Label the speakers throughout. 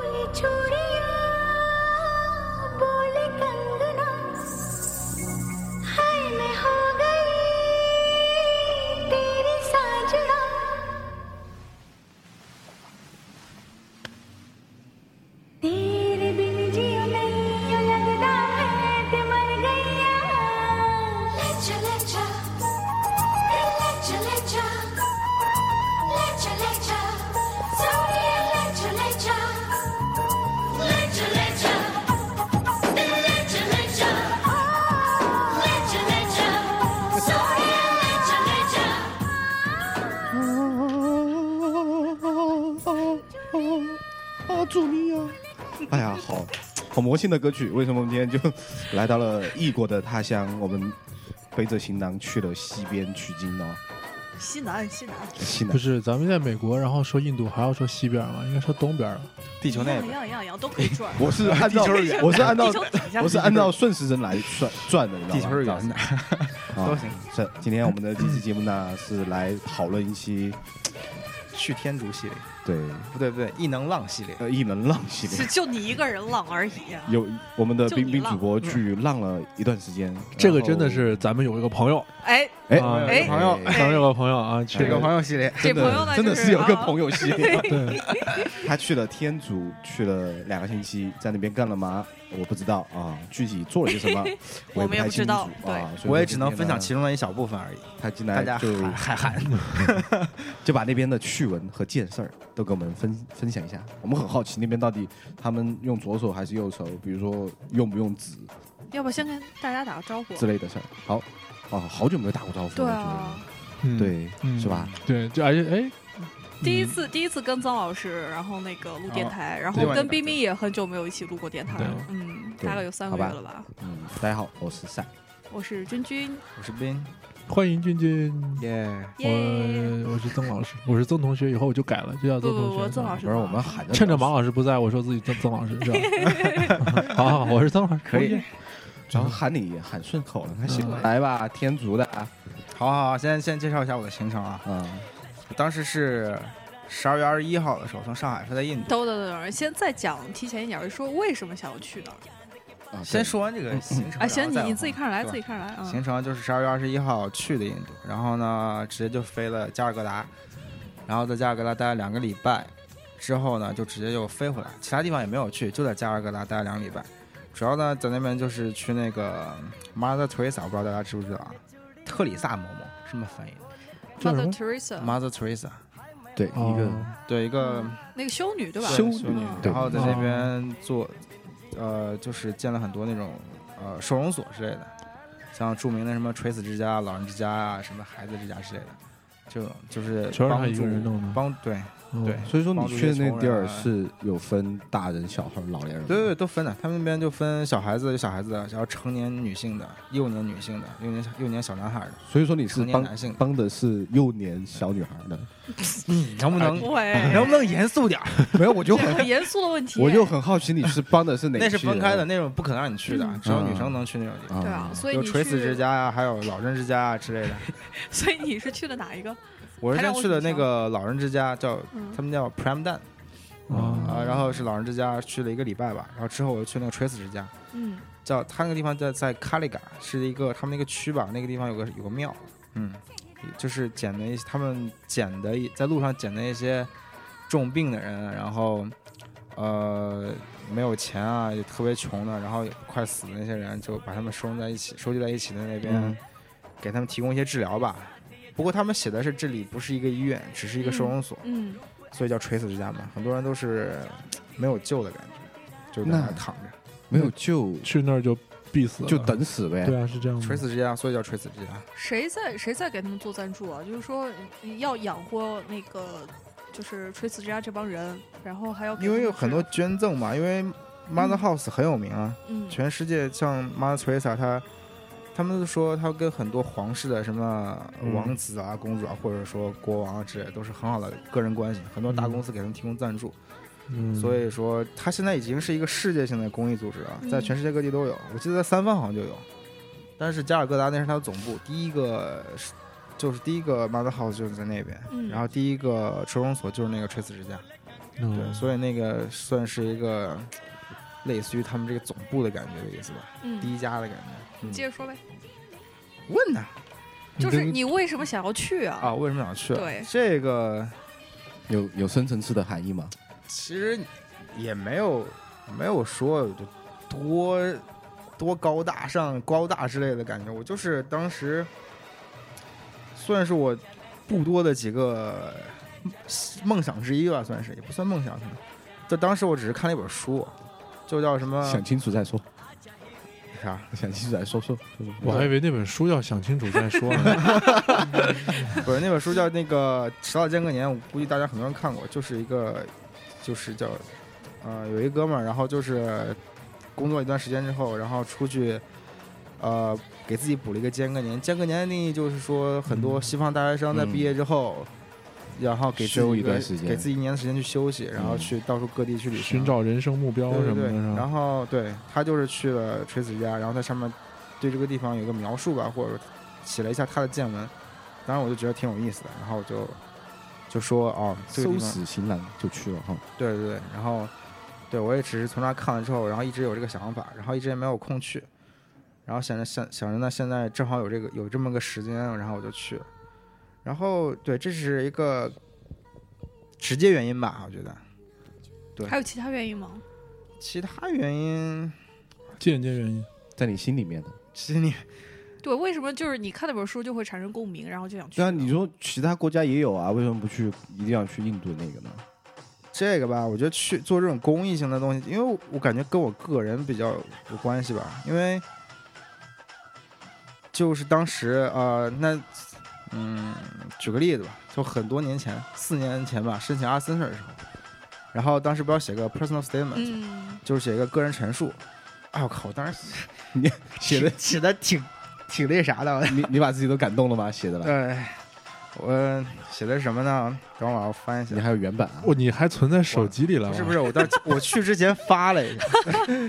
Speaker 1: चूड़िया बोले कंगना हाय मैं हो गई तेरी साजना तेरे बिन जियो नहीं यो लगदा है ते मर गईया ले चले जा ले चले जा ले चले जा सोनिया ले चले जा ले चले जा ले चले जा ले चले जा सोनिया ले चले जा
Speaker 2: 啊，助力啊！哎呀，好好魔性的歌曲，为什么我们今天就来到了异国的他乡？我们背着行囊去了西边取经呢，
Speaker 3: 西南，西南，
Speaker 2: 西南
Speaker 4: 不是，咱们在美国，然后说印度，还要说西边儿吗？应该说东边儿了。
Speaker 5: 地球
Speaker 3: 一
Speaker 5: 那
Speaker 3: 样一
Speaker 5: 边，
Speaker 3: 样一样一样，都可以转。
Speaker 2: 我是 按照
Speaker 5: 地球儿远
Speaker 2: 我是按照
Speaker 3: 地球底下
Speaker 2: 我是按照顺时针来算转的，你知道吗？
Speaker 5: 地球是圆的，
Speaker 2: 啊
Speaker 5: 都行。
Speaker 2: 是，今天我们的这期节目呢，是来讨论一期
Speaker 5: 去天竺系列，
Speaker 2: 对
Speaker 5: 不对不对，异能浪系列，
Speaker 2: 呃异能浪系
Speaker 3: 是
Speaker 2: 列。
Speaker 3: 就你一个人浪而已啊、
Speaker 2: 有我们的
Speaker 3: 就
Speaker 2: 冰
Speaker 3: 你
Speaker 2: 冰
Speaker 3: 浪
Speaker 2: 主播去浪了一段时间，
Speaker 4: 这个
Speaker 2: 然后
Speaker 4: 真的是咱们有一个朋友，
Speaker 3: 哎，
Speaker 2: 哎
Speaker 4: 啊
Speaker 5: 哎朋友
Speaker 4: 咱们有个朋友啊，去
Speaker 5: 这个朋友系 列，
Speaker 3: 这
Speaker 2: 真的
Speaker 3: 朋友呢
Speaker 2: 真的
Speaker 3: 就是
Speaker 2: 有个
Speaker 3: 啊
Speaker 2: 朋友系
Speaker 5: 哎
Speaker 2: 列，
Speaker 4: 对，
Speaker 2: 他去了天竺，去了两个星期，在那边干了嘛？我不知道啊，具体做了些什 么，
Speaker 3: 我
Speaker 2: 也
Speaker 3: 们
Speaker 2: 不
Speaker 3: 也
Speaker 2: 太
Speaker 3: 不知
Speaker 2: 清楚
Speaker 3: 道
Speaker 2: 啊
Speaker 3: 对。
Speaker 2: 所以
Speaker 5: 我也
Speaker 2: 说
Speaker 5: 只
Speaker 2: 今
Speaker 5: 能
Speaker 2: 天
Speaker 5: 分享
Speaker 2: 呢
Speaker 5: 其中的一小部分而已，
Speaker 2: 他进
Speaker 5: 大
Speaker 2: 来
Speaker 5: 家
Speaker 2: 就
Speaker 5: 海海涵。
Speaker 2: 就把那边的趣闻和见事儿都给我们分分享一下。我们很好奇那边到底他们用左手还是右手，比如说用不用纸
Speaker 3: 要不先跟大家打个招呼？
Speaker 2: 之类的事儿。好，哦，好久没有打过招呼了，
Speaker 3: 对啊，
Speaker 2: 我
Speaker 4: 嗯
Speaker 2: 觉得，对，
Speaker 4: 嗯
Speaker 2: 是吧？？
Speaker 4: 对，就而且哎，
Speaker 3: 第一次第一次跟臧老师，然后那个录电台，然后
Speaker 5: 另外一
Speaker 3: 跟
Speaker 5: 个
Speaker 3: 冰冰也很久没有一起录过电台
Speaker 4: 对
Speaker 3: 了，嗯，
Speaker 2: 对
Speaker 3: 大概有三个
Speaker 2: 好
Speaker 3: 月
Speaker 2: 吧
Speaker 3: 了吧。
Speaker 2: 嗯，大家好，我是赛，
Speaker 3: 我是君君，
Speaker 5: 我是 斌，
Speaker 4: 欢迎君君，
Speaker 5: 耶，
Speaker 3: 耶！
Speaker 4: 我我是曾老师，我是曾同学，以后我就改了，就叫
Speaker 3: 不
Speaker 4: 曾
Speaker 3: 不
Speaker 4: 同
Speaker 3: 不，
Speaker 4: 学。
Speaker 3: 曾老
Speaker 4: 师，
Speaker 3: 师，
Speaker 2: 不是我们喊着
Speaker 4: 趁着马老师不在，我说自己曾曾老师，是吧？ 好好，好我是曾老师，
Speaker 5: 可以
Speaker 4: 哦耶
Speaker 2: 主要喊你也喊顺口了，那行
Speaker 4: 嗯
Speaker 2: 来吧，天竺的啊，
Speaker 5: 好好好，先先介绍一下我的行程啊，
Speaker 2: 嗯
Speaker 5: 当时是十二月二十一号的时候从上海飞到印度，
Speaker 3: 等等等等，先再讲提前一点，说为什么想要去哪儿？
Speaker 2: 啊，
Speaker 5: 先
Speaker 2: 对
Speaker 5: 说完这个行程，
Speaker 3: 哎，行，
Speaker 5: 然后
Speaker 3: 你
Speaker 5: 再
Speaker 3: 你
Speaker 5: 往
Speaker 3: 自己
Speaker 5: 后
Speaker 3: 看着来，
Speaker 5: 对吧
Speaker 3: 自己看着来啊。
Speaker 5: 行程就是十二月二十一号去的印度，然后呢，直接就飞了加尔各答，然后在加尔各答待了两个礼拜，之后呢，就直接又飞回来，其他地方也没有去，就在加尔各答待了两个礼拜。主要呢，在那边就是去那个马的腿萨，不知道大家知不知道啊？特里萨嬷嬷什么翻译
Speaker 4: 叫什
Speaker 3: Mother
Speaker 4: 么
Speaker 3: Teresa，
Speaker 5: ？Mother Teresa，
Speaker 2: 对一个
Speaker 4: 哦
Speaker 5: 对，一个
Speaker 3: 那个修女对吧？嗯
Speaker 5: 对
Speaker 2: 修
Speaker 5: 修
Speaker 2: 女
Speaker 5: 女，
Speaker 2: 对
Speaker 5: 然后在那边做，呃，就是建了很多那种呃收容所之类的，像著名的什么垂死之家、老人之家啊，什么孩子之家之类的，这种就是
Speaker 4: 全是他
Speaker 5: 帮
Speaker 4: 一个
Speaker 5: 助
Speaker 4: 人弄的
Speaker 5: 帮对
Speaker 4: 哦
Speaker 5: 对
Speaker 2: 所以说你
Speaker 5: 帮助一
Speaker 2: 去的
Speaker 5: 些
Speaker 2: 那
Speaker 5: 穷
Speaker 2: 地
Speaker 5: 人
Speaker 2: 儿
Speaker 5: 啊
Speaker 2: 是有分大人、小孩、老年人，
Speaker 5: 对对，对，都分的。他们那边就分小孩子有小孩子的，然后成年女性的、幼年女性的、幼年幼年小男孩的，
Speaker 2: 所以说你是
Speaker 5: 成年
Speaker 2: 帮
Speaker 5: 男性的。
Speaker 2: 帮的是幼年小女孩的，
Speaker 5: 你能不能
Speaker 3: 不会，
Speaker 5: 能不能严肃点儿？
Speaker 2: 没有，我就
Speaker 3: 这
Speaker 2: 很
Speaker 3: 很严肃的问题。
Speaker 2: 我就很好奇你是帮的是哪
Speaker 5: 那是
Speaker 2: 批
Speaker 5: 分开的，
Speaker 2: 人
Speaker 5: 那种不可能让你去的
Speaker 3: 嗯，
Speaker 5: 只有女生能去那种地方。
Speaker 2: 啊
Speaker 3: 对啊，所以
Speaker 5: 有
Speaker 3: 你
Speaker 5: 垂死
Speaker 3: 去
Speaker 5: 之家啊，还有老人之家啊之类的。
Speaker 3: 所以你是去的哪一个？
Speaker 5: 我是
Speaker 3: 还让
Speaker 5: 先
Speaker 3: 我
Speaker 5: 去的
Speaker 3: 紧
Speaker 5: 那
Speaker 3: 张
Speaker 5: 个老人之家，叫
Speaker 3: 嗯
Speaker 5: 他们叫 Prime Dan
Speaker 4: 啊，
Speaker 5: 啊，然后是老人之家去了一个礼拜吧，然后之后我又去那个垂死之家，
Speaker 3: 嗯，
Speaker 5: 叫他那个地方叫在卡里嘎，是一个他们那个区吧，那个地方有个有个庙，嗯，就是捡的一他们捡的一在路上捡的一些重病的人，然后呃没有钱啊，也特别穷的，然后也快死的那些人，就把他们收容在一起，收集在一起的那边，
Speaker 2: 嗯
Speaker 5: 给他们提供一些治疗吧。不过他们写的是这里不是一个医院，只是一个收容所，
Speaker 3: 嗯，
Speaker 5: 所以叫垂死之家嘛。很多人都是没有救的感觉，就在那
Speaker 2: 那
Speaker 5: 儿躺着。
Speaker 2: 没有就
Speaker 4: 去那儿就必死了，
Speaker 2: 就等死呗。
Speaker 4: 对啊，是这样的。
Speaker 5: 垂死之家，所以叫垂死之家。
Speaker 3: 谁在谁在给他们做赞助啊？就是说你要养活那个就是垂死之家这帮人，然后还要给
Speaker 5: 因为
Speaker 3: 他们
Speaker 5: 有很多
Speaker 3: 治
Speaker 5: 捐赠嘛，因为 Mother House 很有名啊，
Speaker 3: 嗯
Speaker 5: 全世界像 Mother Teresa 她，他们都说她跟很多皇室的什么
Speaker 2: 嗯
Speaker 5: 王子啊、公主啊，或者说国王啊之类的，都是很好的个人关系。很多大
Speaker 4: 嗯
Speaker 5: 公司给他们提供赞助，
Speaker 4: 嗯，
Speaker 5: 所以说她现在已经是一个世界性的公益组织了，在
Speaker 3: 嗯
Speaker 5: 全世界各地都有。我记得在三藩好像就有，但是加尔各答那是它的总部，第一个是就是第一个 Mother House 就是在那边，
Speaker 3: 嗯
Speaker 5: 然后第一个收容所就是那个垂死之家。对，
Speaker 4: 嗯，
Speaker 5: 所以那个算是一个类似于他们这个总部的感觉的意思吧，
Speaker 3: 嗯，
Speaker 5: 第一家的感觉。嗯
Speaker 3: 接着说呗，
Speaker 5: 问呐
Speaker 3: 就是
Speaker 4: 跟
Speaker 3: 你为什么想要去啊？
Speaker 5: 啊，为什么想去？
Speaker 3: 对
Speaker 5: 这个
Speaker 2: 有有深层次的含义吗？
Speaker 5: 其实也没有没有说就多多高大上、高大之类的感觉。我就是当时算是我不多的几个梦想之一吧，算是也不算梦想，可能就当时我只是看了一本书，就叫什么
Speaker 2: 想清楚再说，
Speaker 5: 啥
Speaker 2: 想清楚再说说说说。
Speaker 4: 我还以为那本书要想清楚再说呢。
Speaker 5: 不是那本书叫那个《迟早间隔年》，我估计大家很多人看过，就是一个就是叫呃有一哥们儿，然后就是工作一段时间之后，然后出去呃给自己补了一个间隔年。间隔年的定义就是说，很多西方大学生在
Speaker 2: 嗯
Speaker 5: 毕业之后，然后给自己
Speaker 2: 休
Speaker 5: 一
Speaker 2: 一段
Speaker 5: 个
Speaker 2: 时间
Speaker 5: 给自己一年的时间去休息，然后
Speaker 2: 嗯
Speaker 5: 去到处各地去旅行，
Speaker 4: 寻找人生目标
Speaker 5: 对对
Speaker 4: 什么的，
Speaker 5: 对
Speaker 4: 是，吧
Speaker 5: 然后对他就是去了锤子家，然后在上面对这个地方有一个描述吧，或者写了一下他的见闻。当时我就觉得挺有意思的，然后我就就说哦，这个
Speaker 2: 收
Speaker 5: 地方
Speaker 2: 拾行囊就去了哈。
Speaker 5: 对对对，然后对我也只是从那看了之后，然后一直有这个想法，然后一直也没有空去，然后想着想想着呢，现在正好有这个有这么个时间，然后我就去了。然后对，这是一个直接原因吧，我觉得对
Speaker 3: 还有其他原因吗？
Speaker 5: 其他原因
Speaker 4: 间接原因。
Speaker 2: 在你心里面的，
Speaker 5: 其实你
Speaker 3: 对，为什么就是你看那本书就会产生共鸣，然后就想去
Speaker 2: 对
Speaker 3: 呢？
Speaker 2: 啊，你说其他国家也有啊，为什么不去？一定要去印度那个呢？
Speaker 5: 这个吧，我觉得去做这种公益性的东西，因为我感觉跟我个人比较有关系吧，因为就是当时呃，那嗯，举个例子吧，就很多年前，四年前吧，申请阿森社的时候，然后当时不要写个 personal statement，、
Speaker 3: 嗯，
Speaker 5: 就是写一个个人陈述。哎我靠，我当时
Speaker 2: 写的，
Speaker 5: 写的挺挺那啥 的，
Speaker 2: 你你把自己都感动了吗？写 的了，
Speaker 5: 哎，我嗯写的是什么呢？等会儿我翻一下
Speaker 2: 你。还有原版啊？
Speaker 4: 哇，哦你还存在手机里了啊
Speaker 5: 不
Speaker 4: 吗？
Speaker 5: 是不是，我当时我去之前发了一个，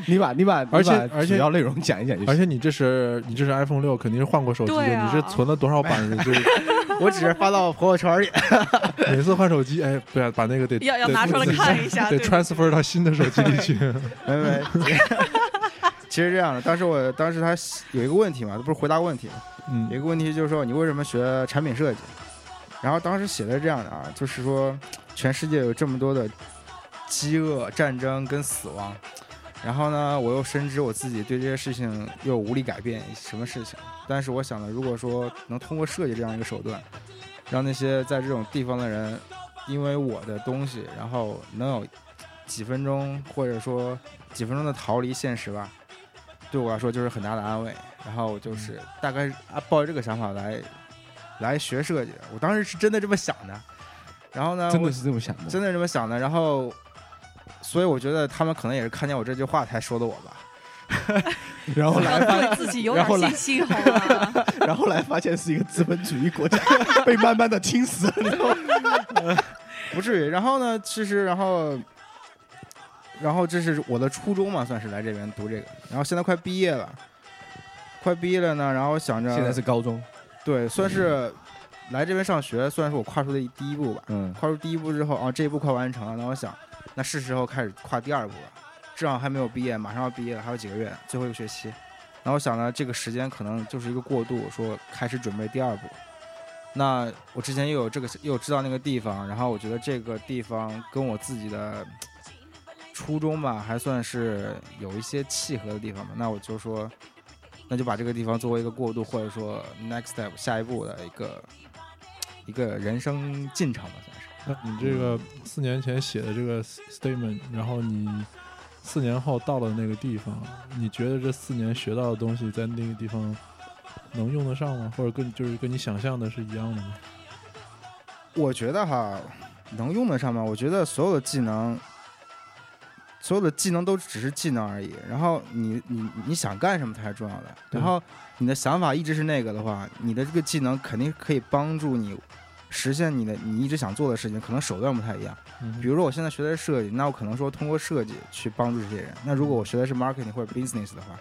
Speaker 2: 你把你把，你把
Speaker 4: 而且而且
Speaker 2: 主要内容讲一讲就
Speaker 4: 而
Speaker 2: 行。
Speaker 4: 且你这是你这是 iPhone 六，肯定是换过手机
Speaker 3: 对
Speaker 4: 的。
Speaker 3: 啊
Speaker 4: 你是存了多少版的？就是
Speaker 5: 我只是发到朋友圈里。
Speaker 4: 每次换手机，哎，对啊，把那个得
Speaker 3: 要要
Speaker 4: 得
Speaker 3: 拿出来
Speaker 4: 得
Speaker 3: 看一下，
Speaker 4: 得
Speaker 3: 对
Speaker 4: transfer 到新的手机里 去。
Speaker 5: 没没，其实这样的，当时我当时他有一个问题嘛，不是回答问题嘛，
Speaker 4: 嗯
Speaker 5: 有一个问题就是说你为什么学产品设计？然后当时写的是这样的啊，就是说全世界有这么多的饥饿、战争跟死亡，然后呢，我又深知我自己对这些事情又无力改变什么事情，但是我想呢，如果说能通过设计这样一个手段，让那些在这种地方的人，因为我的东西，然后能有几分钟或者说几分钟的逃离现实吧，对我来说就是很大的安慰。然后我
Speaker 2: 嗯
Speaker 5: 就是大概啊抱着这个想法来来学设计的，我当时是真的这么想的。然后呢，
Speaker 2: 真
Speaker 5: 我
Speaker 2: 的是这么想的，
Speaker 5: 真的是这么想的。然后，所以我觉得他们可能也是看见我这句话才说的我吧。
Speaker 2: 然后
Speaker 3: 要
Speaker 2: 来，
Speaker 3: 对自己有点
Speaker 2: 然后来
Speaker 3: 信心，好吧？
Speaker 2: 然后来发现是一个资本主义国家 被慢慢的侵蚀了。
Speaker 5: 不至于。然后呢，其实然后，然后这是我的初衷嘛，算是来这边读这个。然后现在快毕业了，快毕业了呢，然后想着
Speaker 2: 现在是高中，
Speaker 5: 对，算是来这边上学，算是我跨出的第一步吧。
Speaker 2: 嗯，
Speaker 5: 跨出第一步之后，啊，这一步快完成了，那我想，那是时候开始跨第二步了。至少还没有毕业，马上要毕业了，还有几个月，最后一个学期。那我想呢，这个时间可能就是一个过渡，说开始准备第二步。那我之前又有这个，又知道那个地方，然后我觉得这个地方跟我自己的初衷吧，还算是有一些契合的地方吧。那我就说，那就把这个地方作为一个过渡，或者说 next step 下一步的一个一个人生进程吧，算是。
Speaker 4: 那你这个四年前写的这个 statement，然后你四年后到了那个地方，你觉得这四年学到的东西在那个地方能用得上吗？或者跟就是跟你想象的是一样的吗？
Speaker 5: 我觉得哈，能用得上吗？我觉得所有的技能，所有的技能都只是技能而已。然后你你你想干什么才是重要的。
Speaker 4: 对
Speaker 5: 然后你的想法一直是那个的话，你的这个技能肯定可以帮助你实现你的你一直想做的事情。可能手段不太一样。
Speaker 4: 嗯
Speaker 5: 比如说我现在学的是设计，那我可能说通过设计去帮助这些人。那如果我学的是 marketing 或者 business 的话，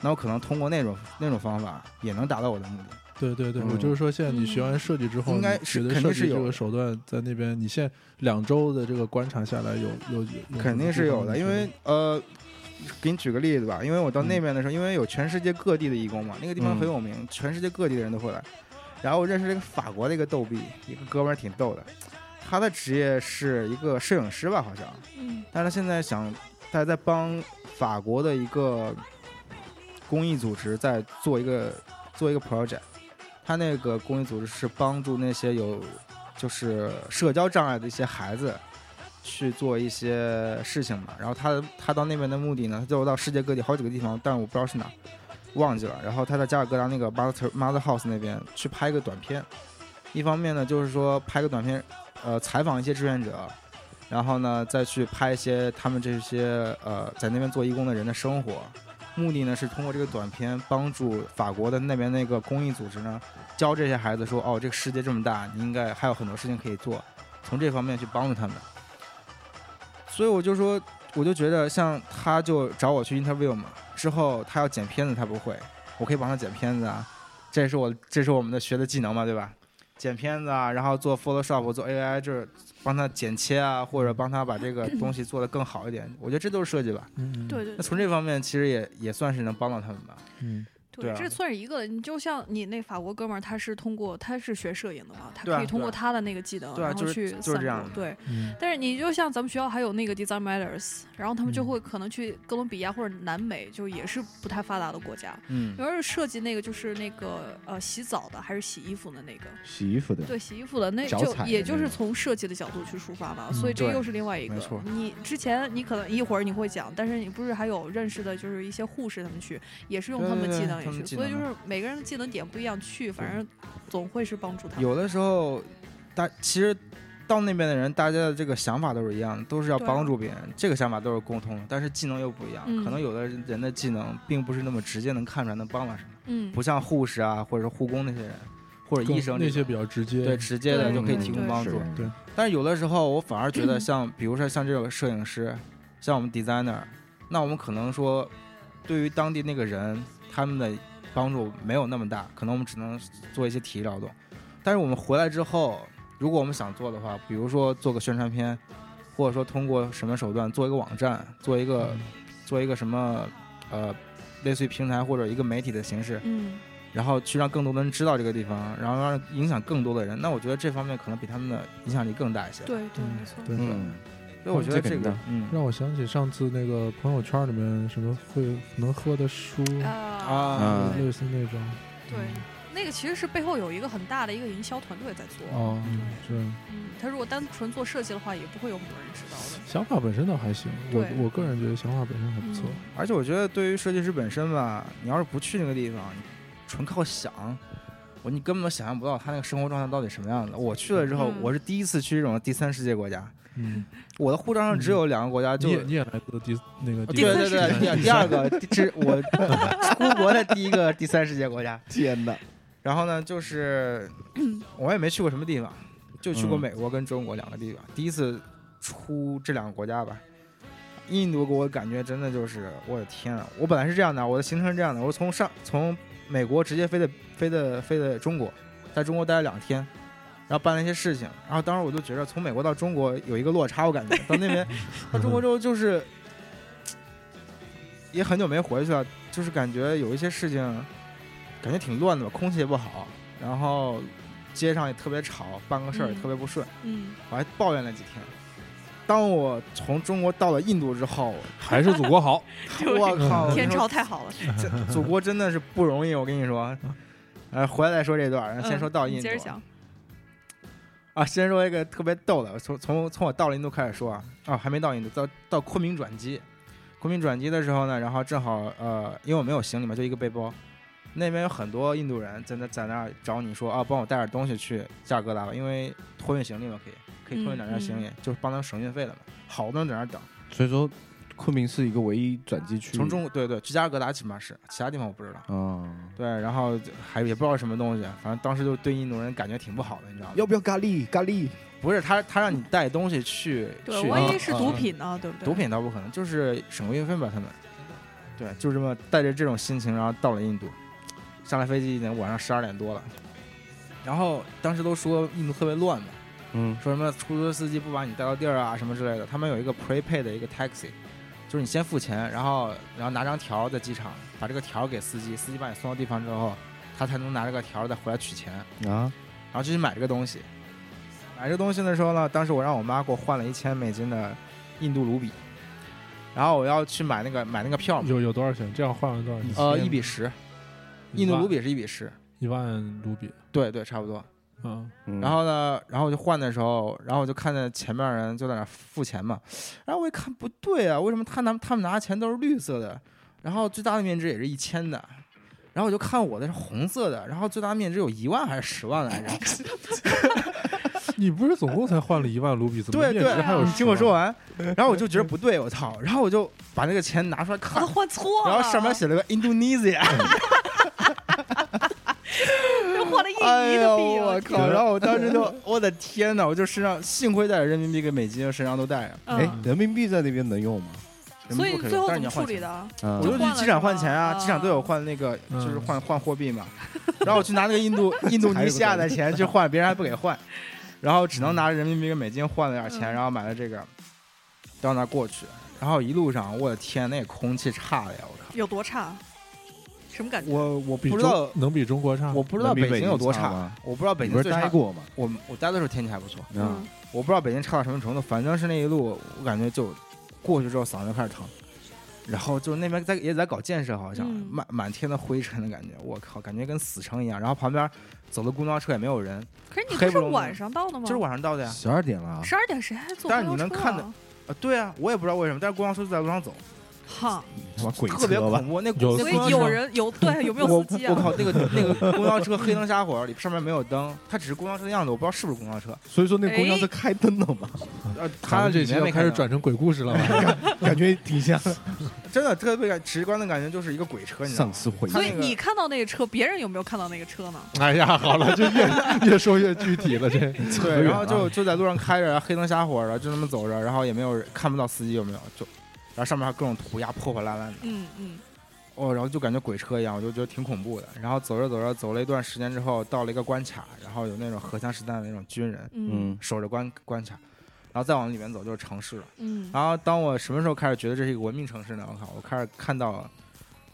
Speaker 5: 那我可能通过那种那种方法也能达到我的目的。
Speaker 4: 对对对，
Speaker 5: 嗯
Speaker 4: 我就是说，现在你学完设计之后，
Speaker 5: 应该
Speaker 4: 你
Speaker 5: 是
Speaker 4: 觉得
Speaker 5: 肯定
Speaker 4: 设
Speaker 5: 是
Speaker 4: 计
Speaker 5: 有
Speaker 4: 这个
Speaker 5: 的
Speaker 4: 手段在那边，你现在两周的这个观察下来有，有有有
Speaker 5: 肯定是有的，因为呃，给你举个例子吧，因为我到
Speaker 4: 嗯
Speaker 5: 那边的时候，因为有全世界各地的义工嘛，那个地方
Speaker 4: 嗯
Speaker 5: 很有名，全世界各地的人都会来。然后我认识了一个法国的一个逗逼，一个哥们儿挺逗的，他的职业是一个摄影师吧，好像，
Speaker 3: 嗯
Speaker 5: 但是他现在想他在帮法国的一个公益组织在做一个做一个 project，他那个公益组织是帮助那些有就是社交障碍的一些孩子去做一些事情嘛。然后他他到那边的目的呢，他就到世界各地好几个地方，但我不知道是哪，忘记了。然后他在加尔各答那个 Mother Mother House 那边去拍一个短片，一方面呢就是说拍个短片，呃，采访一些志愿者。然后呢，再去拍一些他们这些呃在那边做义工的人的生活，目的呢是通过这个短片帮助法国的那边那个公益组织呢，教这些孩子说，哦，这个世界这么大，你应该还有很多事情可以做，从这方面去帮助他们。所以我就说，我就觉得像他就找我去 interview 嘛，之后他要剪片子，他不会，我可以帮他剪片子啊，这是我这是我们的学的技能嘛，对吧？剪片子啊，然后做 Photoshop，做 AI，就是帮他剪切啊，或者帮他把这个东西做得更好一点。我觉得这都是设计吧。
Speaker 4: 嗯，嗯
Speaker 3: 对，对
Speaker 5: 那
Speaker 3: 对
Speaker 5: 从这方面其实也也算是能帮到他们吧。
Speaker 4: 嗯，
Speaker 5: 对
Speaker 3: 对，
Speaker 5: 啊
Speaker 3: 这算是一个。你就像你那法国哥们儿，他是通过他是学摄影的嘛，他
Speaker 5: 对啊
Speaker 3: 可以通过
Speaker 5: 对啊
Speaker 3: 他的那个技能，
Speaker 5: 对啊
Speaker 3: 然后
Speaker 5: 就是
Speaker 3: 去
Speaker 5: 就是这样
Speaker 3: 散布
Speaker 5: 的
Speaker 3: 对，
Speaker 4: 嗯
Speaker 3: 但是你就像咱们学校还有那个 Design Matters，然后他们就
Speaker 4: 嗯
Speaker 3: 会可能去哥伦比亚或者南美，就也是不太发达的国家。
Speaker 5: 嗯
Speaker 3: 有人设计那个就是那个呃洗澡的还是洗衣服的那个，
Speaker 2: 洗衣服的，
Speaker 3: 对洗衣服的那
Speaker 2: 脚
Speaker 3: 就
Speaker 2: 踩的
Speaker 3: 也
Speaker 2: 那
Speaker 3: 就是
Speaker 2: 个
Speaker 3: 从设计的角度去出发嘛，
Speaker 4: 嗯
Speaker 3: 所以这
Speaker 5: 嗯对
Speaker 3: 又是另外一个
Speaker 5: 没错。
Speaker 3: 你之前你可能一会儿你会讲，但是你不是还有认识的，就是一些护士他们去也是用
Speaker 5: 对
Speaker 3: 他们
Speaker 5: 对
Speaker 3: 技
Speaker 5: 对
Speaker 3: 能也
Speaker 5: 他们
Speaker 3: 去，
Speaker 5: 技
Speaker 3: 所以就
Speaker 5: 能
Speaker 3: 是每个人的技能点不一样去，反正总会是帮助他们。
Speaker 5: 有的时候，大其实到那边的人，大家的这个想法都是一样的，都是要
Speaker 3: 对啊
Speaker 5: 帮助别人，这个想法都是共通的，但是技能又不一样。
Speaker 3: 嗯
Speaker 5: 可能有的人的技能并不是那么直接能看出来能帮到什么，
Speaker 3: 嗯，
Speaker 5: 不像护士啊，或者是护工那些人，或者医
Speaker 4: 更
Speaker 5: 生这
Speaker 4: 那些
Speaker 5: 种
Speaker 4: 比较直接，
Speaker 5: 对直接的
Speaker 3: 对
Speaker 5: 就可以
Speaker 3: 嗯
Speaker 5: 提供
Speaker 3: 对
Speaker 5: 帮
Speaker 2: 是
Speaker 5: 助。
Speaker 4: 对
Speaker 5: 但是有的时候，我反而觉得像，比如说像这种摄影师，像我们 designer，那我们可能说，对于当地那个人，他们的帮助没有那么大，可能我们只能做一些体力劳动。但是我们回来之后，如果我们想做的话，比如说做个宣传片，或者说通过什么手段做一个网站，做一个
Speaker 4: 嗯
Speaker 5: 做一个什么，呃，类似于平台或者一个媒体的形式，
Speaker 3: 嗯，
Speaker 5: 然后去让更多的人知道这个地方，然后让影响更多的人。那我觉得这方面可能比他们的影响力更大一些。，
Speaker 3: 对对，
Speaker 4: 嗯
Speaker 3: 没错。
Speaker 4: 对
Speaker 5: 嗯，所以我觉得
Speaker 2: 这
Speaker 5: 这
Speaker 2: 肯定
Speaker 5: 个
Speaker 2: 的，
Speaker 5: 嗯，
Speaker 4: 让我想起上次那个朋友圈里面什么会能喝的书，
Speaker 5: 啊嗯
Speaker 3: 对
Speaker 4: 类似那种。
Speaker 3: 呃对，那个其实是背后有一个很大的一个营销团队在做。
Speaker 4: 哦，对，
Speaker 3: 嗯，他如果单纯做设计的话，也不会有很多人知道的。
Speaker 4: 想法本身倒还行，我
Speaker 3: 对
Speaker 4: 我个人觉得想法本身还不错。
Speaker 5: 而且我觉得对于设计师本身吧，你要是不去那个地方，你纯靠想，我你根本想象不到他那个生活状态到底什么样子。我去了之后，
Speaker 3: 嗯
Speaker 5: 我是第一次去这种第三世界国家，
Speaker 4: 嗯，
Speaker 5: 我的护照上只有两个国家，就
Speaker 4: 你也你也来自第那个
Speaker 5: 对对
Speaker 4: 三世界
Speaker 5: 对，第第二个，这是我出国的第一个第三世界国家。
Speaker 2: 天哪，
Speaker 5: 然后呢，就是我也没去过什么地方，就去过
Speaker 2: 嗯
Speaker 5: 美国跟中国两个地方，第一次出这两个国家吧。印度给我感觉真的就是，我的天啊！我本来是这样的，我的行程是这样的，我从上从美国直接飞的飞的飞的中国，在中国待了两天，然后办了一些事情，然后当时我就觉得从美国到中国有一个落差，我感觉到那边到中国之后 就是也很久没回去了，就是感觉有一些事情感觉挺乱的吧，空气也不好，然后街上也特别吵，办个事儿也
Speaker 3: 嗯
Speaker 5: 特别不顺，
Speaker 3: 嗯，
Speaker 5: 我还抱怨了几天。当我从中国到了印度之后，
Speaker 4: 还是祖国好。
Speaker 5: 我靠，
Speaker 3: 嗯天
Speaker 5: 我说
Speaker 3: 朝太好了。
Speaker 5: 这祖国真的是不容易，我跟你说。呃，回来再说这段儿，先说到
Speaker 3: 嗯你
Speaker 5: 印度
Speaker 3: 接着讲。
Speaker 5: 啊，先说一个特别逗的，从从从我到了印度开始说啊，啊，还没到印度，到到昆明转机，昆明转机的时候呢，然后正好呃，因为我没有行李嘛，就一个背包，那边有很多印度人在那在那儿找你说啊，帮我带点东西去加尔各答吧，因为托运行李嘛，可以可以托运
Speaker 2: 嗯
Speaker 5: 两件行李，就是帮他们省运费的嘛，好多人在那儿等，
Speaker 2: 所以说昆明是一个唯一转机区，
Speaker 5: 从中对对去加尔各答起码是，其他地方我不知道。
Speaker 2: 啊，
Speaker 5: 对，然后就还也不知道什么东西，反正当时就对印度人感觉挺不好的，你知道吗？
Speaker 2: 要不要咖喱？咖喱
Speaker 5: 不是他，他让你带东西去，
Speaker 3: 对，
Speaker 5: 去
Speaker 3: 万
Speaker 2: 啊
Speaker 3: 一是
Speaker 5: 啊
Speaker 3: 毒
Speaker 5: 啊
Speaker 3: 品呢，对不对？
Speaker 5: 毒品倒不可能，就是省个运费吧，他们。对，就这么带着这种心情，然后到了印度，上了飞机已经晚上十二点多了，然后当时都说印度特别乱嘛，
Speaker 2: 嗯
Speaker 5: 说什么出租车司机不把你带到地儿啊什么之类的，他们有一个 prepaid 的一个 taxi，就是你先付钱，然后然后拿张条儿在机场把这个条儿给司机，司机把你送到地方之后，他才能拿这个条儿再回来取钱，
Speaker 2: 啊，
Speaker 5: 然后就去买这个东西。买这个东西的时候呢，当时我让我妈给我换了一千美金的印度卢比，然后我要去买那个买那个票嘛，
Speaker 4: 有有多少钱？这样换完多少钱？
Speaker 5: 呃，一比十，印度卢比是一比十，
Speaker 4: 一万卢比，
Speaker 5: 对对，差不多。
Speaker 4: 嗯，
Speaker 2: 嗯
Speaker 5: 然后呢，然后我就换的时候，然后我就看见前面人就在那儿付钱嘛，然后我一看不对啊，为什么他拿他们拿的钱都是绿色的，然后最大的面值也是一千的，然后我就看我的是红色的，然后最大面值有一万还是十万来着？
Speaker 4: 你不是总共才换了一万卢比，怎么
Speaker 5: 对
Speaker 4: 面
Speaker 5: 对
Speaker 4: 值还有
Speaker 3: 啊
Speaker 5: 你听我说
Speaker 4: 10万，
Speaker 5: 完，然后我就觉得不对，我操，然后我就把那个钱拿出来
Speaker 3: 啊，
Speaker 5: 看，
Speaker 3: 换错 了，
Speaker 5: 然后上面写了个 Indonesia，
Speaker 3: 又换了印
Speaker 5: 哎
Speaker 3: 尼
Speaker 5: 呦
Speaker 3: 的币，
Speaker 5: 我靠！然后我当时就，我的天哪，我就身上幸亏带着人民币跟美金，身上都带着。啊
Speaker 2: 哎
Speaker 3: 嗯，，
Speaker 2: 人民币在那边能用吗？
Speaker 3: 所以
Speaker 5: 人民币不可
Speaker 3: 最
Speaker 5: 用
Speaker 3: 后
Speaker 5: 但是
Speaker 3: 怎
Speaker 5: 你
Speaker 3: 么
Speaker 5: 要换
Speaker 3: 处
Speaker 5: 钱
Speaker 3: 理的？
Speaker 2: 啊
Speaker 5: 我就去机场换钱啊，
Speaker 3: 就换了是吧
Speaker 5: 机场都有换那个，就是
Speaker 4: 嗯
Speaker 5: 换换货币嘛。然后我去拿那个印 度印度尼西亚的钱去换，别人还不给换，然后只能拿人民币跟美金换了点钱，
Speaker 3: 嗯
Speaker 5: 然后买了这个，到那儿过去。然后一路上，我的天，那空气差的呀！我靠，
Speaker 3: 有多差？什么感觉？
Speaker 5: 我我
Speaker 4: 比啊
Speaker 5: 不知道
Speaker 4: 中，能比中国差？
Speaker 5: 我不知道
Speaker 2: 能比
Speaker 5: 北
Speaker 2: 北
Speaker 5: 京有
Speaker 2: 京
Speaker 5: 多
Speaker 2: 差吗
Speaker 5: 我不知道北
Speaker 2: 你
Speaker 5: 京
Speaker 2: 不
Speaker 5: 最
Speaker 2: 是
Speaker 5: 差
Speaker 2: 待。过吗？
Speaker 5: 我我待的时候天气还不错，
Speaker 2: 啊
Speaker 3: 嗯，
Speaker 5: 我不知道北京差到什么程度，反正是那一路，我感觉就过去之后嗓子就开始疼，然后就那边在也在搞建设，好像、
Speaker 3: 嗯
Speaker 5: 满满天的灰尘的感觉，我靠，感觉跟死城一样。然后旁边走的公交车也没有人，
Speaker 3: 可是你
Speaker 5: 黑
Speaker 3: 不
Speaker 5: 不
Speaker 3: 是
Speaker 5: 隆咚
Speaker 3: 晚上到的吗？
Speaker 5: 就是晚上到的呀。
Speaker 2: 十二点了啊，
Speaker 3: 十二点谁还坐公交车啊？
Speaker 5: 但是你能看的啊，对啊，我也不知道为什么，但是公交车就在路上走，
Speaker 3: 哈，
Speaker 2: 他妈鬼
Speaker 5: 特别
Speaker 2: 车吧
Speaker 5: 恐？怖。那那
Speaker 3: 所
Speaker 4: 有
Speaker 5: 公交车
Speaker 3: 以有人有对有没有
Speaker 5: 我
Speaker 3: 司机
Speaker 5: 我
Speaker 3: 啊？
Speaker 5: 靠，那个那个公交车黑灯瞎火，里上面没有灯，它只是公交车的样子，我不知道是不是公交车。
Speaker 2: 所以说那公交车
Speaker 3: 哎
Speaker 2: 开灯了嘛，
Speaker 5: 呃，
Speaker 4: 咱
Speaker 5: 它
Speaker 4: 们这
Speaker 5: 哎里
Speaker 4: 期
Speaker 5: 面
Speaker 4: 要
Speaker 5: 没
Speaker 4: 开
Speaker 5: 开
Speaker 4: 始
Speaker 5: 灯，
Speaker 4: 转成鬼故事 了吧？
Speaker 2: 感觉挺像
Speaker 5: 真的特别感直观的感觉就是一个鬼车，你知道
Speaker 2: 上
Speaker 5: 吗？
Speaker 2: 次回忆
Speaker 3: 所以
Speaker 5: 那个
Speaker 3: 你看到那个车，别人有没有看到那个车呢？
Speaker 4: 哎呀，好了，就越越说越具体 了，这
Speaker 5: 对，然后就就在路上开着，然后黑灯瞎火的，就那么走着，然后也没有人看不到司机有没有，就，然后上面还有各种涂鸦破破烂烂的，
Speaker 3: 嗯嗯，
Speaker 5: 哦，然后就感觉鬼车一样，我就觉得挺恐怖的。然后走着走着，走了一段时间之后，到了一个关卡，然后有那种荷枪实弹的那种军人
Speaker 3: 嗯
Speaker 2: 嗯
Speaker 5: 守着关关卡，然后再往里面走就是城市了。
Speaker 3: 嗯，
Speaker 5: 然后当我什么时候开始觉得这是一个文明城市呢？我靠，我开始看到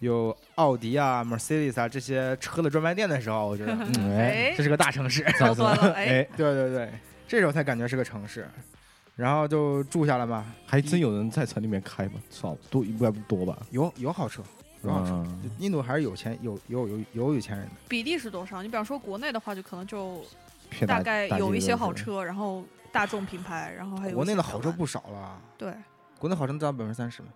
Speaker 5: 有奥迪啊、Mercedes 啊这些车的专卖店的时候，我觉得、嗯、
Speaker 3: 哎
Speaker 5: 这，是个大城 市。
Speaker 3: 高端了，哎，
Speaker 2: 哎，
Speaker 5: 对对对，这时候才感觉是个城市，然后就住下了嘛。
Speaker 2: 还真有人在城里面开吗？少多应该不多吧？
Speaker 5: 有有好车，有好车。
Speaker 2: 啊，
Speaker 5: 就印度还是有钱有有有有有钱人的，
Speaker 3: 比例是多少？你比方说国内的话，就可能就
Speaker 2: 骗
Speaker 3: 大概有一些好。
Speaker 2: 大街
Speaker 3: 车，然后大众品牌，然后还有一
Speaker 5: 国内
Speaker 3: 些
Speaker 5: 的
Speaker 3: 台
Speaker 5: 好车
Speaker 3: 湾
Speaker 5: 不少了，
Speaker 3: 对。
Speaker 5: 国内好车能达到百分之三十嘛？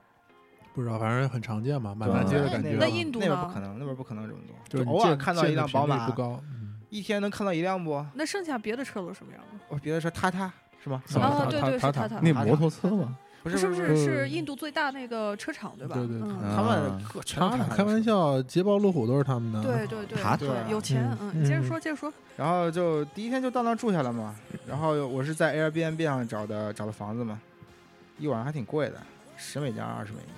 Speaker 4: 不知道，反正很常见嘛，满
Speaker 2: 对
Speaker 4: 大街的
Speaker 2: 那
Speaker 4: 感觉。
Speaker 3: 哎
Speaker 4: 啊
Speaker 3: 那印度
Speaker 5: 那边
Speaker 3: 呢
Speaker 5: 不可能，那边不可能有这么多，
Speaker 4: 就是你
Speaker 5: 偶尔
Speaker 4: 见
Speaker 5: 看到
Speaker 4: 见
Speaker 5: 一
Speaker 4: 的
Speaker 5: 辆
Speaker 4: 频
Speaker 5: 宝
Speaker 4: 率
Speaker 5: 马
Speaker 4: 不，高，嗯
Speaker 5: 一天能看到一辆不？
Speaker 3: 那剩下别的车都是什么样的？
Speaker 5: 哦，别的车塔塔是吗？
Speaker 4: 算了
Speaker 3: 哦对
Speaker 4: 塔
Speaker 3: 对
Speaker 4: 塔
Speaker 3: 是
Speaker 4: 塔
Speaker 3: 塔塔
Speaker 2: 那摩托车嘛，
Speaker 5: 不
Speaker 3: 是
Speaker 5: 不
Speaker 3: 不
Speaker 5: 是
Speaker 3: 是
Speaker 4: 是
Speaker 3: 是印度最大那个车厂对吧？
Speaker 4: 对对对
Speaker 3: 嗯
Speaker 2: 啊
Speaker 5: 他们各全都
Speaker 4: 他
Speaker 5: 塔
Speaker 4: 们
Speaker 5: 塔
Speaker 4: 开玩。笑，捷豹路虎都是他们的。
Speaker 3: 对对对，
Speaker 5: 啊
Speaker 2: 塔塔
Speaker 3: 对有钱，
Speaker 4: 嗯
Speaker 3: 嗯，你接着说，接着说，
Speaker 5: 然后就第一天就到那儿住下了嘛，然后我是在 Airbnb 上找的找的房子嘛，一晚上还挺贵的，十美金啊二十美金，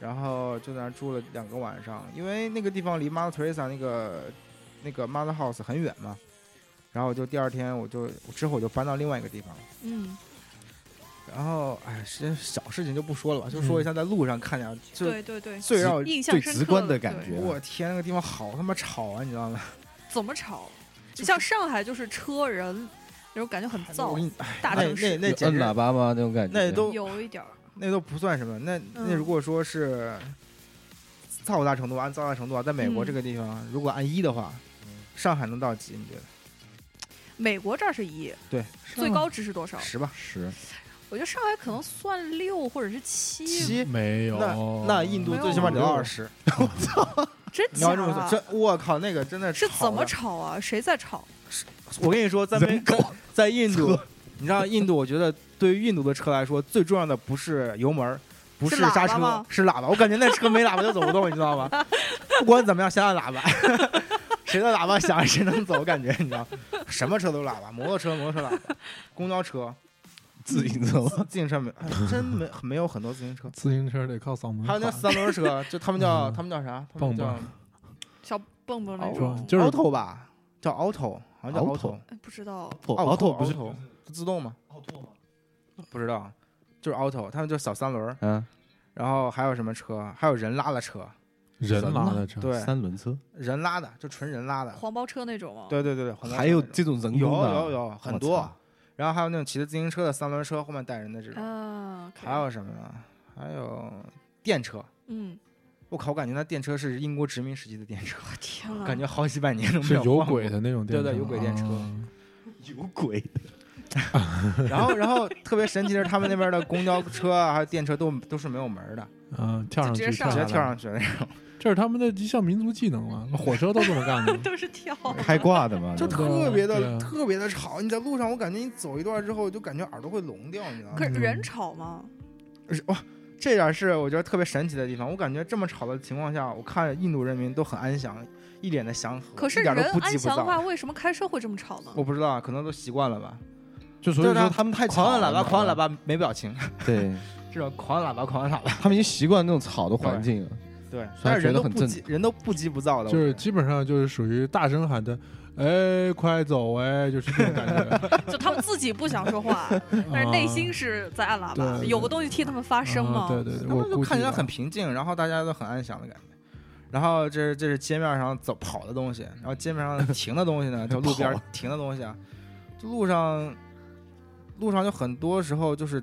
Speaker 5: 然后就在那儿住了两个晚上，因为那个地方离 Mother Teresa 那个那个 Mother House 很远嘛，然后我就第二天我就之后我就搬到另外一个地方了，
Speaker 3: 嗯，
Speaker 5: 然后哎，这些小事情就不说了吧，就说一下在路上看见，就
Speaker 3: 对对对，
Speaker 5: 最让我
Speaker 3: 印象
Speaker 2: 最
Speaker 3: 深刻
Speaker 2: 直观的感
Speaker 3: 对
Speaker 2: 觉。
Speaker 5: 我天，那个地方好他妈吵啊，你知道吗？
Speaker 3: 怎么吵？你像上海就是车人，那种感觉很
Speaker 5: 我给
Speaker 3: 燥，
Speaker 5: 你哎
Speaker 3: 大
Speaker 5: 那
Speaker 3: 城市
Speaker 5: 那那
Speaker 2: 有
Speaker 5: 简
Speaker 2: 摁喇
Speaker 5: 直
Speaker 2: 叭吗？那种感觉，
Speaker 5: 那都
Speaker 3: 有一点儿，
Speaker 5: 那都不算什么。那那
Speaker 3: 嗯
Speaker 5: 如果说是嘈杂程度，按嘈杂程度啊，在美国
Speaker 3: 嗯
Speaker 5: 这个地方，如果按一的话，上海能到几？你觉得？
Speaker 3: 美国这儿是一，最
Speaker 5: 嗯
Speaker 3: 高值是多少？
Speaker 5: 十吧？
Speaker 2: 十
Speaker 3: 我觉得上海可能算六或者是 七，
Speaker 5: 七？
Speaker 4: 没有，
Speaker 5: 那那印度最起码得到二十。
Speaker 3: 真
Speaker 5: 你
Speaker 3: 假
Speaker 5: 要这么说，
Speaker 3: 啊？
Speaker 5: 这我靠，那个真的
Speaker 3: 是
Speaker 5: 吵
Speaker 3: 怎么
Speaker 5: 的？
Speaker 3: 吵啊？谁在吵？
Speaker 5: 我跟你说，在美国， 在印度，你知道印度，我觉得对于印度的车来说，最重要的不是油门儿。不
Speaker 3: 是
Speaker 5: 是
Speaker 3: 喇叭
Speaker 5: 刹车
Speaker 3: 吗，
Speaker 5: 是喇叭。我感觉那车没喇叭就走不动，你知道吗？不管怎么样，先按喇叭， 谁的喇叭响谁能走，我感觉你知道，什么车都是喇叭，摩托车摩托车喇叭，公交车，
Speaker 2: 自行 车吗？
Speaker 5: 自行车没，哎真没没有很多自行车
Speaker 4: 自行车得靠嗓门
Speaker 5: 还有那
Speaker 4: 喊
Speaker 5: 三轮车，就他们叫他们叫啥？他们
Speaker 4: 嗯蹦
Speaker 5: 叫
Speaker 4: 蹦
Speaker 3: 小蹦蹦那
Speaker 5: 哦
Speaker 4: 是吧
Speaker 3: 种，
Speaker 4: 就是
Speaker 5: auto 吧，叫 auto，好像叫 auto，
Speaker 3: 哎不知道
Speaker 2: 奥拓不是
Speaker 5: auto 自动吗？不知道，就是 auto，他们就小三轮儿，
Speaker 2: 嗯，
Speaker 5: 然后还有什么车？还有人拉的车，
Speaker 4: 人拉的车，
Speaker 5: 对，
Speaker 2: 嗯三轮车，
Speaker 5: 人拉的，就纯人拉的，
Speaker 3: 黄包车那种吗？
Speaker 5: 对对对对，很多
Speaker 2: 还有
Speaker 5: 这
Speaker 2: 这种
Speaker 5: 种
Speaker 2: 人
Speaker 5: 有
Speaker 2: 工的，
Speaker 5: 有有很
Speaker 2: 我
Speaker 5: 多
Speaker 2: 操，
Speaker 5: 然后还有那种骑着自行车的三轮车后面带人的这种，
Speaker 3: 啊，可以
Speaker 5: 还有什么呢？还有电车，
Speaker 3: 嗯，
Speaker 5: 我靠，我感觉那电车是英国殖民时期的电车，
Speaker 3: 我天呐，
Speaker 5: 感觉好几百年都没
Speaker 4: 是
Speaker 5: 有
Speaker 4: 有
Speaker 5: 换过
Speaker 4: 轨的那种电车，
Speaker 5: 对对有轨电车
Speaker 4: 啊
Speaker 2: 有鬼，
Speaker 5: 然后，然后特别神奇的是，他们那边的公交车啊，还有电车都都是没有门儿 的，
Speaker 4: 嗯，跳上
Speaker 3: 直
Speaker 4: 去，
Speaker 3: 接上
Speaker 5: 直
Speaker 4: 下
Speaker 5: 接
Speaker 4: 来
Speaker 5: 跳上去的，
Speaker 4: 这是他们的一项民族技能了。火车都这么 干的，
Speaker 3: 都是跳，
Speaker 2: 开挂的嘛，
Speaker 5: 哦就
Speaker 2: 那
Speaker 4: 对
Speaker 2: 种
Speaker 5: 特别
Speaker 4: 对
Speaker 5: 的
Speaker 4: 啊
Speaker 5: 特别的吵。你在路上，我感觉你走一段之后，就感觉耳朵会聋掉，你知道吗
Speaker 3: 可？是人吵吗？
Speaker 5: 而且哇，这点是我觉得特别神奇的地方。我感觉这么吵的情况下，我看印度人民都很安详，一脸的祥和，
Speaker 3: 可是
Speaker 5: 一点
Speaker 3: 人
Speaker 5: 都不急
Speaker 3: 安
Speaker 5: 不
Speaker 3: 详的
Speaker 5: 躁
Speaker 3: 话，。为什么开车会这么吵呢？
Speaker 5: 我不知道，啊可能都习惯了吧。
Speaker 2: 就所
Speaker 5: 对
Speaker 2: 以
Speaker 5: 啊
Speaker 2: 说他们太
Speaker 5: 狂
Speaker 2: 吵
Speaker 5: 按
Speaker 2: 了
Speaker 5: 喇叭，
Speaker 2: 嘛
Speaker 5: 狂按喇，叭，没表情，
Speaker 2: 对
Speaker 5: 这种狂按喇叭，狂按喇叭。
Speaker 2: 他们已经习惯那种吵的环境了。
Speaker 5: 对，
Speaker 2: 所以
Speaker 5: 但是
Speaker 2: 觉
Speaker 5: 人
Speaker 2: 得
Speaker 5: 都
Speaker 2: 很
Speaker 5: 不
Speaker 2: 正
Speaker 5: 急，人都不急不躁的，
Speaker 4: 就
Speaker 5: 我
Speaker 4: 是
Speaker 5: 觉得
Speaker 4: 基本上就是属于大声喊的，哎，快走哎，就是这种感 觉。
Speaker 3: 就他们自己不想说话，但是
Speaker 5: 啊
Speaker 3: 内心是在按喇叭，
Speaker 4: 对
Speaker 3: 有个东西替他们发
Speaker 4: 啊
Speaker 3: 声嘛。
Speaker 4: 对对对，
Speaker 5: 他
Speaker 4: 我
Speaker 5: 们就
Speaker 4: 估
Speaker 5: 看
Speaker 4: 计
Speaker 5: 起来
Speaker 4: 啊
Speaker 5: 很平静，然后大家都很安详的感觉。然后这是这是街面上走跑的东西，然后街面上停的东西呢，就路边
Speaker 2: 跑
Speaker 5: 停的东西啊，就路上路上就很多时候就是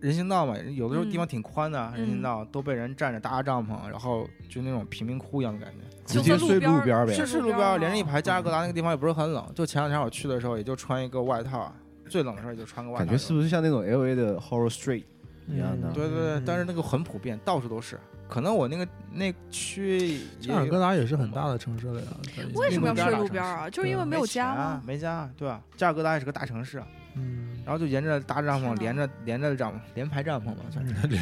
Speaker 5: 人行道嘛，有的时候地方
Speaker 3: 嗯
Speaker 5: 挺宽的，人行道都被人站着搭着帐篷，然后就那种贫民窟一样的感觉。
Speaker 2: 直
Speaker 3: 就
Speaker 2: 接
Speaker 3: 在
Speaker 2: 睡
Speaker 3: 边
Speaker 2: 路
Speaker 3: 儿
Speaker 2: 边儿呗
Speaker 5: 是
Speaker 3: 睡
Speaker 5: 是路
Speaker 3: 路边
Speaker 5: 边
Speaker 3: 儿
Speaker 5: 儿连着一
Speaker 3: 啊
Speaker 5: 排加尔各答那个地方也不是很冷，就前两天我去的时候也就穿一个外套啊，最冷的时候也就穿个外套
Speaker 2: 感
Speaker 5: 就。
Speaker 2: 觉是不是像那种 L A 的 Horror Street 一样的？
Speaker 5: 对对对，但是那个很普遍，到处都是。可能我那个那区也
Speaker 4: 加尔各
Speaker 5: 有
Speaker 4: 答也是很大的城市了呀。在
Speaker 3: 为什么要
Speaker 5: 路边
Speaker 3: 睡
Speaker 5: 儿打
Speaker 3: 路
Speaker 5: 城
Speaker 3: 边儿啊？就是因为没
Speaker 5: 没
Speaker 3: 有
Speaker 5: 钱
Speaker 3: 家
Speaker 5: 啊
Speaker 3: 吗？，
Speaker 5: 没家啊，对吧？加尔各答也是个大城市啊，
Speaker 4: 嗯，
Speaker 5: 然后就沿着搭帐篷，
Speaker 3: 是
Speaker 5: 连着连着帐篷，连排帐篷嘛，算是
Speaker 4: 嗯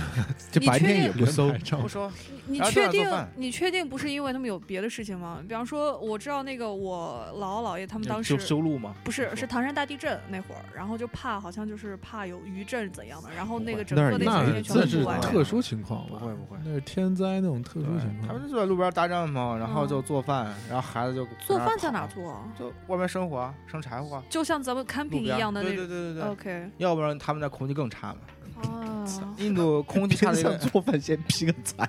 Speaker 2: 就白天
Speaker 3: 你
Speaker 2: 也
Speaker 3: 确
Speaker 2: 不搜，
Speaker 5: 不收。
Speaker 3: 你
Speaker 5: 然后正
Speaker 3: 确
Speaker 5: 好做
Speaker 3: 定
Speaker 5: 饭
Speaker 3: 你确定不是因为他们有别的事情吗？比方说，我知道那个我姥姥姥爷他们当时
Speaker 5: 呃就修路嘛，
Speaker 3: 不是是唐山大地震那会儿，然后就怕好像就是怕有余震怎样的，然后那个整
Speaker 2: 那
Speaker 3: 个
Speaker 2: 儿也
Speaker 3: 那
Speaker 4: 那
Speaker 3: 几
Speaker 2: 是
Speaker 3: 天全
Speaker 4: 这
Speaker 3: 都
Speaker 4: 是
Speaker 3: 住外
Speaker 5: 不
Speaker 3: 面
Speaker 5: 会
Speaker 4: 特殊情况
Speaker 5: 不
Speaker 4: 吧？
Speaker 5: 会不会。
Speaker 4: 那是天灾那种特殊情
Speaker 5: 对
Speaker 4: 况。
Speaker 5: 他们就在路边搭帐篷，然后就做饭，然后孩子就
Speaker 3: 嗯做饭在
Speaker 5: 在那
Speaker 3: 哪
Speaker 5: 儿
Speaker 3: 儿做啊？
Speaker 5: 跑？就外面生活啊，生柴火啊，
Speaker 3: 就像咱们
Speaker 5: 路
Speaker 3: camping
Speaker 5: 边
Speaker 3: 一
Speaker 5: 儿
Speaker 3: 样的
Speaker 5: 对
Speaker 3: 那
Speaker 5: 对
Speaker 3: 呃种。
Speaker 5: 对对对，
Speaker 3: OK
Speaker 5: 要不然他们那空气更差嘛。
Speaker 3: 啊，
Speaker 5: 印度 空气差
Speaker 2: 边
Speaker 5: 的一
Speaker 2: 上
Speaker 5: 个，
Speaker 2: 做饭先劈个柴，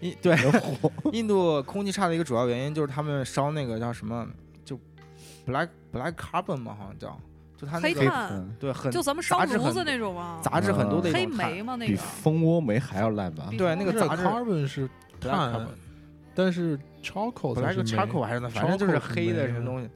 Speaker 5: 印对
Speaker 2: 然 后
Speaker 5: 印度空气差的一个主要原因就是他们烧那个叫什么，就 black black carbon 嘛，好像叫，就它那
Speaker 3: 黑
Speaker 5: 个
Speaker 3: 炭，
Speaker 2: 嗯
Speaker 5: 对很
Speaker 3: 就咱们烧
Speaker 5: 杂质
Speaker 3: 炉
Speaker 5: 很
Speaker 3: 子那种吗？
Speaker 5: 杂质很多的一
Speaker 3: 黑
Speaker 5: 种碳
Speaker 3: 煤，吗？那
Speaker 2: 比
Speaker 3: 个
Speaker 2: 蜂窝煤还要烂吧
Speaker 3: 比？
Speaker 5: 对那个
Speaker 4: 不是
Speaker 5: 杂质
Speaker 4: carbon 是
Speaker 5: black
Speaker 4: 碳，但是 charcoal
Speaker 5: carbon，black
Speaker 4: 才是煤
Speaker 5: charcoal 还是那，反正就是黑的什么东西，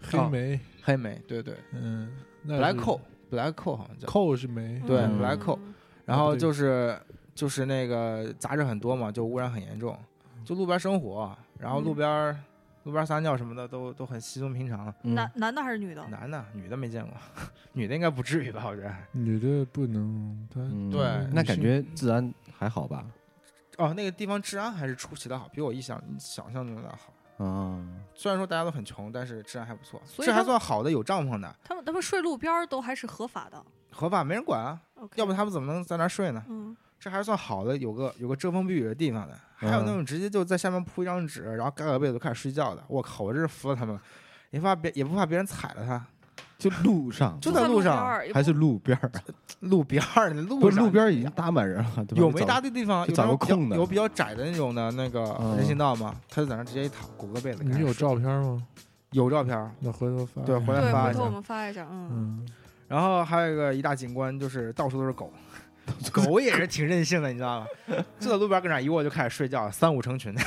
Speaker 4: 黑煤，
Speaker 5: 黑煤，对对
Speaker 4: 嗯那
Speaker 5: ，black
Speaker 4: 是
Speaker 5: coal，black coal 好像叫，
Speaker 4: coal 是煤，
Speaker 5: 对
Speaker 2: 嗯
Speaker 5: black coal 然
Speaker 4: 哦
Speaker 5: 后就是就是那个杂质很多嘛，就污染很严重，就路边生活，然后路
Speaker 3: 嗯
Speaker 5: 边、路边撒尿什么的都都很稀松平常，
Speaker 2: 嗯
Speaker 3: 男男的还是女的？
Speaker 5: 男的女的没见过， 女的应该不至于吧，我觉得。
Speaker 4: 女的不能，她
Speaker 2: 嗯
Speaker 5: 对
Speaker 2: 那感觉治安还好吧？
Speaker 5: 哦，那个地方治安还是出奇的好，比我意想想象中的好。
Speaker 2: 啊，
Speaker 5: 虽然说大家都很穷，但是治安还不错，
Speaker 3: 所以
Speaker 5: 这还
Speaker 3: 他们
Speaker 5: 算好的，有帐篷的，
Speaker 3: 他们他们睡路边儿都还是合法的。
Speaker 5: 合法没人管啊，
Speaker 3: OK，
Speaker 5: 要不他们怎么能在那儿睡呢？
Speaker 3: 嗯，
Speaker 5: 这还算好的，有个有个遮风避雨的地方的，还有那
Speaker 2: 嗯
Speaker 5: 种直接就在下面铺一张纸，然后盖个被子就开始睡觉的，我靠，我真是服了他们了，也不怕别也不怕别人踩了他，
Speaker 2: 就路上
Speaker 5: 就
Speaker 3: 在
Speaker 5: 在路
Speaker 3: 边
Speaker 5: 上，
Speaker 3: 儿 也
Speaker 2: 还
Speaker 3: 不
Speaker 2: 是路边 儿，
Speaker 5: 路边儿
Speaker 2: 不
Speaker 5: 路
Speaker 2: 是
Speaker 5: 上
Speaker 2: 路边儿已经搭满人了，对吧
Speaker 5: 有没搭？的地方，
Speaker 2: 就
Speaker 5: 有
Speaker 2: 找
Speaker 5: 那种
Speaker 2: 个
Speaker 5: 比较
Speaker 2: 空的嗯
Speaker 5: 有比较窄的那种的那个人行道吗？他就在那儿直接一躺，裹个被子，
Speaker 4: 你有照片吗？
Speaker 5: 有照片儿，
Speaker 4: 那回头发
Speaker 5: 对回来
Speaker 3: 对，
Speaker 5: 发
Speaker 3: 回
Speaker 5: 一下
Speaker 3: 头我们发一下，嗯，
Speaker 4: 嗯，
Speaker 5: 然后还有一个一大景观就是到处都是狗，狗也是挺任性的，你知道吗？就在路边儿跟那儿一卧就开始睡觉，三五成群的，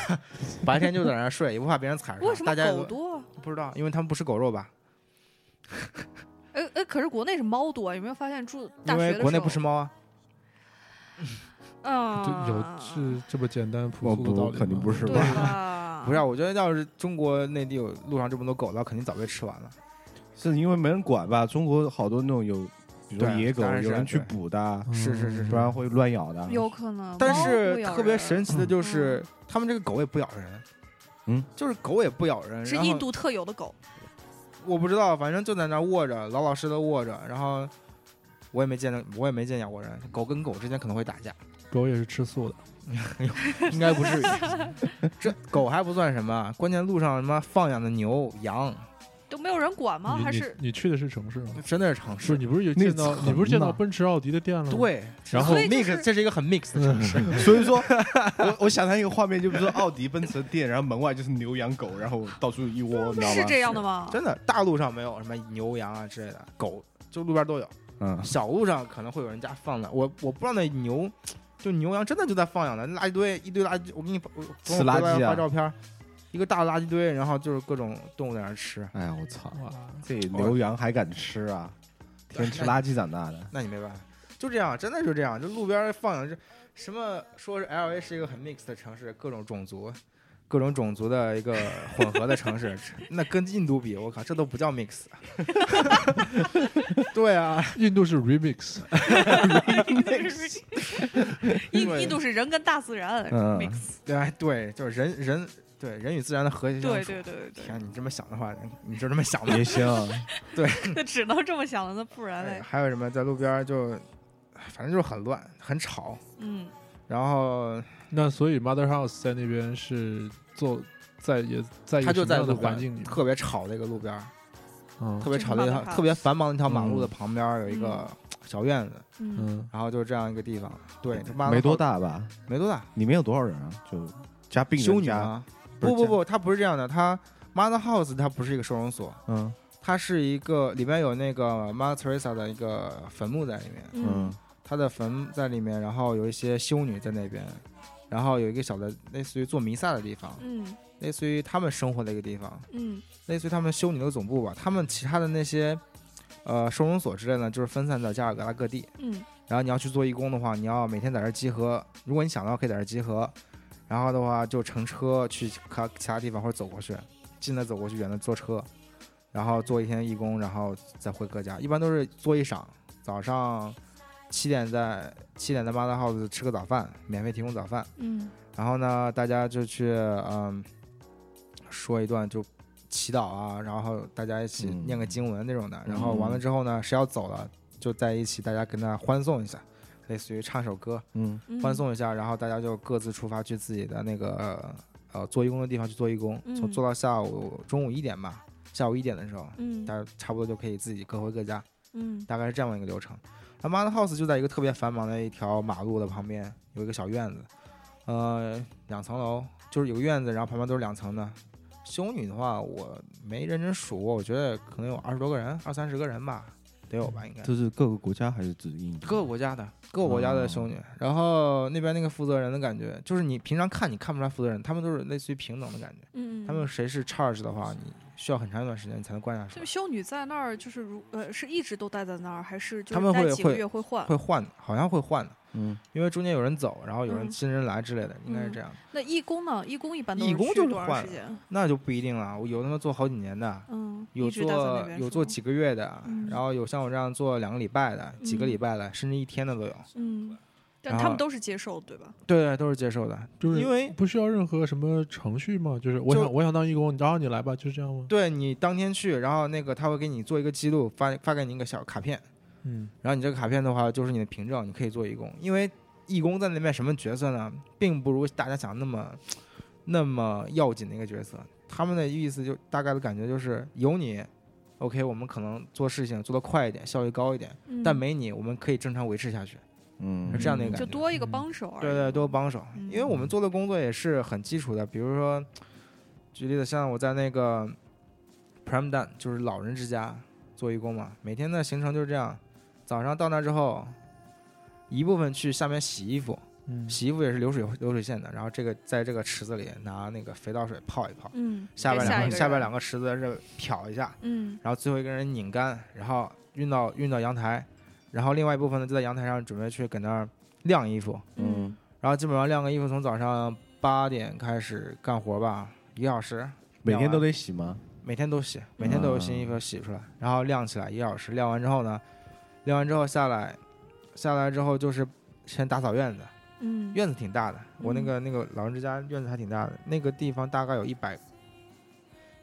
Speaker 5: 白天就在那儿睡，也不怕别人踩着。
Speaker 3: 为什么
Speaker 5: 嗯大家也
Speaker 3: 狗
Speaker 5: 都
Speaker 3: 多啊？
Speaker 5: 不知道？因为他们不吃狗肉吧？
Speaker 3: 哎哎，可是国内是猫多，有没有发现住大
Speaker 5: 因
Speaker 3: 学的
Speaker 5: 为
Speaker 3: 时候？
Speaker 5: 国内不吃猫啊。
Speaker 4: 这有
Speaker 3: 嗯，
Speaker 4: 是这么简单朴
Speaker 2: 我
Speaker 4: 素的道
Speaker 2: 不
Speaker 4: 理吗？
Speaker 2: 肯定不是
Speaker 3: 对
Speaker 2: 吧？
Speaker 3: 吧？
Speaker 5: 不是、啊，我觉得要是中国内地有路上这么多狗了，肯定早被吃完了。
Speaker 3: 啊
Speaker 2: 是因为没人管吧？中国好多那种有，比如说
Speaker 5: 对
Speaker 2: 野狗，
Speaker 5: 当然是
Speaker 2: 有人去
Speaker 5: 对
Speaker 2: 捕的，啊
Speaker 4: 嗯，
Speaker 5: 是是是
Speaker 2: 不然会乱咬的。啊
Speaker 3: 有可能，
Speaker 5: 但
Speaker 3: 猫
Speaker 5: 是
Speaker 3: 不咬
Speaker 5: 特别
Speaker 3: 人嗯
Speaker 5: 神奇的就是，他们这个狗也不咬人。
Speaker 2: 嗯，
Speaker 5: 就是狗也不咬人，
Speaker 3: 是
Speaker 5: 然后
Speaker 3: 印度特有的狗，
Speaker 5: 我不知道，反正就在那儿卧着，老老实实的卧着，然后我也没见到，我也没见亚国人，狗跟狗之间可能会打架，
Speaker 4: 狗也是吃素的，
Speaker 5: 应该不至于。 这狗还不算什么，关键路上什么放养的牛、羊，
Speaker 3: 都没有人管吗？还
Speaker 4: 你
Speaker 3: 是
Speaker 4: 你你去的是城市吗？
Speaker 5: 真的是城
Speaker 4: 不是，
Speaker 5: 市。
Speaker 4: 你不是有
Speaker 2: 那
Speaker 4: 见到
Speaker 2: 层
Speaker 4: 你不是见到
Speaker 2: 呢
Speaker 4: 奔驰、奥迪的店了吗？，
Speaker 5: 对，
Speaker 4: 然后
Speaker 3: 所以就
Speaker 5: mix
Speaker 3: 是
Speaker 5: 这是一个很 mix 的
Speaker 2: 嗯
Speaker 5: 城市，
Speaker 2: 所以说，我我想象一个画面，就比如说奥迪、奔驰的店，然后门外就是牛、羊、狗，然后到处一 窝，你知道吗？
Speaker 3: 是这样的吗？
Speaker 5: 真的大路上没有什么牛羊啊之类的，狗就路边都有。
Speaker 2: 嗯，
Speaker 5: 小路上可能会有人家放的，我我不知道那牛，就牛羊真的就在放养的，垃圾堆一堆垃圾，我给你发我
Speaker 2: 吃垃圾啊
Speaker 5: 我回来发照片，一个大垃圾堆，然后就是各种动物在那儿吃，
Speaker 2: 哎呀，我操，
Speaker 4: 哇，
Speaker 2: 这牛羊还敢吃啊？天吃垃圾长大的，
Speaker 5: 那你没办法，就这样，真的就这样，就路边放养这什么说是 L A 是一个很 mix 的城市，各种种族。各种种族的一个混合的城市， 那跟印度比，我靠，这都不叫 mix。对啊，
Speaker 4: 印度是 remix，
Speaker 3: 印
Speaker 5: 因为
Speaker 3: 印度是人跟大自然
Speaker 2: 嗯
Speaker 3: mix，
Speaker 5: 对啊对，就是人人对人与自然的和谐相
Speaker 3: 对
Speaker 5: 处。
Speaker 3: 对对对
Speaker 5: 天啊，你这么想的话，你就这么想的
Speaker 2: 也行啊，
Speaker 3: 对，那只能这么想了，那不然
Speaker 5: 哎
Speaker 3: 嘞，
Speaker 5: 还有什么在路边儿就，哎反正就是很乱很吵，
Speaker 3: 嗯，
Speaker 5: 然后
Speaker 4: 那所以 Mother House 在那边是做在也在一
Speaker 5: 他就
Speaker 4: 个什么
Speaker 5: 在
Speaker 4: 样
Speaker 5: 路
Speaker 4: 的
Speaker 5: 边
Speaker 4: 环
Speaker 5: 儿
Speaker 4: 境里，
Speaker 5: 特别吵的一个路边儿，
Speaker 4: 嗯
Speaker 5: 特别
Speaker 3: 就是
Speaker 5: 吵的一
Speaker 3: 慢
Speaker 5: 条
Speaker 3: 慢爬
Speaker 5: 特别繁忙的一条马路的
Speaker 4: 嗯
Speaker 5: 旁边儿有一个小院子，
Speaker 3: 嗯，
Speaker 4: 嗯，
Speaker 5: 然后就是这样一个地方，对，这妈的
Speaker 2: 没多
Speaker 5: 好，
Speaker 2: 大吧？
Speaker 5: 没多大，
Speaker 2: 里面有多少人啊？就加病
Speaker 5: 修
Speaker 2: 人
Speaker 5: 女
Speaker 2: 加，
Speaker 5: 啊，
Speaker 2: 不是
Speaker 5: 不不
Speaker 2: 家
Speaker 5: 不，它不是这样的，它 Mother House 它不是一个收容所，
Speaker 2: 嗯
Speaker 5: 它是一个里面有那个 Mother Teresa 的一个坟墓在里面，
Speaker 3: 嗯，
Speaker 5: 他的坟在里面，然后有一些修女在那边，然后有一个小的类似于做弥撒的地方，
Speaker 3: 嗯
Speaker 5: 类似于他们生活的一个地方，
Speaker 3: 嗯
Speaker 5: 类似于他们修女的总部吧。他们其他的那些呃收容所之类的，就是分散在加尔各答各地。
Speaker 3: 嗯
Speaker 5: 然后你要去做义工的话，你要每天在这儿集合，如果你想到可以在这儿集合，然后的话就乘车去其他其他地方或者走过去，近的走过去，远的坐车，然后做一天义工，然后再回各家。一般都是做一晌，早上七点在七点在 Mother House 吃个早饭，免费提供早饭。
Speaker 3: 嗯
Speaker 5: 然后呢，大家就去嗯说一段就祈祷啊，然后大家一起
Speaker 2: 嗯
Speaker 5: 念个经文那种的。然后完了之后呢，谁要走了就在一起，大家跟他欢送一下，类似于唱首歌
Speaker 2: 嗯
Speaker 3: 嗯，
Speaker 5: 欢送一下，然后大家就各自出发去自己的那个呃呃做义工的地方去做义工，从
Speaker 3: 嗯
Speaker 5: 做到下午中午一点吧，下午一点的时候，
Speaker 3: 嗯，
Speaker 5: 大家差不多就可以自己各回各家，
Speaker 3: 嗯
Speaker 5: 大概是这样一个流程。他妈的 house 就在一个特别繁忙的一条马路的旁边，有一个小院子，呃，两层楼，就是有个院子，然后旁边都是两层的。修女的话，我没认真数过，我觉得可能有二十多个人，二三十个人吧，得有吧，应该。
Speaker 2: 这是各个国家还是指印
Speaker 5: 各个国家的，各个国家的修女。然后那边那个负责人的感觉，就是你平常看你看不出来负责人，他们都是类似于平等的感觉。
Speaker 3: 嗯，
Speaker 5: 他们谁是 charge 的话，你需要很长一段时间你才能观察出
Speaker 3: 这
Speaker 5: 来
Speaker 3: 个。修女在那儿就是如呃是一直都待在那儿，还是就
Speaker 5: 他
Speaker 3: 是
Speaker 5: 们
Speaker 3: 待
Speaker 5: 会
Speaker 3: 几个
Speaker 5: 会
Speaker 3: 月会换？
Speaker 5: 会换的，好像会换的，
Speaker 2: 嗯，
Speaker 5: 因为中间有人走，然后有人
Speaker 3: 嗯
Speaker 5: 新人来之类的，应该是这样。
Speaker 3: 那义工呢？义工一般都
Speaker 5: 义工
Speaker 3: 去
Speaker 5: 就是
Speaker 3: 多长
Speaker 5: 换
Speaker 3: 时间？
Speaker 5: 那就不一定了，我有他们做好几年的，
Speaker 3: 嗯，
Speaker 5: 有
Speaker 3: 一直待在那
Speaker 5: 做
Speaker 3: 边
Speaker 5: 有
Speaker 3: 是
Speaker 5: 做
Speaker 3: 吗
Speaker 5: 几个月的，
Speaker 3: 嗯
Speaker 5: 然后有像我这样做两个礼拜的、几个
Speaker 3: 嗯
Speaker 5: 礼拜的，甚至一天的都有。
Speaker 3: 嗯，但
Speaker 5: 然
Speaker 3: 他们
Speaker 5: 后
Speaker 3: 都是接受对吧？
Speaker 5: 对对，都是接受的，
Speaker 4: 就是
Speaker 5: 因为
Speaker 4: 不需要任何什么程序吗？就是我
Speaker 5: 就
Speaker 4: 想我想当义工，然后你来吧，就是这样吗？
Speaker 5: 对你当天去，然后那个他会给你做一个记录，发发给你一个小卡片。
Speaker 4: 嗯，
Speaker 5: 然后你这个卡片的话，就是你的凭证，你可以做义工。因为义工在那边什么角色呢？并不如大家想那么那么要紧的一个角色。他们的意思就大概的感觉就是有你，OK，我们可能做事情做得快一点，效率高一点；但
Speaker 3: 嗯
Speaker 5: 没你，我们可以正常维持下去，
Speaker 2: 嗯
Speaker 5: 是这样的一个
Speaker 3: 就
Speaker 5: 感觉。嗯
Speaker 3: 多一个帮手而已。
Speaker 5: 对对，多帮手，
Speaker 3: 嗯
Speaker 5: 因为我们做的工作也是很基础的，比如说，举例子，像我在那个 Prime Dan，就是老人之家做义工嘛，每天的行程就是这样：早上到那之后，一部分去下面洗衣服，
Speaker 4: 嗯
Speaker 5: 洗衣服也是流水流水线的，然后这个在这个池子里拿那个肥皂水泡一泡，
Speaker 3: 嗯，
Speaker 5: 下
Speaker 3: 给
Speaker 5: 边
Speaker 3: 下
Speaker 5: 两
Speaker 3: 一
Speaker 5: 个
Speaker 3: 个
Speaker 5: 下边
Speaker 3: 人
Speaker 5: 两个池子是漂一下，
Speaker 3: 嗯
Speaker 5: 然后最后一个人拧干，然后运到运到阳台，然后另外一部分呢就在阳台上准备去搁那儿晾衣服。
Speaker 2: 嗯
Speaker 5: 然后基本上晾个衣服，从早上八点开始干活吧，一个小时，
Speaker 2: 每天都得洗吗？
Speaker 5: 每天都洗，每天都有新衣
Speaker 3: 嗯
Speaker 5: 服洗出来，然后晾起来一个小时，晾完之后呢，晾完之后下来，下来之后就是先打扫院子，
Speaker 3: 嗯，
Speaker 5: 院子挺大的，我那个那个老人之家院子还挺大的，那个地方大概有一百。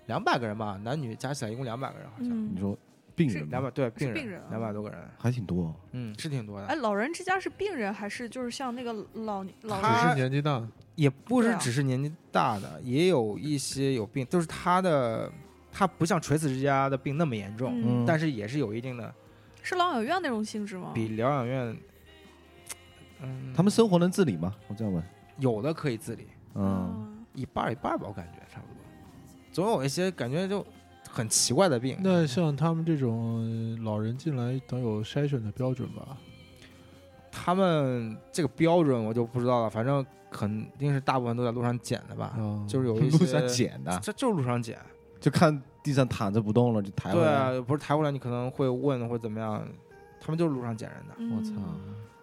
Speaker 5: 两百个人吧，男女加起来一共两百个人，好像、
Speaker 2: 你
Speaker 3: 嗯
Speaker 2: 说病人
Speaker 5: 两
Speaker 2: 吗，
Speaker 5: 百对病人，
Speaker 3: 病人啊
Speaker 5: 两百多个人，
Speaker 2: 还挺多。
Speaker 5: 嗯，是挺多的。
Speaker 3: 哎，老人之家是病人还是就是像那个老老
Speaker 5: 他
Speaker 4: 只
Speaker 3: 人
Speaker 4: 是年纪大，
Speaker 5: 也不
Speaker 3: 对
Speaker 5: 是
Speaker 3: 啊
Speaker 5: 只是年纪大的，也有一些有病，就是他的他不像垂死之家的病那么严重，
Speaker 3: 嗯
Speaker 5: 但是也是有一定的，
Speaker 3: 是疗养院那种性质吗？
Speaker 5: 比疗养院，嗯，
Speaker 2: 他们生活能自理吗？我这样问。
Speaker 5: 有的可以自理，
Speaker 2: 嗯，
Speaker 3: 嗯，
Speaker 5: 一半儿一半儿吧，我感觉差不多。总有一些感觉就很奇怪的病，
Speaker 4: 那像他们这种呃老人进来，等有筛选的标准吧？
Speaker 5: 他们这个标准我就不知道了，反正肯定是大部分都在路上捡的吧，
Speaker 4: 啊，
Speaker 5: 就是有一些
Speaker 2: 路上，捡的，
Speaker 5: 这就是路上捡。
Speaker 2: 就看地上躺着不动了就抬回
Speaker 5: 对
Speaker 2: 来。
Speaker 5: 啊，不是抬过来你可能会问或者怎么样，他们就是路上捡人的。
Speaker 3: 嗯
Speaker 2: 我操，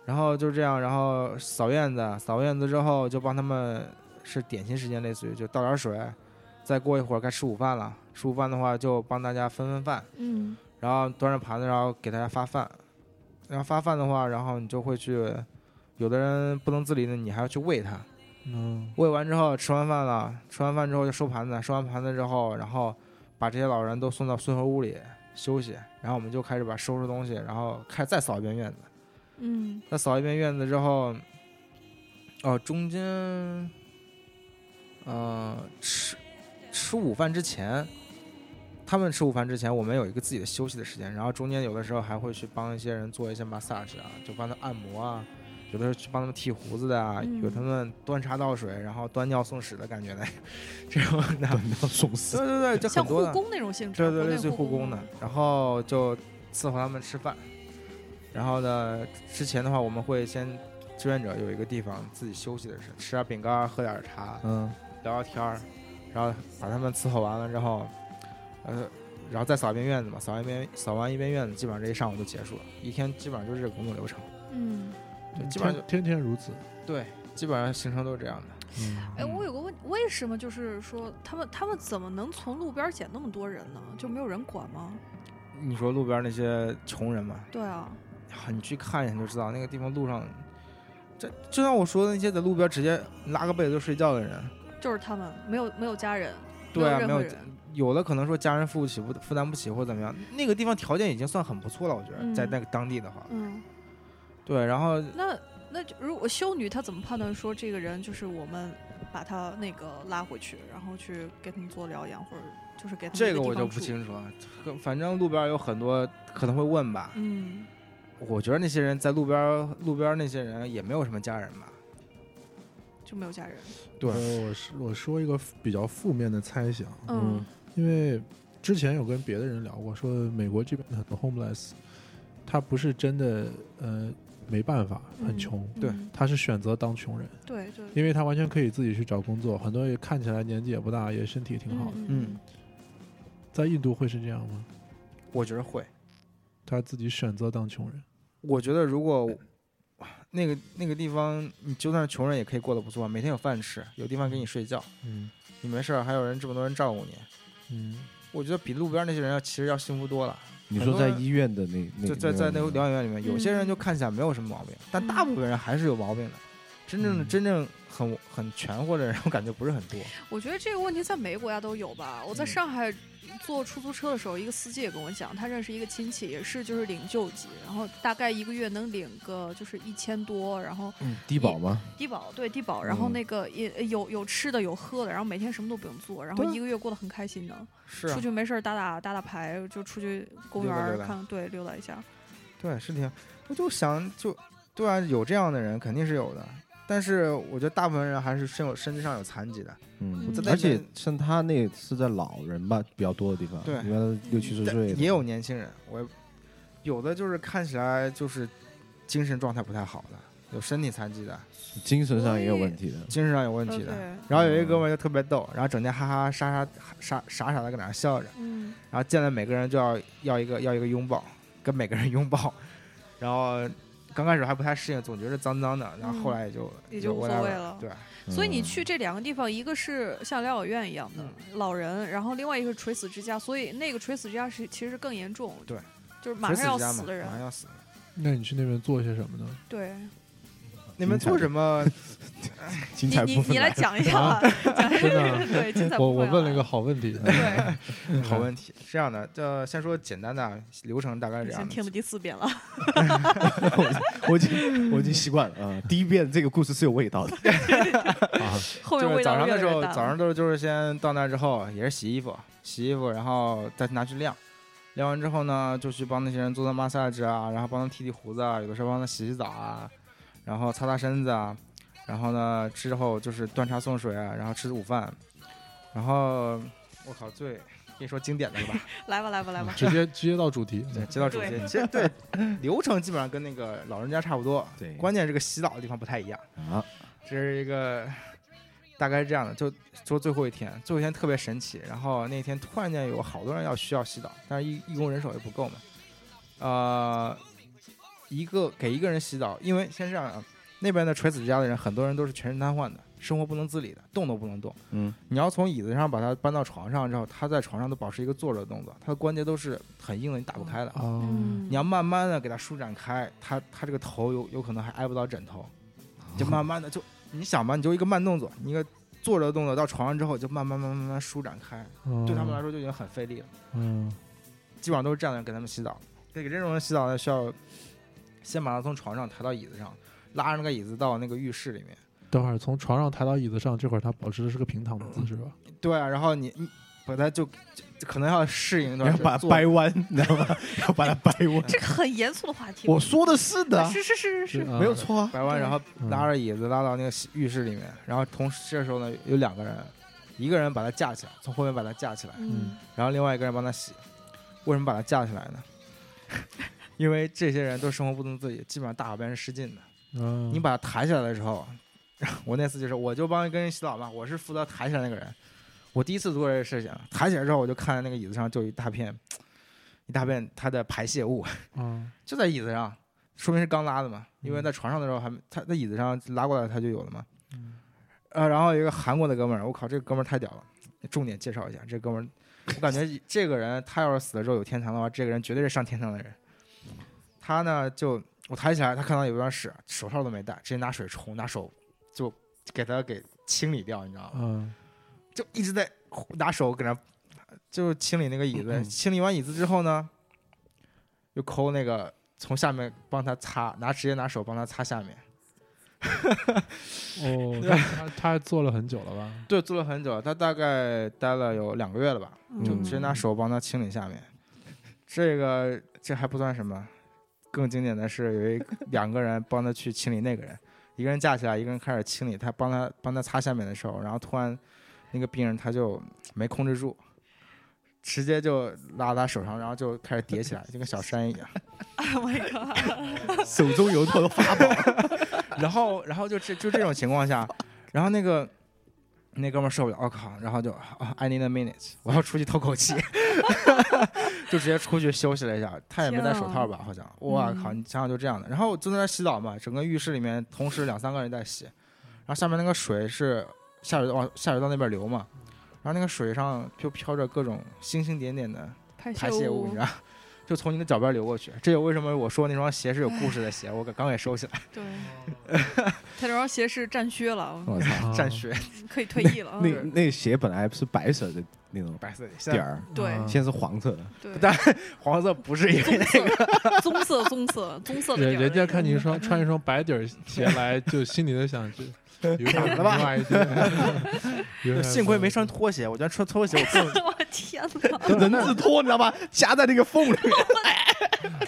Speaker 5: 然后就这样，然后扫院子，扫院子之后就帮他们是点心时间，类似于就倒点水，再过一会儿该吃午饭了。吃午饭的话就帮大家分分饭，
Speaker 3: 嗯，
Speaker 5: 然后端着盘子，然后给大家发饭。然后发饭的话，然后你就会去，有的人不能自理的，你还要去喂他。
Speaker 4: 嗯，
Speaker 5: 喂完之后，吃完饭了，吃完饭之后就收盘子，收完盘子之后，然后把这些老人都送到孙猴屋里休息。然后我们就开始把收拾东西，然后开始再扫一遍院子。
Speaker 3: 嗯，
Speaker 5: 再扫一遍院子之后，哦，中间，呃，吃吃午饭之前，他们吃午饭之前，我们有一个自己的休息的时间，然后中间有的时候还会去帮一些人做一些 massage 啊，就帮他按摩啊，有的时候去帮他们剃胡子的啊，
Speaker 3: 嗯
Speaker 5: 有他们端茶倒水，然后端尿送屎的感觉的， 这种的，
Speaker 2: 要送死
Speaker 5: 对。对对，就
Speaker 3: 像
Speaker 5: 很多
Speaker 3: 护
Speaker 5: 的。
Speaker 3: 工那种性质，啊
Speaker 5: 对对，
Speaker 3: 国内
Speaker 5: 类似于护工的，然后就伺候他们吃饭。然后呢，之前的话我们会先志愿者有一个地方自己休息的时候，吃点饼干，喝点茶，
Speaker 2: 嗯，
Speaker 5: 聊聊天儿，然后把他们伺候完了之后，呃，然后再扫一遍院子嘛，扫一遍扫完一遍院子，基本上这一上午就结束了，一天基本上就是这个工作流程。
Speaker 3: 嗯，
Speaker 5: 对基本上就
Speaker 4: 天天天如此。
Speaker 5: 对，基本上行程都是这样的。
Speaker 3: 哎，
Speaker 5: 嗯
Speaker 3: 我有个问，为什么就是说他们他们怎么能从路边儿捡那么多人呢？就没有人管吗？
Speaker 5: 你说路边那些穷人嘛，
Speaker 3: 对啊，
Speaker 5: 啊，你去看一下你就知道，那个地方路上，这就像我说的那些在路边直接拉个被子就睡觉的人，
Speaker 3: 就是他们没有没有家人，
Speaker 5: 对啊，
Speaker 3: 任
Speaker 5: 没
Speaker 3: 何
Speaker 5: 有
Speaker 3: 人，
Speaker 5: 有的可能说家人负不起、负负担不起或者怎么样，那个地方条件已经算很不错了，我觉得、
Speaker 3: 嗯
Speaker 5: 在那个当地的话，
Speaker 3: 嗯，
Speaker 5: 对，然后
Speaker 3: 那那就如果修女她怎么判断说这个人就是我们把他那个拉回去，然后去给他们做疗养，或者就是给他们
Speaker 5: 这
Speaker 3: 一
Speaker 5: 个
Speaker 3: 地
Speaker 5: 我就
Speaker 3: 方
Speaker 5: 不
Speaker 3: 住，
Speaker 5: 清楚了，反正路边有很多可能会问吧，
Speaker 3: 嗯，
Speaker 5: 我觉得那些人在路边路边那些人也没有什么家人吧，
Speaker 3: 就没有家人，
Speaker 5: 对
Speaker 4: 呃我是我说一个比较负面的猜想，
Speaker 3: 嗯
Speaker 4: 因为之前有跟别的人聊过，说美国这边很多 homeless，他不是真的呃没办法很
Speaker 3: 嗯
Speaker 4: 穷，
Speaker 5: 对
Speaker 3: 嗯
Speaker 4: 他是选择当穷人，
Speaker 3: 对对，
Speaker 4: 因为他完全可以自己去找工作，很多也看起来年纪也不大，也身体挺好的。
Speaker 5: 嗯
Speaker 4: 在印度会是这样吗？
Speaker 5: 我觉得会，
Speaker 4: 他自己选择当穷人，
Speaker 5: 我觉得如果那个那个地方，你就算是穷人也可以过得不错，每天有饭吃，有地方给你睡觉，
Speaker 4: 嗯
Speaker 5: 你没事儿还有人这么多人照顾你，
Speaker 4: 嗯，
Speaker 5: 我觉得比路边那些人要其实要幸福多了。
Speaker 2: 你说在医院的那那
Speaker 5: 就在在那个疗养院里面，有些人
Speaker 3: 嗯
Speaker 5: 就看起来没有什么毛病，但大部分人还是有毛病的。真正的
Speaker 4: 嗯
Speaker 5: 真正很很全乎的人，我感觉不是很多。
Speaker 3: 我觉得这个问题在每个国家都有吧。我在
Speaker 5: 嗯
Speaker 3: 上海坐出租车的时候，一个司机也跟我讲，他认识一个亲戚，也是就是领救济，然后大概一个月能领个就是一千多，然后
Speaker 2: 嗯低保吗？
Speaker 3: 低保对低保，然后那个也呃有有吃的有喝的，然后每天什么都不用做，然后
Speaker 5: 对啊
Speaker 3: 一个月过得很开心的，
Speaker 5: 是啊
Speaker 3: 出去没事儿打打打打牌，就出去公园
Speaker 5: 溜达
Speaker 3: 儿
Speaker 5: 溜达
Speaker 3: 看对溜达一下。
Speaker 5: 对，是挺。我就想，就对啊，有这样的人肯定是有的，但是我觉得大部分人还是身有身体上有残疾的。
Speaker 2: 嗯
Speaker 3: 我在，
Speaker 5: 那
Speaker 2: 而且
Speaker 5: 边
Speaker 2: 像他那是在老人吧比较多的地方，
Speaker 5: 对
Speaker 2: 一般都六七十
Speaker 5: 但
Speaker 2: 岁的
Speaker 5: 也有年轻人，我也有的就是看起来就是精神状态不太好的，有身体残疾的，
Speaker 2: 精神上也有问题的。嗯
Speaker 5: 精神上有问题的。
Speaker 3: OK，
Speaker 5: 然后有一哥们儿就特别逗，然后整天哈哈傻傻傻傻傻的搁那儿笑着。
Speaker 3: 嗯，
Speaker 5: 然后见了每个人就要要一个要一个拥抱，跟每个人拥抱，然后刚开始还不太适应，总觉得脏脏的，然后后来也就、
Speaker 3: 也就无所
Speaker 5: whatever
Speaker 3: 谓了
Speaker 5: 对，
Speaker 3: 所以你
Speaker 2: 嗯
Speaker 3: 去这两个地方，一个是像疗养院一样的老人，然后另外一个是垂死之家，所以那个垂死之家是其实更严重，
Speaker 5: 对，
Speaker 3: 就是马上要死的
Speaker 5: 的马上
Speaker 3: 人，
Speaker 5: 要死。
Speaker 4: 那你去那边做些什么呢？
Speaker 3: 对，
Speaker 5: 你们做什么？
Speaker 2: 精
Speaker 3: 你
Speaker 2: 彩
Speaker 3: 你
Speaker 2: 部分
Speaker 3: 你来
Speaker 2: 了
Speaker 3: 讲一下吧，讲一下
Speaker 4: 真 的啊
Speaker 3: 这个对精彩
Speaker 4: 我
Speaker 3: 部
Speaker 4: 我
Speaker 3: 分
Speaker 4: 问了一
Speaker 3: 啊
Speaker 4: 个好问题，嗯
Speaker 3: 对，
Speaker 5: 好问题，是这样的，呃，先说简单的啊流程，大概是
Speaker 3: 已
Speaker 5: 这
Speaker 3: 经
Speaker 5: 样
Speaker 3: 听
Speaker 5: 的。
Speaker 3: 了第四遍了，
Speaker 2: 我已经我已经习惯了啊。第一遍这个故事是有味道的，
Speaker 3: 后
Speaker 5: 就是
Speaker 3: 面味
Speaker 5: 早
Speaker 3: 道
Speaker 5: 上
Speaker 3: 越
Speaker 5: 的
Speaker 3: 来
Speaker 5: 时
Speaker 3: 越
Speaker 5: 候，
Speaker 3: 淡
Speaker 5: 早
Speaker 3: 了。
Speaker 5: 上都是就是先到那之后，也是洗衣服，洗衣服，然后再拿去晾，晾完之后呢，就去帮那些人做做 massage 啊，然后帮他剃剃胡子啊，有的时候帮他洗洗澡啊，然后擦擦身子啊，然后呢之后就是端茶送水啊，然后吃午饭，然后我靠最跟你说经典的 了吧，
Speaker 3: 来吧来吧来吧，
Speaker 4: 直接直接到主题。
Speaker 5: 对，接到主题，
Speaker 3: 对
Speaker 5: 其实对流程基本上跟那个老人家差不多，
Speaker 2: 对
Speaker 5: 关键这个洗澡的地方不太一样。
Speaker 2: 啊，
Speaker 5: 这是一个大概是这样的，就说最后一天，最后一天特别神奇。然后那天突然间有好多人要需要洗澡，但是义义工人手也不够嘛，呃，一个给一个人洗澡，因为先是这样啊，那边的垂死之家的人，很多人都是全身瘫痪的，生活不能自理的，动都不能动。
Speaker 2: 嗯，
Speaker 5: 你要从椅子上把他搬到床上之后，他在床上都保持一个坐着的动作，他的关节都是很硬的，你打不开的。
Speaker 4: 哦，
Speaker 3: 嗯
Speaker 5: 你要慢慢的给它舒展开，它它这个头有有可能还挨不到枕头，就慢慢的就你想吧，你就一个慢动作，你一个坐着的动作到床上之后就慢慢慢慢慢慢舒展开，嗯
Speaker 4: 哦
Speaker 5: 对他们来
Speaker 4: 说，
Speaker 5: 说就已经很费力了，
Speaker 4: 嗯，
Speaker 5: 基本上都是这样的人给他们洗澡。给这种人洗澡呢，需要先把他从床上抬到椅子上，拉着那个椅子到那个浴室里面。
Speaker 4: 等会儿从床上抬到椅子上，这会儿他保持的是个平躺的姿势吧？
Speaker 5: 对啊，然后你你把它就就就可能要适应一
Speaker 2: 你
Speaker 5: 段
Speaker 2: 要
Speaker 5: 时间，
Speaker 2: 把它
Speaker 5: 坐
Speaker 2: 掰弯，你知道吗？要把它掰 弯。
Speaker 3: 这个很严肃的话题，
Speaker 2: 我说的是的，
Speaker 3: 是是是是是，
Speaker 4: 啊
Speaker 2: 没有错 啊。
Speaker 5: 拐弯，然后
Speaker 4: 嗯
Speaker 5: 拉着椅子拉到那个洗浴室里面，然后同时这时候呢，有两个人，一个人把他架起来，从后面把他架起来，
Speaker 3: 嗯，
Speaker 5: 然后另外一个人帮他洗。为什么把他架起来呢？ 因为这些人都生活不能自理，基本上大小便是失禁的。
Speaker 4: 嗯，
Speaker 5: 你把他抬起来的时候，我那次就是，我就帮跟人洗澡嘛，我是负责抬起来那个人。我第一次做这个事情，抬起来之后，我就看见那个椅子上就有一大片，一大片他的排泄物，
Speaker 4: 嗯
Speaker 5: 就在椅子上，说明是刚拉的嘛，因为在床上的时候还没他在椅子上拉过来他就有了嘛。呃，然后有一个韩国的哥们儿，我靠，这个哥们儿太屌了，重点介绍一下这哥们儿，我感觉这个人他要是死了之后有天堂的话，这个人绝对是上天堂的人。他呢就我抬起来，他看到有一段屎，手套都没戴，直接拿水冲，拿手就给他给清理掉，你知道吗？
Speaker 4: 嗯，
Speaker 5: 就一直在拿手给那，就清理那个椅子。清理完椅子之后呢，又抠那个从下面帮他擦，拿直接拿手帮他擦下面。
Speaker 4: 哦，那他他做了很久了吧？
Speaker 5: 对，做了很久，他大概待了有两个月了吧，
Speaker 3: 嗯
Speaker 5: 就直接拿手帮他清理下面。这个这还不算什么，更经典的是有一两个人帮他去清理那个人，一个人架起来，一个人开始清理，他帮他帮他擦下面的时候，然后突然那个病人他就没控制住，直接就拉他手上，然后就开始叠起来，就跟小山一样。
Speaker 3: Oh my god！
Speaker 2: 手中有头发宝，
Speaker 5: 然后，然后就这就这种情况下，然后那个那哥们儿受不了，我、靠，然后就、啊 I need a minute，我要出去透口气， 就直接出去休息了一下。他也没戴手套吧，好像，我靠，你想想就这样的。然后就在那儿洗澡嘛，整个浴室里面同时两三个人在洗，然后下面那个水是下水往下水道那边流嘛，然后那个水上就飘着各种星星点点的
Speaker 3: 排
Speaker 5: 排泄物，你知道。就从你的脚边流过去，这就为什么我说那双鞋是有故事的鞋，我刚刚给收起来，
Speaker 3: 对， 他这双鞋是战靴了，
Speaker 2: 我操！
Speaker 4: 啊
Speaker 5: 战靴。
Speaker 3: 可以退役了。
Speaker 2: 那
Speaker 5: 嗯
Speaker 2: 那鞋本来是白色的那种
Speaker 5: 白色的，现
Speaker 2: 点
Speaker 5: 在嗯
Speaker 2: 儿，
Speaker 3: 对
Speaker 4: 啊
Speaker 2: 现在是黄色的。
Speaker 3: 对，
Speaker 5: 但黄色不是因为
Speaker 3: 棕色，棕色，棕色，棕色的
Speaker 4: 嗯人
Speaker 3: 点儿
Speaker 4: 人家
Speaker 3: 那
Speaker 4: 看
Speaker 3: 种
Speaker 4: 你一双穿一双白底儿鞋来，就心里 在想，这有点
Speaker 5: 了吧
Speaker 4: 另外一件， 有点
Speaker 5: 幸亏没穿拖鞋，我觉得穿拖鞋我更
Speaker 3: 我天哪！
Speaker 2: 人字拖，你知道吧？夹在那个缝里面。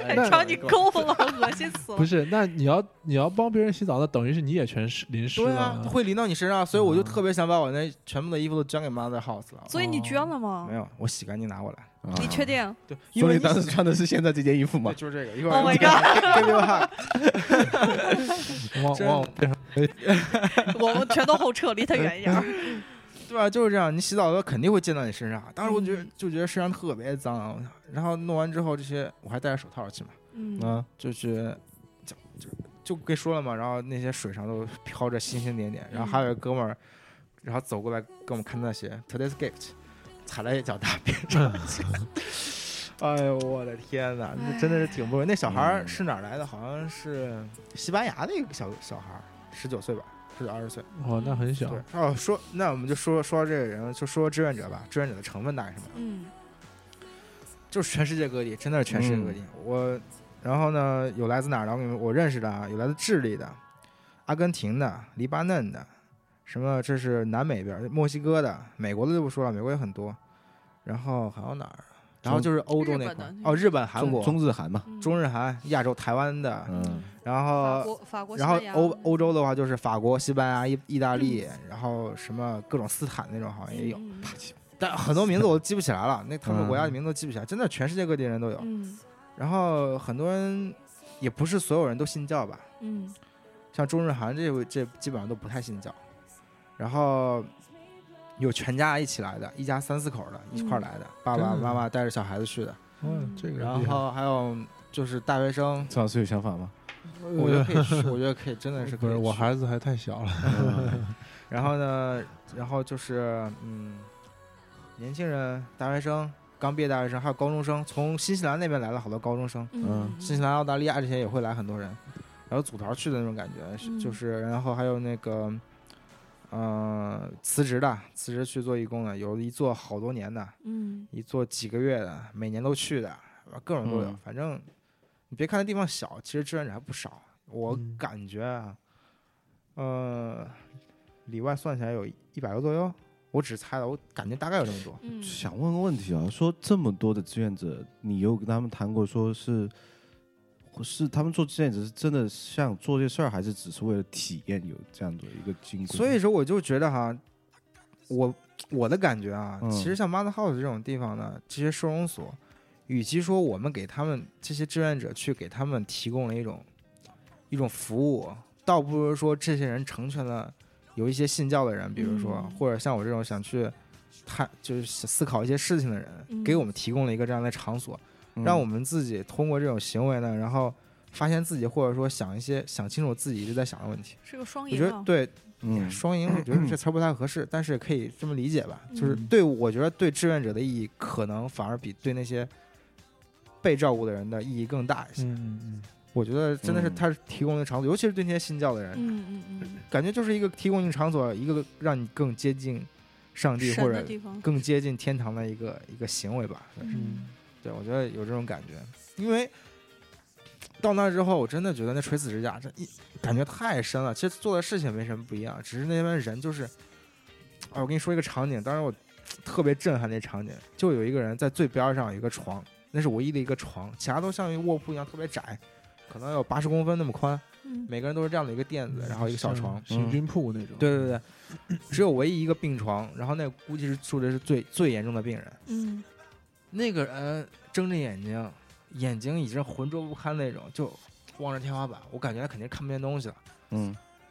Speaker 5: 哎那
Speaker 3: 找你够了，恶心死
Speaker 4: 不
Speaker 3: 了。
Speaker 4: 是，那你要你要帮别人洗澡，那等于是你也全湿淋湿
Speaker 5: 对
Speaker 4: 了
Speaker 5: 啊
Speaker 4: 啊。，
Speaker 5: 会淋到你身上，所以我就特别想把我那全部的衣服都捐给 Mother House 了。
Speaker 3: 所以你捐了吗
Speaker 5: 没？啊有，我洗干净拿过来。
Speaker 3: 你确？定？
Speaker 5: 对，因
Speaker 2: 所
Speaker 5: 为
Speaker 2: 以
Speaker 5: 你
Speaker 2: 当时穿的是现在这件衣服吗
Speaker 5: 对，？就是这个。一会
Speaker 3: Oh
Speaker 5: 儿
Speaker 3: my
Speaker 5: 对对 吧？
Speaker 4: 往
Speaker 5: 真
Speaker 4: 往边上
Speaker 3: 我们全都后撤，离他远一点儿。
Speaker 5: 对吧？就是这样，你洗澡的时候肯定会溅到你身上。当时我觉得就觉得身上特别脏，我操然后弄完之后，这些我还戴着手套去嘛，
Speaker 3: 嗯，
Speaker 5: 嗯，就是就就就跟说了嘛，然后那些水上都飘着星星点点，然后还有一个哥们儿，然后走过来跟我们看他的鞋，Today's gift，踩了一脚大便。哎呦我的天哪，那真的是挺不容易。那小孩儿是哪儿来的？好像是西班牙的一个小小孩儿，十九岁吧，十九二十岁。
Speaker 4: 哇，那很小
Speaker 5: 对，哦，说那我们就说说到这个人，就说志愿者吧。志愿者的成分大概是什么？
Speaker 3: 嗯
Speaker 5: 就是全世界各地，真的是全世界各地。
Speaker 2: 嗯
Speaker 5: 我，然后呢，有来自哪儿的？我给你们，我认识的啊，有来自智利的、阿根廷的、黎巴嫩的，什么这是南美边儿，墨西哥的、美国的就不说了，美国也很多。然后还有哪儿啊？然后就是欧洲那
Speaker 3: 日
Speaker 5: 块儿
Speaker 3: 本的
Speaker 5: 哦，日本、韩国、
Speaker 2: 中中日韩嘛，
Speaker 3: 嗯，
Speaker 5: 中日韩、亚洲、台湾的，
Speaker 2: 嗯，
Speaker 5: 然
Speaker 3: 法
Speaker 5: 后
Speaker 3: 国、法国、西
Speaker 5: 然后
Speaker 3: 班牙嗯
Speaker 5: 欧欧洲的话就是法国、西班牙、意意大利，然后什么各种斯坦那种好像也有。
Speaker 3: 嗯
Speaker 5: 但很多名字我都记不起来了，那他
Speaker 2: 嗯
Speaker 5: 们国家的名字都记不起来，真的全世界各地人都有。
Speaker 3: 嗯
Speaker 5: 然后很多人也不是所有人都信教吧，
Speaker 3: 嗯
Speaker 5: 像中日韩这位这基本上都不太信教。然后有全家一起来的，一家三四口的一块儿来的，爸爸
Speaker 4: 嗯真的嗯
Speaker 5: 妈妈带着小孩子去的。
Speaker 4: 哇，这 个
Speaker 5: 然
Speaker 4: 厉害
Speaker 5: 后还有就是大学生，
Speaker 2: 郑老师有想法吗？
Speaker 5: 我觉得可以去，我觉得可以，真的是可
Speaker 4: 呃
Speaker 5: 以
Speaker 4: 不是
Speaker 5: 去。
Speaker 4: 我孩子还太小了，
Speaker 2: 呃
Speaker 5: 然后呢，然后就是嗯，年轻人、大学生、刚毕业大学生，还有高中生，从新西兰那边来了好多高中生，
Speaker 3: 嗯，
Speaker 5: 新西兰、澳大利亚这些也会来很多人，然后组团去的那种感觉，是
Speaker 3: 嗯
Speaker 5: 就是然后还有那个，呃，辞职的，辞职去做义工的，有一做好多年的，
Speaker 3: 嗯
Speaker 5: 一做几个月的，每年都去的，各种都有。
Speaker 2: 嗯
Speaker 5: 反正你别看那地方小，其实志愿者还不少。我
Speaker 4: 嗯
Speaker 5: 感觉啊，呃，里外算起来有一百个左右。我只是猜的，我感觉大概有这么多。
Speaker 3: 嗯，
Speaker 2: 想问个问题啊，说这么多的志愿者，你有跟他们谈过，说是是他们做志愿者是真的想做这事儿，还是只是为了体验有这样的一个经过？
Speaker 5: 所以说，我就觉得哈，我我的感觉啊，
Speaker 2: 嗯
Speaker 5: 其实像 Mother House 这种地方呢，这些收容所，与其说我们给他们这些志愿者去给他们提供了一种一种服务，倒不如说这些人成全了有一些信教的人，比如说，
Speaker 3: 嗯
Speaker 5: 或者像我这种想去探就是思考一些事情的人，
Speaker 3: 嗯
Speaker 5: 给我们提供了一个这样的场所，
Speaker 2: 嗯
Speaker 5: 让我们自己通过这种行为呢，然后发现自己或者说想一些想清楚自己一直在想的问题。
Speaker 3: 是个双
Speaker 5: 我
Speaker 3: 赢
Speaker 5: 觉得
Speaker 3: 啊，
Speaker 5: 对，
Speaker 2: 嗯
Speaker 5: 双赢，我觉得这词儿不太合适，但是可以这么理解吧，就是
Speaker 4: 嗯
Speaker 5: 对我觉得对志愿者的意义，可能反而比对那些被照顾的人的意义更大一些。
Speaker 4: 嗯嗯
Speaker 5: 我觉得真的是
Speaker 2: 嗯
Speaker 5: 他提供的场所，尤其是对那些信教的人，
Speaker 3: 嗯嗯嗯
Speaker 5: 感觉就是一个提供一个场所，一个让你更接近上
Speaker 3: 嗯，
Speaker 5: 帝
Speaker 3: 神
Speaker 5: 或
Speaker 3: 的
Speaker 5: 者
Speaker 3: 地方，
Speaker 5: 更接近天堂的一个一个行为吧。算是
Speaker 3: 嗯
Speaker 5: 对，我觉得有这种感觉，因为到那之后，我真的觉得那垂死之架，这一感觉太深了。其实做的事情没什么不一样，只是那边人就是，啊，我跟你说一个场景，当时我特别震撼那场景，就有一个人在最边上有一个床，那是唯一的一个床，其他都像一个卧铺一样特别窄，可能有八十公分那么宽，
Speaker 3: 嗯
Speaker 5: 每个人都是这样的一个垫子，
Speaker 4: 嗯，
Speaker 5: 然后一个小
Speaker 4: 像
Speaker 5: 床。
Speaker 4: 行军铺那种，
Speaker 5: 对对对，只有唯一一个病床，然后那估计是住的是最最严重的病人。
Speaker 3: 嗯
Speaker 5: 那个人睁着眼睛，眼睛已经浑浊不堪那种，就望着天花板。我感觉他肯定看不见东西了，
Speaker 2: 嗯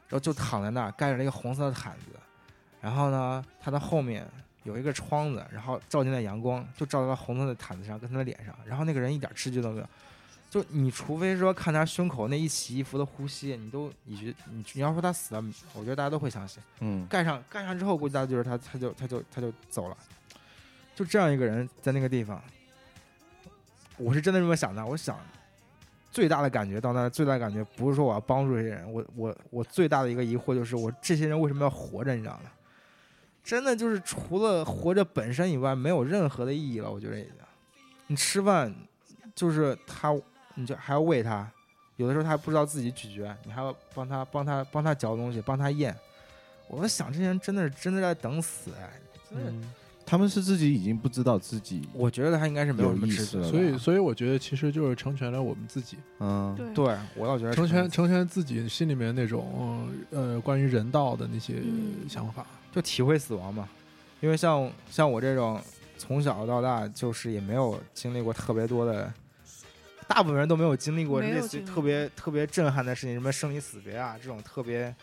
Speaker 5: 然后就躺在那儿，盖着一个红色的毯子。然后呢，他的后面有一个窗子，然后照进来阳光，就照到他红色的毯子上跟他的脸上。然后那个人一点知觉都没有，就你除非说看他胸口那一起一伏的呼吸，你都你觉你你要说他死了，我觉得大家都会相信。
Speaker 2: 嗯
Speaker 5: 盖上盖上之后，估计大家就是他，他就他就他就走了。就这样一个人在那个地方，我是真的这么想的。我想，最大的感觉到那最大的感觉不是说我要帮助这些人，我我我最大的一个疑惑就是我这些人为什么要活着，你知道吗？真的就是除了活着本身以外，没有任何的意义了。我觉得已经，你吃饭就是他，你就还要喂他，有的时候他还不知道自己咀嚼，你还要帮他帮他帮他嚼东西，帮他咽。我在想，这些人真的是真的在等死哎！真的，
Speaker 4: 嗯。
Speaker 2: 他们是自己已经不知道自己
Speaker 5: 我觉得他应该是没有
Speaker 2: 有
Speaker 5: 什么
Speaker 2: 意
Speaker 5: 知
Speaker 2: 思
Speaker 5: 觉
Speaker 2: 了
Speaker 5: 的。
Speaker 4: 所以，所以我觉得其实就是成全了我们自己，
Speaker 2: 嗯
Speaker 3: 对
Speaker 5: 对我倒觉得
Speaker 4: 成
Speaker 5: 是
Speaker 4: 全成全自己心里面那种呃关于人道的那些
Speaker 3: 嗯
Speaker 4: 想法。
Speaker 5: 就体会死亡嘛。因为像像我这种从小到大就是也没有经历过特别多的，大部分人都没有经历过
Speaker 3: 没有
Speaker 5: 类似于
Speaker 3: 经历
Speaker 5: 特别特别震撼的事情，什么生离死别啊这种特别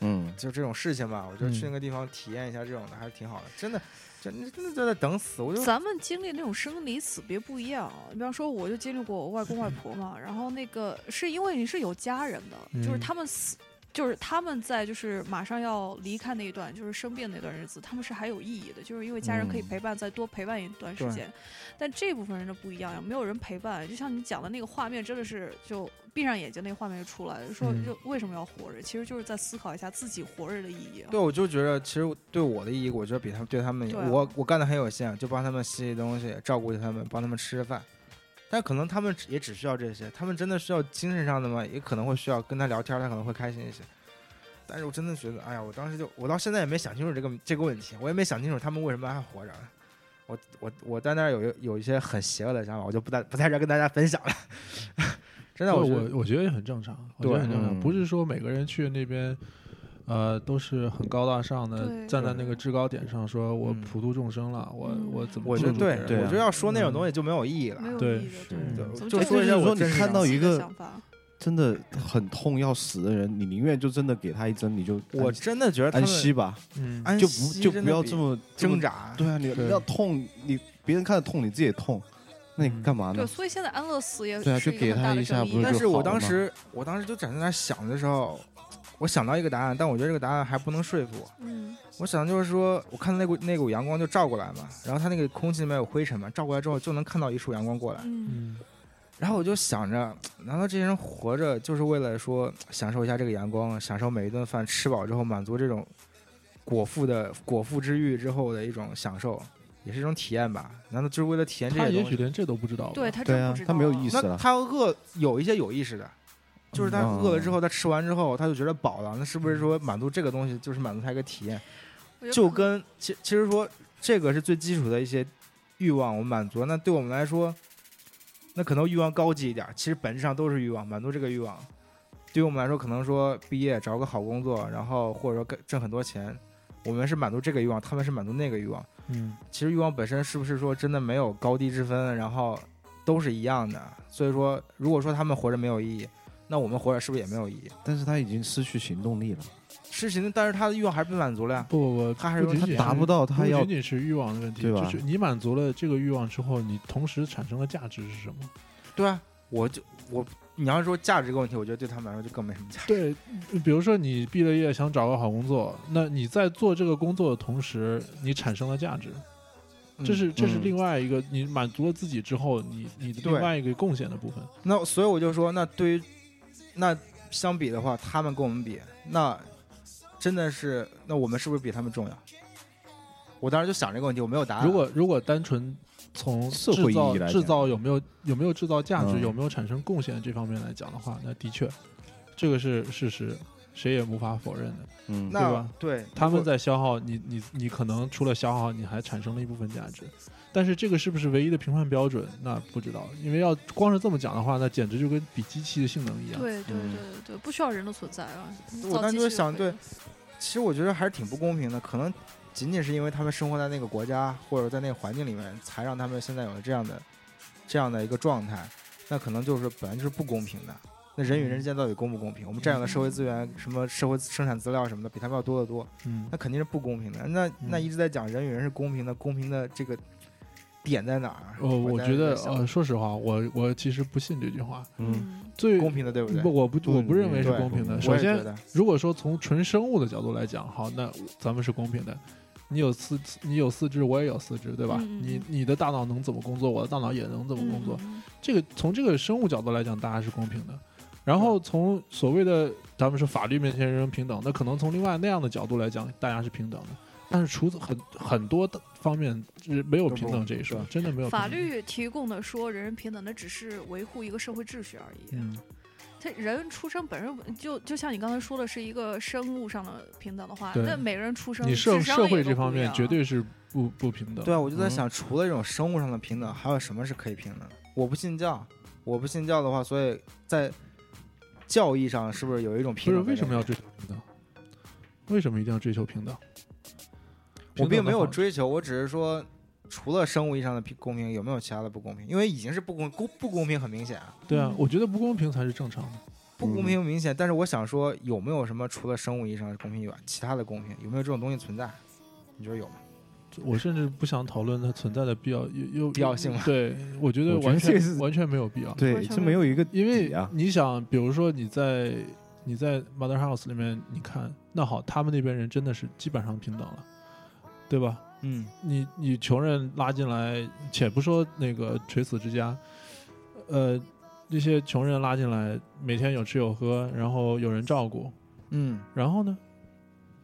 Speaker 2: 嗯
Speaker 5: 就这种事情吧。我觉得去
Speaker 4: 嗯
Speaker 5: 那个地方体验一下这种的还是挺好的，真的真的真的就在等死，我就
Speaker 3: 咱们经历那种生离死别不一样，你比方说，我就经历过我外公外婆嘛，然后那个是因为你是有家人的，就是
Speaker 4: 嗯
Speaker 3: 他们死就是他们在就是马上要离开那一段，就是生病那段日子，他们是还有意义的，就是因为家人可以
Speaker 2: 嗯
Speaker 3: 陪伴，再多陪伴一段时
Speaker 5: 对
Speaker 3: 间。但这部分人的不一样呀，没有人陪伴，就像你讲的那个画面，真的是就闭上眼睛，那个画面就出来了，说
Speaker 5: 嗯
Speaker 3: 就为什么要活着，其实就是在思考一下自己活着的意义啊。
Speaker 5: 对，我就觉得其实我对我的意义，我觉得比他们对他们，
Speaker 3: 对啊
Speaker 5: 我我干的很有限，就帮他们洗洗东西，照顾他们，帮他们吃饭。但可能他们只也只需要这些，他们真的需要精神上的吗？也可能会需要跟他聊天，他可能会开心一些。但是我真的觉得，哎呀，我当时就，我到现在也没想清楚这个这个问题，我也没想清楚他们为什么还活着。我我我在那儿有一有一些很邪恶的想法，我就不在不在这儿跟大家分享了。 真的，
Speaker 4: 我
Speaker 5: 我觉得
Speaker 4: 我我觉得也很正常，我觉得
Speaker 5: 对
Speaker 4: 很正常，
Speaker 2: 嗯
Speaker 4: 不是说每个人去那边，呃，都是很高大上的，
Speaker 3: 对
Speaker 4: 站在那
Speaker 5: 对
Speaker 4: 个制高点上说，我
Speaker 5: 嗯
Speaker 4: 普度众生了，我
Speaker 3: 嗯
Speaker 4: 我怎么
Speaker 5: 我
Speaker 4: 不
Speaker 5: 觉得
Speaker 4: 如
Speaker 5: 对
Speaker 4: 别，人
Speaker 2: 对啊
Speaker 5: 我觉得要说那种东西就没有意义了
Speaker 3: 没。有
Speaker 4: 对
Speaker 3: 意义的，
Speaker 2: 是
Speaker 3: 对。
Speaker 5: 对
Speaker 3: 怎么
Speaker 5: 嗯就
Speaker 3: 这
Speaker 5: 说一
Speaker 3: 就是
Speaker 5: 下
Speaker 2: 说
Speaker 5: 我
Speaker 2: 你
Speaker 5: 真实
Speaker 2: 看
Speaker 5: 想
Speaker 2: 到一个
Speaker 3: 想法，
Speaker 2: 真的很痛要死的人，你宁愿就真的给他一针，你就
Speaker 5: 我
Speaker 2: 安
Speaker 5: 真的觉得他
Speaker 2: 安
Speaker 5: 们
Speaker 2: 息吧，
Speaker 4: 嗯，
Speaker 5: 安
Speaker 2: 就不
Speaker 5: 息
Speaker 2: 就
Speaker 5: 真
Speaker 2: 不
Speaker 5: 的
Speaker 2: 要
Speaker 5: 比
Speaker 2: 这么
Speaker 5: 挣。
Speaker 2: 这么
Speaker 5: 扎。
Speaker 2: 对啊，你
Speaker 4: 对
Speaker 2: 要痛，你别人看着痛，你自己也痛，那
Speaker 5: 嗯
Speaker 2: 你干嘛
Speaker 3: 嗯对，
Speaker 2: 呢？
Speaker 3: 所以现在安乐死也
Speaker 2: 对啊
Speaker 3: 是
Speaker 2: 就
Speaker 3: 个
Speaker 2: 给
Speaker 3: 很
Speaker 2: 他
Speaker 3: 大的
Speaker 2: 一下
Speaker 3: 争
Speaker 2: 不
Speaker 3: 议
Speaker 2: 是
Speaker 3: 但
Speaker 5: 但
Speaker 2: 就是
Speaker 5: 是我
Speaker 2: 好了
Speaker 5: 当
Speaker 2: 嘛
Speaker 5: 时，我当时就站在那儿想的时候，我想到一个答案，但我觉得这个答案还不能说服我。
Speaker 3: 嗯，
Speaker 5: 我想就是说，我看到那股那股阳光就照过来嘛，然后它那个空气里面有灰尘嘛，照过来之后就能看到一束阳光过来。
Speaker 3: 嗯
Speaker 4: 嗯，
Speaker 5: 然后我就想着，难道这些人活着就是为了说享受一下这个阳光，享受每一顿饭吃饱之后满足这种果腹的果腹之欲之后的一种享受，也是一种体验吧？难道就是为了体验这
Speaker 4: 他
Speaker 5: 些
Speaker 4: 也
Speaker 5: 东
Speaker 4: 许
Speaker 5: 西？
Speaker 4: 连这都不知道吧，
Speaker 3: 对他
Speaker 2: 对
Speaker 3: 真
Speaker 2: 啊
Speaker 3: 不知，道，
Speaker 2: 他没有意
Speaker 3: 思。
Speaker 2: 思
Speaker 5: 那
Speaker 2: 了。
Speaker 5: 他饿有一些有意识的，就是他饿了之后，他吃完之后，他就觉得饱了。那是不是说满足这个东西就是满足他一个体验？
Speaker 3: 我觉得
Speaker 5: 就
Speaker 3: 可能
Speaker 5: 跟其其实说这个是最基础的一些欲望，我们满足。那对我们来说，那可能欲望高级一点，其实本质上都是欲望，满足这个欲望。对于我们来说，可能说毕业找个好工作，然后或者说挣挣很多钱，我们是满足这个欲望，他们是满足那个欲望。
Speaker 4: 嗯，
Speaker 5: 其实欲望本身是不是说真的没有高低之分，然后都是一样的？所以说，如果说他们活着没有意义，那我们活着是不是也没有意义？
Speaker 2: 但是他已经失去行动力了，
Speaker 5: 是行的，但是他的欲望还是被满足了呀。
Speaker 4: 不不不，
Speaker 5: 他还
Speaker 4: 不
Speaker 5: 说
Speaker 4: 仅
Speaker 5: 他
Speaker 4: 仅
Speaker 2: 达
Speaker 4: 是
Speaker 2: 不到
Speaker 4: 不
Speaker 2: 他要
Speaker 4: 仅仅是欲望的问题，
Speaker 2: 对吧
Speaker 4: 就是你满足了这个欲望之后，你同时产生的价值是什么？
Speaker 5: 对啊，我就我你要是说价值这个问题，我觉得对他们来说就更没什么价值。
Speaker 4: 对，嗯比如说你毕了业想找个好工作，那你在做这个工作的同时，你产生了价值，这是这是
Speaker 2: 嗯
Speaker 4: 另外一个你满足了自己之后，你你的
Speaker 5: 对
Speaker 4: 另外一个贡献的部分。
Speaker 5: 那所以我就说，那对于那相比的话，他们跟我们比，那真的是那我们是不是比他们重要？我当时就想这个问题，我没有答案。
Speaker 4: 如果如果单纯从
Speaker 2: 啊社
Speaker 4: 制
Speaker 2: 会意义
Speaker 4: 造
Speaker 2: 来讲
Speaker 4: 制造有没有有没有制造价值、
Speaker 2: 嗯
Speaker 4: 有没有产生贡献这方面来讲的话，那的确这个是事实，谁也无法否认的。
Speaker 2: 嗯，
Speaker 4: 对
Speaker 5: 那
Speaker 4: 吧
Speaker 5: 对
Speaker 4: 他
Speaker 5: 如
Speaker 4: 们
Speaker 5: 果
Speaker 4: 在消耗你，你你可能除了消耗，你还产生了一部分价值，但是这个是不是唯一的评判标准？那不知道，因为要光是这么讲的话，那简直就跟比机器的性能一样。
Speaker 3: 对对
Speaker 2: 嗯
Speaker 3: 对对对，不需要人的存在啊。
Speaker 5: 我
Speaker 3: 造
Speaker 5: 当时
Speaker 3: 机
Speaker 5: 就
Speaker 3: 器
Speaker 5: 想
Speaker 3: 可以
Speaker 5: 对其实我觉得还是挺不公平的，可能仅仅是因为他们生活在那个国家或者在那个环境里面，才让他们现在有了这样的这样的一个状态。那可能就是本来就是不公平的。那人与人之间到底公不公平？我们占有的社会资源、什么社会生产资料什么的，比他们要多得多，
Speaker 4: 嗯
Speaker 5: 那肯定是不公平的。那那一直在讲人与人是公平的，公平的这个点在哪儿？
Speaker 4: 呃，我
Speaker 5: 在
Speaker 4: 觉得
Speaker 5: 想
Speaker 4: 呃，说实话，我我其实不信这句话。
Speaker 2: 嗯，
Speaker 4: 最
Speaker 5: 公平的，对不对？
Speaker 4: 不，我不我不认为是
Speaker 5: 对
Speaker 4: 公平的。
Speaker 2: 我
Speaker 4: 首
Speaker 5: 我也觉
Speaker 4: 先，
Speaker 5: 得，
Speaker 4: 如果说从纯生物的角度来讲，好，那咱们是公平的。你有四，你有四肢，我也有四肢，对吧？
Speaker 3: 嗯嗯
Speaker 4: 你
Speaker 3: 嗯
Speaker 4: 你的大脑能怎么工作，我的大脑也能怎么工作。
Speaker 3: 嗯
Speaker 4: 这个从这个生物角度来讲，大家是公平的。然后
Speaker 5: 嗯
Speaker 4: 从所谓的咱们说法律面前人人平等，那可能从另外那样的角度来讲，大家是平等的。但是除此很很多的方面是没有平等这一说
Speaker 5: 对，
Speaker 4: 真的没有平等
Speaker 3: 法。律提供的说人人平等，那只是维护一个社会秩序而已。
Speaker 4: 嗯，
Speaker 3: 他人出生本身就就像你刚才说的是一个生物上的平等的话，
Speaker 4: 对
Speaker 3: 那每个人出生
Speaker 4: 你社
Speaker 3: 智商
Speaker 4: 社
Speaker 3: 也
Speaker 4: 会
Speaker 3: 都
Speaker 4: 这
Speaker 3: 不
Speaker 4: 方
Speaker 3: 一
Speaker 4: 面
Speaker 3: 样啊
Speaker 4: 绝对是不不平等。
Speaker 5: 对啊，我就在
Speaker 2: 嗯
Speaker 5: 想，除了这种生物上的平等，还有什么是可以平等的？我不信教，我不信教的话，所以在教义上是不是有一种
Speaker 4: 不
Speaker 5: 平
Speaker 4: 是
Speaker 5: 等？
Speaker 4: 为什么要？追求平等？为什么一定要追求平等？
Speaker 5: 我并没有
Speaker 4: 平等的话
Speaker 5: 追求，我只是说，除了生物意义上的平公平，有没有其他的不公平？因为已经是不公公不公平很明显啊，
Speaker 4: 对啊，我觉得不公平才是正常的。
Speaker 5: 不
Speaker 4: 嗯
Speaker 5: 公平很明显。但是我想说，有没有什么除了生物意义上的公平以外，其他的公平有没有这种东西存在？你觉得有吗？
Speaker 4: 我甚至不想讨论它存在的必要又又
Speaker 5: 必要性吗
Speaker 4: 对，我觉得
Speaker 2: 我觉得
Speaker 4: 完
Speaker 2: 这
Speaker 4: 全
Speaker 2: 是
Speaker 4: 完全没有必要。
Speaker 2: 对，
Speaker 3: 完全
Speaker 2: 这没有一个
Speaker 4: 因为
Speaker 2: 底啊，
Speaker 4: 你想，比如说你在你在 Mother House 里面，你看，那好，他们那边人真的是基本上平等了，对吧？
Speaker 5: 嗯，
Speaker 4: 你你穷人拉进来，且不说那个垂死之家，呃，那些穷人拉进来，每天有吃有喝，然后有人照顾，
Speaker 5: 嗯，
Speaker 4: 然后呢？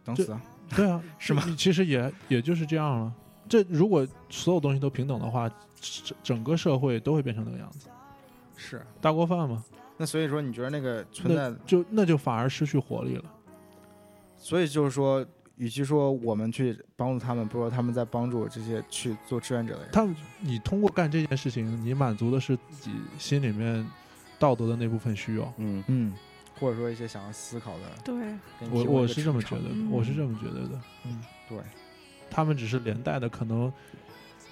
Speaker 5: 等
Speaker 4: 这
Speaker 5: 死啊！
Speaker 4: 对 啊，
Speaker 5: 是吗
Speaker 4: 你其实也也就是这样了。这如果所有东西都平等的话，整整个社会都会变成那个样子，
Speaker 5: 是。
Speaker 4: 大锅饭嘛。
Speaker 5: 那所以说，你觉得那个存
Speaker 4: 那
Speaker 5: 在，
Speaker 4: 就那就反而失去活力了。
Speaker 5: 所以就是说，与其说我们去帮助他们，不如说他们在帮助这些去做志愿者的人。
Speaker 4: 他们，你通过干这件事情，你满足的是自己心里面道德的那部分需要。
Speaker 2: 嗯，
Speaker 5: 嗯，或者说一些想要思考的，
Speaker 3: 对，
Speaker 5: 给你
Speaker 4: 我
Speaker 5: 提供一
Speaker 4: 我
Speaker 5: 个
Speaker 4: 是这么
Speaker 5: 成
Speaker 4: 觉得
Speaker 5: 长
Speaker 4: 嗯的，
Speaker 3: 嗯
Speaker 4: 我是这么觉得的。
Speaker 5: 对，
Speaker 4: 他们只是连带的可能，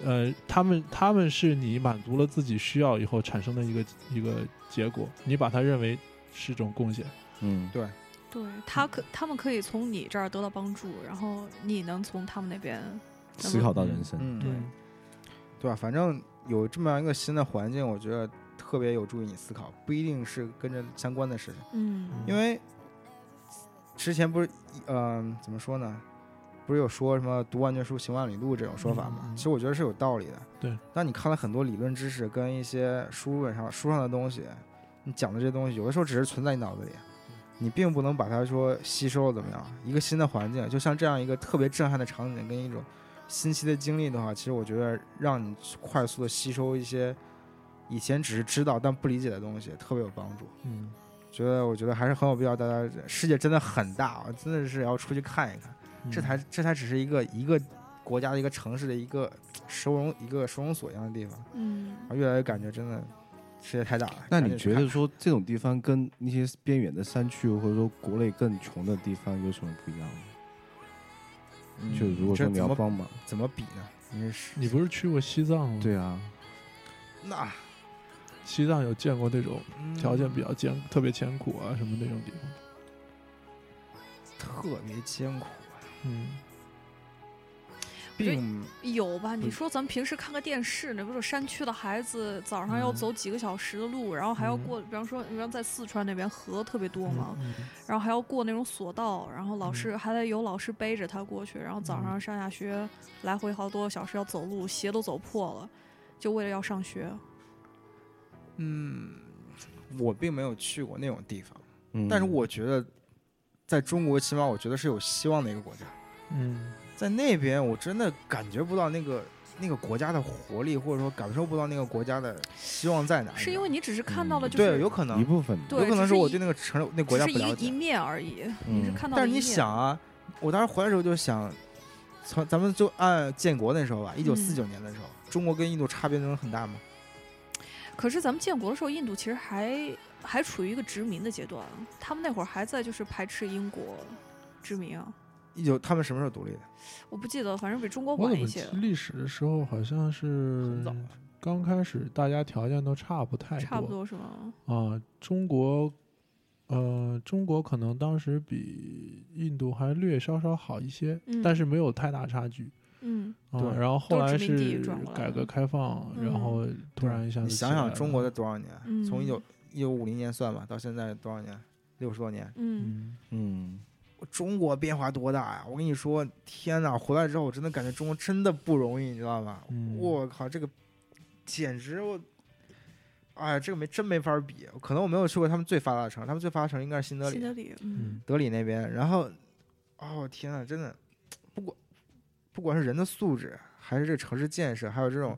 Speaker 4: 呃，他们他们是你满足了自己需要以后产生的一个一个结果，你把它认为是一种贡献。
Speaker 2: 嗯，
Speaker 3: 对
Speaker 5: 嗯
Speaker 3: 他可他们可以从你这儿得到帮助，然后你能从他们那边
Speaker 2: 思考到人生，
Speaker 5: 嗯，
Speaker 3: 对
Speaker 4: 嗯，
Speaker 5: 对吧？反正有这么样一个新的环境，我觉得特别有助于你思考，不一定是跟着相关的事情，
Speaker 3: 嗯
Speaker 5: 因为之前不是，呃，怎么说呢？不是有说什么“读万卷书，行万里路”这种说法吗
Speaker 4: 嗯？嗯嗯
Speaker 5: 其实我觉得是有道理的。
Speaker 4: 对，
Speaker 5: 当你看了很多理论知识跟一些书本上书上的东西，你讲的这些东西，有的时候只是存在你脑子里，
Speaker 4: 嗯
Speaker 5: 你并不能把它说吸收了怎么样。一个新的环境，就像这样一个特别震撼的场景跟一种新奇的经历的话，其实我觉得让你快速的吸收一些以前只是知道但不理解的东西，特别有帮助。
Speaker 4: 嗯，
Speaker 5: 觉得我觉得还是很有必要，大家世界真的很大，啊，真的是要出去看一看。
Speaker 4: 嗯
Speaker 5: 这才这才只是一个一个国家的一个城市的一个收容一个收容所一样的地方，
Speaker 3: 嗯
Speaker 5: 啊，越来越感觉真的世界太大了。
Speaker 2: 那
Speaker 5: 赶
Speaker 2: 你
Speaker 5: 紧去
Speaker 2: 觉得
Speaker 5: 看？
Speaker 2: 说这种地方跟那些边远的山区，或者说国内更穷的地方有什么不一样吗？
Speaker 5: 嗯
Speaker 2: 就如果
Speaker 5: 这
Speaker 2: 说你
Speaker 5: 怎
Speaker 2: 要
Speaker 5: 么嗯
Speaker 2: 帮忙，
Speaker 5: 怎么比呢？你是
Speaker 4: 你不是去过西藏吗？，
Speaker 2: 对啊，
Speaker 5: 那
Speaker 4: 西藏有见过那种
Speaker 5: 嗯
Speaker 4: 条件比较艰、特别艰苦啊什么那种地方。
Speaker 5: 嗯特别艰苦啊，
Speaker 4: 嗯，
Speaker 5: 并
Speaker 3: 有吧？
Speaker 5: 嗯
Speaker 3: 你说咱们平时看个电视，那不是山区的孩子早上要
Speaker 4: 嗯
Speaker 3: 走几个小时的路，然后还要
Speaker 4: 嗯
Speaker 3: 过，比方说，比方在四川那边河特别多
Speaker 4: 嗯
Speaker 3: 嘛，
Speaker 4: 嗯
Speaker 3: 然后还要过那种索道，然后老
Speaker 5: 嗯
Speaker 3: 师还得有老师背着他过去，然后早上上下学来回好多个小时要走路，鞋都走破了，就为了要上学。
Speaker 5: 嗯，我并没有去过那种地方，
Speaker 2: 嗯
Speaker 5: 但是我觉得在中国起码我觉得是有希望的一个国家，
Speaker 4: 嗯
Speaker 5: 在那边我真的感觉不到那个。那个国家的活力，或者说感受不到那个国家的希望在哪里，啊
Speaker 3: 是因为你只是看到了，
Speaker 2: 嗯
Speaker 3: 就
Speaker 5: 哎对，
Speaker 3: 是
Speaker 5: 有可能
Speaker 2: 一部分，
Speaker 3: 对
Speaker 5: 有可能是
Speaker 3: 只是
Speaker 5: 我
Speaker 3: 一
Speaker 5: 对那个城、那个国家
Speaker 3: 只
Speaker 5: 不
Speaker 3: 是一
Speaker 5: 了
Speaker 3: 个一
Speaker 5: 解。
Speaker 3: 面而已，你是
Speaker 2: 嗯，
Speaker 3: 看到
Speaker 5: 但
Speaker 3: 了
Speaker 5: 是
Speaker 3: 一面。
Speaker 5: 你想啊，我当时回来的时候就想，从咱们就按建国那时候吧，一九
Speaker 3: 嗯
Speaker 5: 四九年的时候，中国跟印度差别能很大吗？
Speaker 3: 可是咱们建国的时候，印度其实还还处于一个殖民的阶段，啊他们那会儿还在就是排斥英国殖民啊，
Speaker 5: 一九他们什么时候独立的？
Speaker 3: 我不记得，反正比中国
Speaker 4: 我
Speaker 3: 晚
Speaker 4: 怎么
Speaker 3: 一
Speaker 4: 记
Speaker 3: 些，
Speaker 4: 历史的时候好像是
Speaker 5: 早
Speaker 4: 刚开始大家条件都差不太
Speaker 3: 差不多是吗？
Speaker 4: 啊，中国，呃，中国可能当时比印度还略稍稍好一些，
Speaker 3: 嗯
Speaker 4: 但是没有太大差距。
Speaker 3: 嗯，
Speaker 4: 啊、
Speaker 5: 对
Speaker 4: 然后后来
Speaker 3: 都是殖民
Speaker 4: 是
Speaker 3: 地转过来
Speaker 4: 改革开放，
Speaker 3: 嗯
Speaker 4: 然后突然一下子
Speaker 5: 你
Speaker 4: 起
Speaker 5: 想
Speaker 4: 来
Speaker 5: 想
Speaker 4: 了
Speaker 5: 中国的，多少年？啊从一
Speaker 3: 嗯
Speaker 5: 九一九五零年算吧，到现在多少年？六十多年，
Speaker 3: 嗯，
Speaker 4: 嗯，
Speaker 2: 嗯，
Speaker 5: 我中国变化多大呀！我跟你说，天哪！回来之后，我真的感觉中国真的不容易，你知道吗？
Speaker 4: 嗯
Speaker 5: 我靠，这个简直我，哎呀，这个没真没法比。可能我没有去过他们最发达的城，他们最发达的城应该是新德
Speaker 3: 新
Speaker 5: 里，啊
Speaker 3: 德里，嗯
Speaker 5: 德里那边。然后，哦天呐，真的，不管不管是人的素质，还是这个城市建设，还有这种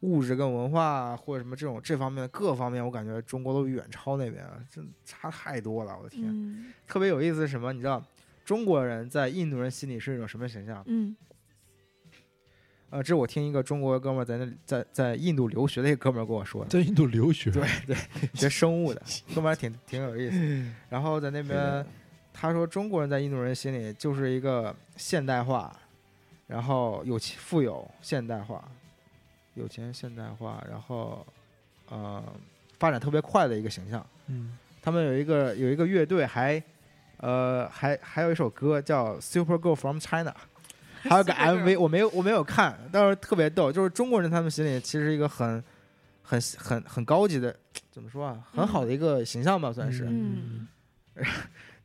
Speaker 5: 物质跟文化啊或者什么这种这方面各方面，我感觉中国都远超那边了，真的差太多了。我的天，
Speaker 3: 嗯
Speaker 5: 特别有意思是什么？你知道，中国人在印度人心里是一种什么形象？
Speaker 3: 嗯
Speaker 5: 呃，这是我听一个中国哥们儿在那在在印度留学的一个哥们儿跟我说的，
Speaker 4: 在印度留学，
Speaker 5: 对对，学生物的，哥们儿还挺挺有意思。然后在那边，他说中国人在印度人心里就是一个现代化，然后有钱富有现代化，有钱现代化，然后呃发展特别快的一个形象。
Speaker 4: 嗯
Speaker 5: 他们有一个有一个乐队还，呃，还还有一首歌叫《Super Girl from China》，还有个
Speaker 3: Super Girl
Speaker 5: MV，我没有我没有看，但是特别逗，就是中国人他们心里其实一个很很很很高级的，怎么说啊，很好的一个形象吧，算是。
Speaker 4: 嗯
Speaker 3: 嗯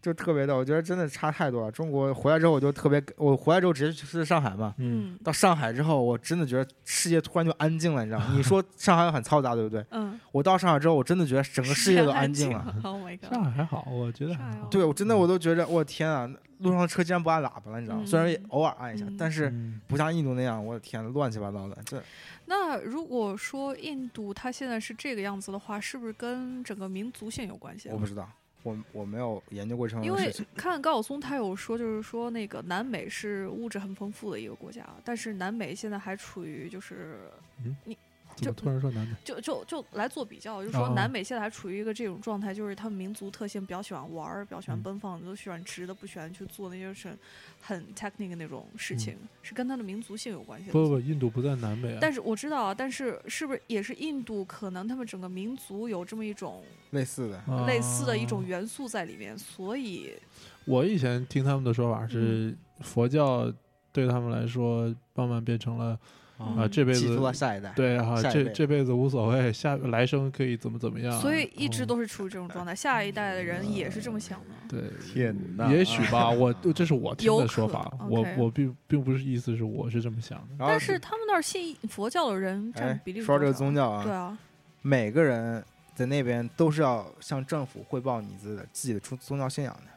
Speaker 5: 就特别的，我觉得真的差太多了。中国回来之后，我就特别，我回来之后直接去是上海嘛。
Speaker 4: 嗯，
Speaker 5: 到上海之后，我真的觉得世界突然就安静了，你知道吗？你说上海很嘈杂，对不对？
Speaker 3: 嗯，
Speaker 5: 我到上海之后，我真的觉得整个世界都安静了。
Speaker 3: 了。Oh my
Speaker 4: 上
Speaker 3: god！
Speaker 4: 海还好，我觉得还
Speaker 3: 上海
Speaker 4: 好。
Speaker 5: 对，我真的我都觉着，我天啊，路上的车竟然不按喇叭了，你知道吗？
Speaker 3: 嗯
Speaker 5: 虽然也偶尔按一下，
Speaker 3: 嗯
Speaker 5: 但是
Speaker 4: 嗯
Speaker 5: 不像印度那样，我的天，乱七八糟的。这
Speaker 3: 那如果说印度它现在是这个样子的话，是不是跟整个民族性有关系啊？
Speaker 5: 我不知道，我我没有研究过
Speaker 4: 嗯
Speaker 5: 这方面
Speaker 3: 因
Speaker 5: 的
Speaker 3: 为
Speaker 5: 事情。
Speaker 3: 看高晓松他有说，就是说那个南美是物质很丰富的一个国家，但是南美现在还处于就是
Speaker 4: 怎么突然说南美？
Speaker 3: 就就就来做比较，就是说
Speaker 4: 哦
Speaker 3: 南美现在还处于一个这种状态，就是他们民族特性比较喜欢玩儿，比较喜欢
Speaker 4: 嗯
Speaker 3: 奔放，都喜欢直的，不喜欢去做那些是很 technical 那种事情，是跟他的民族性有关系的。
Speaker 4: 嗯不不不，印度不在南美啊。
Speaker 3: 但是我知道啊，但是是不是也是印度？可能他们整个民族有这么一种
Speaker 5: 类似的，
Speaker 4: 啊
Speaker 3: 类似的一种元素在里面，所以
Speaker 4: 我以前听他们的说法
Speaker 3: 嗯
Speaker 4: 是，佛教对他们来说慢慢变成了
Speaker 3: 嗯
Speaker 4: 啊，这辈
Speaker 5: 寄
Speaker 4: 子
Speaker 5: 托了下一代。
Speaker 4: 对啊，
Speaker 5: 下一
Speaker 4: 这
Speaker 5: 辈
Speaker 4: 这辈子无所谓，下来生可以怎么怎么样。
Speaker 5: 啊
Speaker 3: 所以一直
Speaker 4: 哦
Speaker 3: 都是处于这种状态。下一代的人也是这么想的。
Speaker 4: 对。
Speaker 2: 天哪！
Speaker 4: 也许吧，我这是我听
Speaker 3: 有
Speaker 4: 的说
Speaker 3: 可
Speaker 4: 法，
Speaker 3: 能
Speaker 4: 我
Speaker 3: OK
Speaker 4: 我并并不是意思是我是这么想的。
Speaker 5: 然后
Speaker 3: 但是他们那儿信佛教的人占
Speaker 5: 哎
Speaker 3: 比例，
Speaker 5: 说到这个
Speaker 3: 多少
Speaker 5: 宗教
Speaker 3: 对
Speaker 5: 啊，
Speaker 3: 啊，
Speaker 5: 每个人在那边都是要向政府汇报你自己的自己的宗宗教信仰的。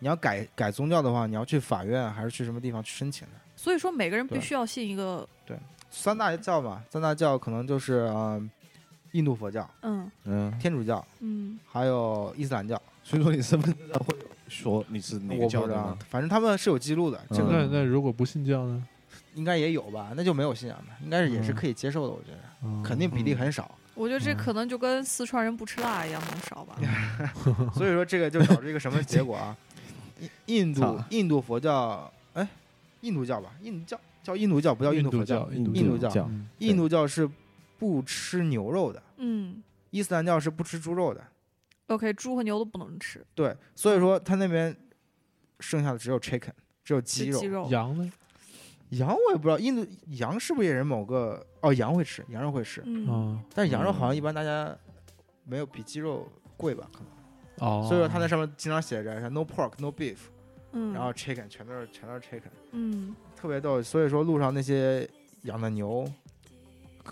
Speaker 5: 你要改改宗教的话，你要去法院还是去什么地方去申请的？
Speaker 3: 所以说每个人必
Speaker 5: 对
Speaker 3: 须要信一个，
Speaker 5: 三大教嘛，三大教可能就是嗯，印度佛教、
Speaker 3: 嗯
Speaker 2: 嗯，
Speaker 5: 天主教，
Speaker 3: 嗯，
Speaker 5: 还有伊斯兰教。
Speaker 2: 所以说你身份证上会有说你是哪
Speaker 5: 我
Speaker 2: 个
Speaker 5: 不知
Speaker 2: 教的嗯
Speaker 5: 道
Speaker 2: 吗？，
Speaker 5: 反正他们是有记录的，这个
Speaker 4: 那那如果不信教呢？
Speaker 5: 应该也有吧？那就没有信仰的，应该是也是可以接受的，我觉得
Speaker 4: 嗯
Speaker 5: 肯定比例很少。
Speaker 3: 我觉得这
Speaker 4: 嗯
Speaker 3: 可能就跟四川人不吃辣一样，能少 吧？
Speaker 5: 所以说这个就导致一个什么结果啊？印印度
Speaker 2: 操
Speaker 5: 印度佛教，哎，印度教吧，印度教叫印度教，不叫
Speaker 4: 印
Speaker 5: 印度佛
Speaker 4: 教，
Speaker 5: 教。
Speaker 4: 印
Speaker 5: 印度
Speaker 4: 教
Speaker 5: 教
Speaker 2: 教
Speaker 4: 嗯
Speaker 2: 对
Speaker 5: 印度教是不吃牛肉的，
Speaker 3: 嗯
Speaker 5: 伊斯兰教是不吃猪肉的。
Speaker 3: ，OK，猪和牛都不能吃，
Speaker 5: 对，所以说他那边剩下的只有 chicken，只有
Speaker 3: 吃
Speaker 5: 鸡肉。
Speaker 3: 鸡肉，
Speaker 4: 羊呢？
Speaker 5: 羊我也不知道，印度羊是不是也是某个哦，羊会吃，羊肉会吃，
Speaker 3: 嗯，
Speaker 4: 啊
Speaker 5: 但是羊肉好像一般大家没有比鸡肉贵吧，可能。
Speaker 4: 哦，
Speaker 5: 所以说他那上面经常写着 no pork no beef，
Speaker 3: 嗯，
Speaker 5: 然后 chicken 全都是全都是 chicken。
Speaker 3: 嗯，
Speaker 5: 特别逗。所以说路上那些养的牛，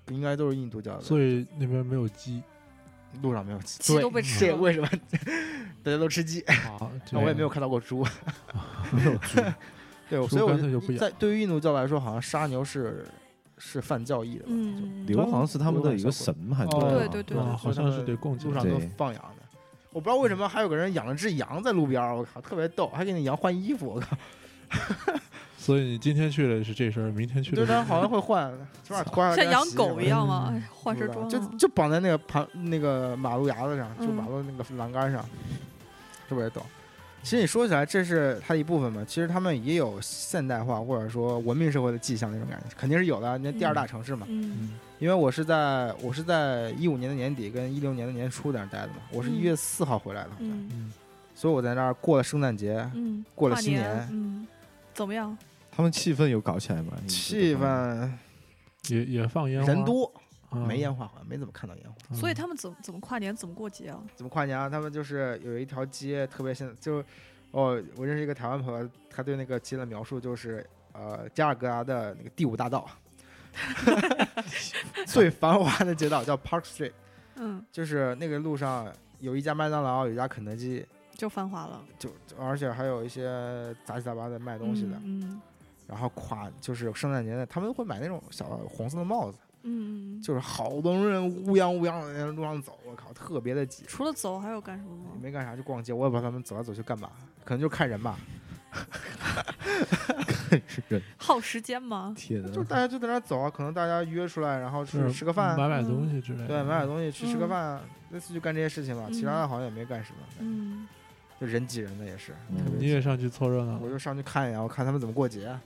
Speaker 5: 应该都是印度教的。
Speaker 4: 所以那边没 有鸡
Speaker 5: 路上没有鸡，
Speaker 3: 鸡都
Speaker 5: 对
Speaker 3: 被吃
Speaker 5: 这
Speaker 3: 了，
Speaker 5: 为什么大家都吃鸡？
Speaker 4: 啊，这
Speaker 5: 那我也
Speaker 4: 样
Speaker 5: 没有看到过猪。
Speaker 2: 没有猪
Speaker 5: 对，
Speaker 4: 猪
Speaker 5: 所以我
Speaker 4: 干脆就不
Speaker 5: 就
Speaker 4: 养
Speaker 5: 在对于印度教来说，好像杀牛是是犯教义的吧？
Speaker 3: 嗯，
Speaker 2: 牛好像是他们的一个神嘛，还是
Speaker 5: 哦
Speaker 2: 什么
Speaker 3: 对对对
Speaker 4: 啊，好像是得供
Speaker 5: 就
Speaker 4: 给
Speaker 5: 路上
Speaker 2: 对
Speaker 5: 都放养的。我不知道为什么还有个人养了只羊在路边儿，我靠，特别逗，还给那羊换衣服，我靠，
Speaker 4: 所以你今天去了是这身儿，明天去
Speaker 5: 对，
Speaker 4: 了
Speaker 5: 它
Speaker 4: 是
Speaker 5: 好像会换，昨晚脱下来
Speaker 3: 嗯像
Speaker 5: 给它
Speaker 3: 养
Speaker 5: 洗
Speaker 3: 狗一样吗？
Speaker 4: 嗯
Speaker 3: 哎换身装啊，
Speaker 5: 就 就绑在那个盘那个马路牙子上，就
Speaker 3: 嗯
Speaker 5: 马路那个栏杆上，特别逗。其实你说起来，这是它一部分嘛。其实他们也有现代化或者说文明社会的迹象那种感觉，肯定是有的。啊那第二大城市嘛，
Speaker 3: 嗯
Speaker 4: 嗯
Speaker 5: 因为我是在我是在一五年的年底跟一六年的年初在那儿待的嘛，我是
Speaker 3: 嗯
Speaker 5: 一月四号回来的，
Speaker 3: 嗯
Speaker 4: 嗯
Speaker 5: 所以我在那儿过了圣诞节，
Speaker 3: 嗯，
Speaker 5: 过了
Speaker 3: 跨
Speaker 5: 新
Speaker 3: 年
Speaker 5: 年，
Speaker 3: 嗯，怎么样？
Speaker 2: 他们气氛有搞起来吗？
Speaker 5: 气氛
Speaker 4: 也也放嗯烟花，
Speaker 5: 人多，
Speaker 4: 啊
Speaker 5: 没烟花好像没怎么看到烟花。
Speaker 4: 嗯
Speaker 3: 所以他们怎么怎么跨年，怎么过节啊？
Speaker 5: 怎么跨年啊？他们就是有一条街特别现在就，哦，我认识一个台湾朋友，他对那个街的描述就是，呃，加尔各答的那个第五大道， 最繁华的街道叫 Park Street，
Speaker 3: 嗯，
Speaker 5: 就是那个路上有一家麦当劳，有一家肯德基，
Speaker 3: 就繁华了，
Speaker 5: 就就而且还有一些杂七杂八的卖东西的。
Speaker 3: 嗯
Speaker 5: 然后跨就是圣诞节的，他们会买那种小红色的帽子，
Speaker 3: 嗯嗯，嗯
Speaker 5: 就是好多人乌泱乌泱的在路上走，我靠，特别的挤。
Speaker 3: 除了走还有干什么吗
Speaker 5: 也？没干啥，就逛街。我也不知道他们走来走去干嘛，可能就看人吧。
Speaker 4: 嗯
Speaker 3: 耗时间吗？
Speaker 2: 天
Speaker 5: 就大家就在那儿走啊，可能大家约出来，然后
Speaker 4: 就
Speaker 5: 去
Speaker 4: 是
Speaker 5: 吃个饭，
Speaker 4: 买嗯买东西之类的，
Speaker 5: 对，买点东西去吃个饭啊，类似就干这些事情吧。其他的好像也没干什么，
Speaker 3: 嗯，
Speaker 5: 就人挤人的也是。
Speaker 2: 嗯
Speaker 5: 特别
Speaker 4: 你也啊上去凑热闹
Speaker 5: 我就上去看一眼，我看他们怎么过节。
Speaker 4: 啊，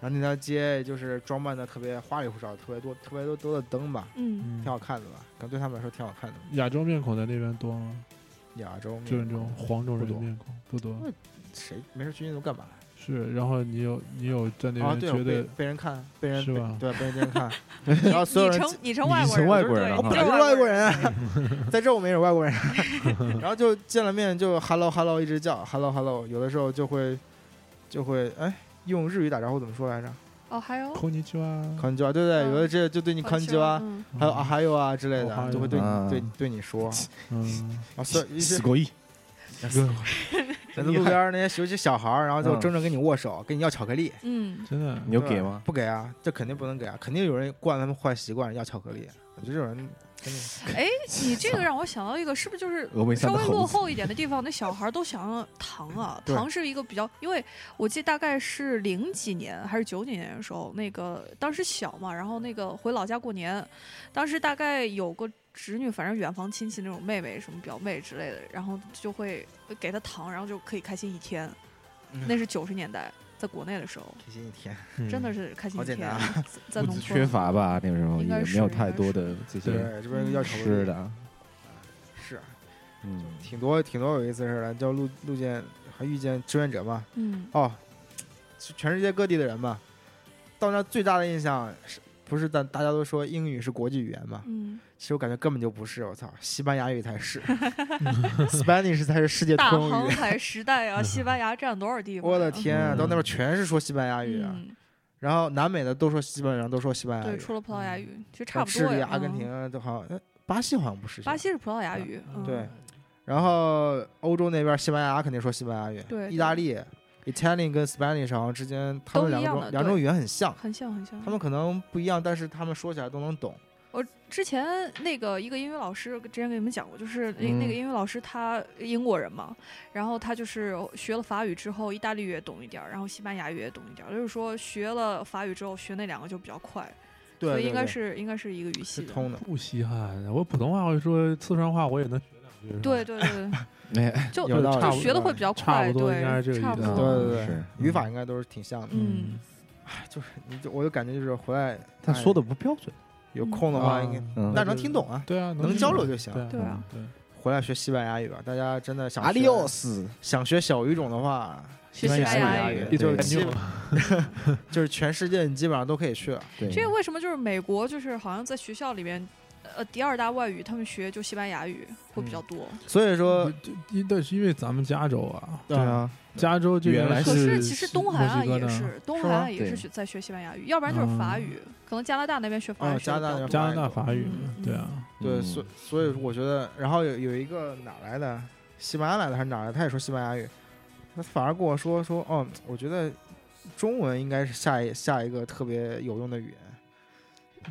Speaker 5: 然后那条街就是装扮的特别花里胡哨，特别多、特别多多的灯吧，
Speaker 3: 嗯，
Speaker 5: 挺
Speaker 4: 嗯，
Speaker 5: 好看的吧？可能对他们来说挺好看的。啊
Speaker 4: 亚洲面孔在那边多吗？
Speaker 5: 亚洲面
Speaker 4: 就是那种黄种人
Speaker 5: 不多
Speaker 4: 面孔不多，
Speaker 5: 嗯谁没事去印度干嘛？
Speaker 4: 是是，然后你有你有在那
Speaker 5: 啊，
Speaker 4: 边
Speaker 5: 对，
Speaker 4: 觉
Speaker 5: 我被
Speaker 4: 得
Speaker 5: 被人看，被人
Speaker 4: 是吧
Speaker 5: 对，被人 看，
Speaker 3: 你
Speaker 5: 然后所有
Speaker 3: 你
Speaker 5: 人
Speaker 3: 成你成
Speaker 2: 你
Speaker 3: 外国
Speaker 2: 成
Speaker 3: 人，
Speaker 2: 外
Speaker 3: 对
Speaker 2: 国人了
Speaker 3: 你
Speaker 2: 哈
Speaker 5: 我
Speaker 3: 不
Speaker 5: 是
Speaker 3: 是
Speaker 5: 外国
Speaker 3: 人，
Speaker 5: 人，啊在这我没有外国人，啊然后就见了面就 hello hello 一直叫 hello hello，有的时候就会就会哎用日语打招呼怎么说来着？
Speaker 3: 哦，还 有
Speaker 4: 空尼基哇，
Speaker 5: 康吉哇，对对，
Speaker 3: 嗯
Speaker 5: 有的这就对你康吉哇，
Speaker 3: 嗯
Speaker 5: 还有啊还有啊之类
Speaker 4: 哦还有
Speaker 5: 的，就会对
Speaker 2: 啊
Speaker 5: 你对对你说
Speaker 4: 嗯，
Speaker 5: 啊，所以
Speaker 2: 死过亿，
Speaker 5: 在路边儿那些尤其小孩儿，然后就争着跟你握手，跟你要巧克力，
Speaker 3: 嗯，
Speaker 4: 真的，
Speaker 2: 你有给吗？
Speaker 5: 不给啊，这肯定不能给啊，肯定有人惯他们坏习惯要巧克力，我觉得这种人真的
Speaker 3: 哎，你这个让我想到一个，是不是就是
Speaker 2: 峨眉山
Speaker 3: 稍
Speaker 2: 的
Speaker 3: 微落
Speaker 2: 猴子，
Speaker 3: 后一点的地方，那小孩儿都想要糖啊。
Speaker 5: 对
Speaker 3: 糖是一个比较，因为我记得大概是零几年还是九几年的时候，那个当时小嘛，然后那个回老家过年，当时大概有个侄女，反正远房亲戚那种妹妹什么表妹之类的，然后就会给她糖，然后就可以开心一天。
Speaker 5: 嗯
Speaker 3: 那是九十年代，在国内的时候，
Speaker 5: 开心一天。
Speaker 3: 真的
Speaker 4: 是，
Speaker 3: 是开心
Speaker 5: 好
Speaker 3: 一
Speaker 5: 简
Speaker 3: 天，
Speaker 5: 单啊
Speaker 3: 在在
Speaker 2: 物
Speaker 3: 农
Speaker 2: 资
Speaker 3: 村
Speaker 2: 缺乏吧，那个时候
Speaker 3: 应该
Speaker 2: 也
Speaker 3: 是
Speaker 2: 没有太多的这
Speaker 4: 对
Speaker 2: 些
Speaker 5: 这边要巧克力
Speaker 2: 吃的啊，
Speaker 5: 是
Speaker 2: 嗯，
Speaker 5: 挺多挺多有意思的事儿的，叫路路见还遇见志愿者嘛，
Speaker 3: 嗯，
Speaker 5: 哦，是全世界各地的人嘛，到那儿最大的印象是不是大大家都说英语是国际语言嘛？
Speaker 3: 嗯，
Speaker 5: 其实我感觉根本就不是，我操，西班牙语才 是，Spanish 才是世界
Speaker 3: 大
Speaker 5: 通
Speaker 3: 航
Speaker 5: 用语。
Speaker 3: 海时代啊，西班牙占了多少地方 呀？
Speaker 5: 我的天啊，
Speaker 4: 嗯
Speaker 5: 到那边全是说西班牙语啊，
Speaker 3: 嗯
Speaker 5: 然后南美的都说西班牙，都说西班牙
Speaker 3: 对，
Speaker 5: 语，
Speaker 3: 除了葡萄牙语，其实
Speaker 5: 像
Speaker 3: 差不
Speaker 5: 智
Speaker 3: 多
Speaker 5: 利、
Speaker 3: 呀。
Speaker 5: 阿根
Speaker 3: 嗯
Speaker 5: 廷啊都好像，呃巴西好像不是。
Speaker 3: 巴西是葡萄牙语，嗯
Speaker 5: 对，然后欧洲那边西班牙肯定说西班牙语，
Speaker 3: 对
Speaker 5: 意大利 Italian 跟 Spanish 好像之间他们
Speaker 3: 都
Speaker 5: 两
Speaker 3: 一样
Speaker 5: 种
Speaker 3: 的
Speaker 5: 两
Speaker 3: 对
Speaker 5: 种语言很像，
Speaker 3: 很像很像
Speaker 5: 他。们可能不一样，但是他们说起来都能懂。
Speaker 3: 我之前那个一个英语老师之前给你们讲过，就是那那
Speaker 2: 嗯
Speaker 3: 个英语老师他英国人嘛，然后他就是学了法语之后，意大利语也懂一点儿，然后西班牙语也懂一点儿，就是说学了法语之后学那两个就比较快，
Speaker 5: 对，
Speaker 3: 所
Speaker 5: 对
Speaker 3: 以应该
Speaker 5: 对
Speaker 3: 是应该是一个语系
Speaker 5: 是
Speaker 3: 的。
Speaker 5: 通的。
Speaker 4: 不稀罕。我普通话会说，四川话我也能学两句。
Speaker 3: 对，对对，对
Speaker 2: 哎，
Speaker 3: 就
Speaker 5: 有道理
Speaker 3: 就学的会比较
Speaker 4: 差
Speaker 3: 快，
Speaker 4: 不多应该是这
Speaker 3: 对，
Speaker 4: 个
Speaker 3: 差不
Speaker 4: 意思啊
Speaker 5: 对
Speaker 3: 多。
Speaker 5: 对对对
Speaker 2: 嗯是，
Speaker 5: 语法应该都是挺像的。
Speaker 3: 嗯，
Speaker 5: 哎就是你就我就感觉就是回来，
Speaker 2: 他
Speaker 5: 哎
Speaker 2: 说的不标准，
Speaker 5: 有空的话，应该
Speaker 4: 啊
Speaker 2: 嗯
Speaker 5: 但能听懂啊，
Speaker 4: 对啊，
Speaker 5: 能
Speaker 4: 听
Speaker 5: 交
Speaker 4: 懂
Speaker 5: 流就行。
Speaker 4: 对
Speaker 3: 对啊，
Speaker 4: 对，
Speaker 5: 回来学西班牙语吧，大家真的想学
Speaker 2: 斯，
Speaker 5: 想学小语种的话，
Speaker 3: 学
Speaker 2: 西
Speaker 3: 班牙
Speaker 2: 语
Speaker 3: 语。
Speaker 2: 对
Speaker 5: 就是
Speaker 2: 对
Speaker 5: 基本 就是全世界你基本上都可以去了。
Speaker 2: 对，
Speaker 3: 这个为什么就是美国就是好像在学校里面，呃，第二大外语他们学就西班牙语会比较嗯多。
Speaker 5: 所以说，
Speaker 4: 这因但是因为咱们加州啊，
Speaker 5: 对啊，
Speaker 4: 加州这
Speaker 2: 原来
Speaker 4: 边
Speaker 3: 可
Speaker 4: 哎是
Speaker 3: 其实东海岸
Speaker 4: 墨西哥
Speaker 3: 也
Speaker 4: 的
Speaker 3: 是，东
Speaker 5: 是
Speaker 3: 海
Speaker 5: 吗
Speaker 3: 岸也是
Speaker 2: 对
Speaker 3: 学在学西班牙语，要不然就是法语，可能加拿大那边学法语
Speaker 5: 哦
Speaker 3: 学得比较
Speaker 5: 加拿大那边
Speaker 3: 多。
Speaker 4: 加拿大法语
Speaker 3: 嗯，
Speaker 4: 对啊，
Speaker 5: 对，
Speaker 2: 嗯
Speaker 5: 所所以我觉得，然后有有一个哪儿来的，西班牙来的还是哪儿来的，他也说西班牙语，他反而跟我说说，哦，我觉得中文应该是下一下一个特别有用的语言。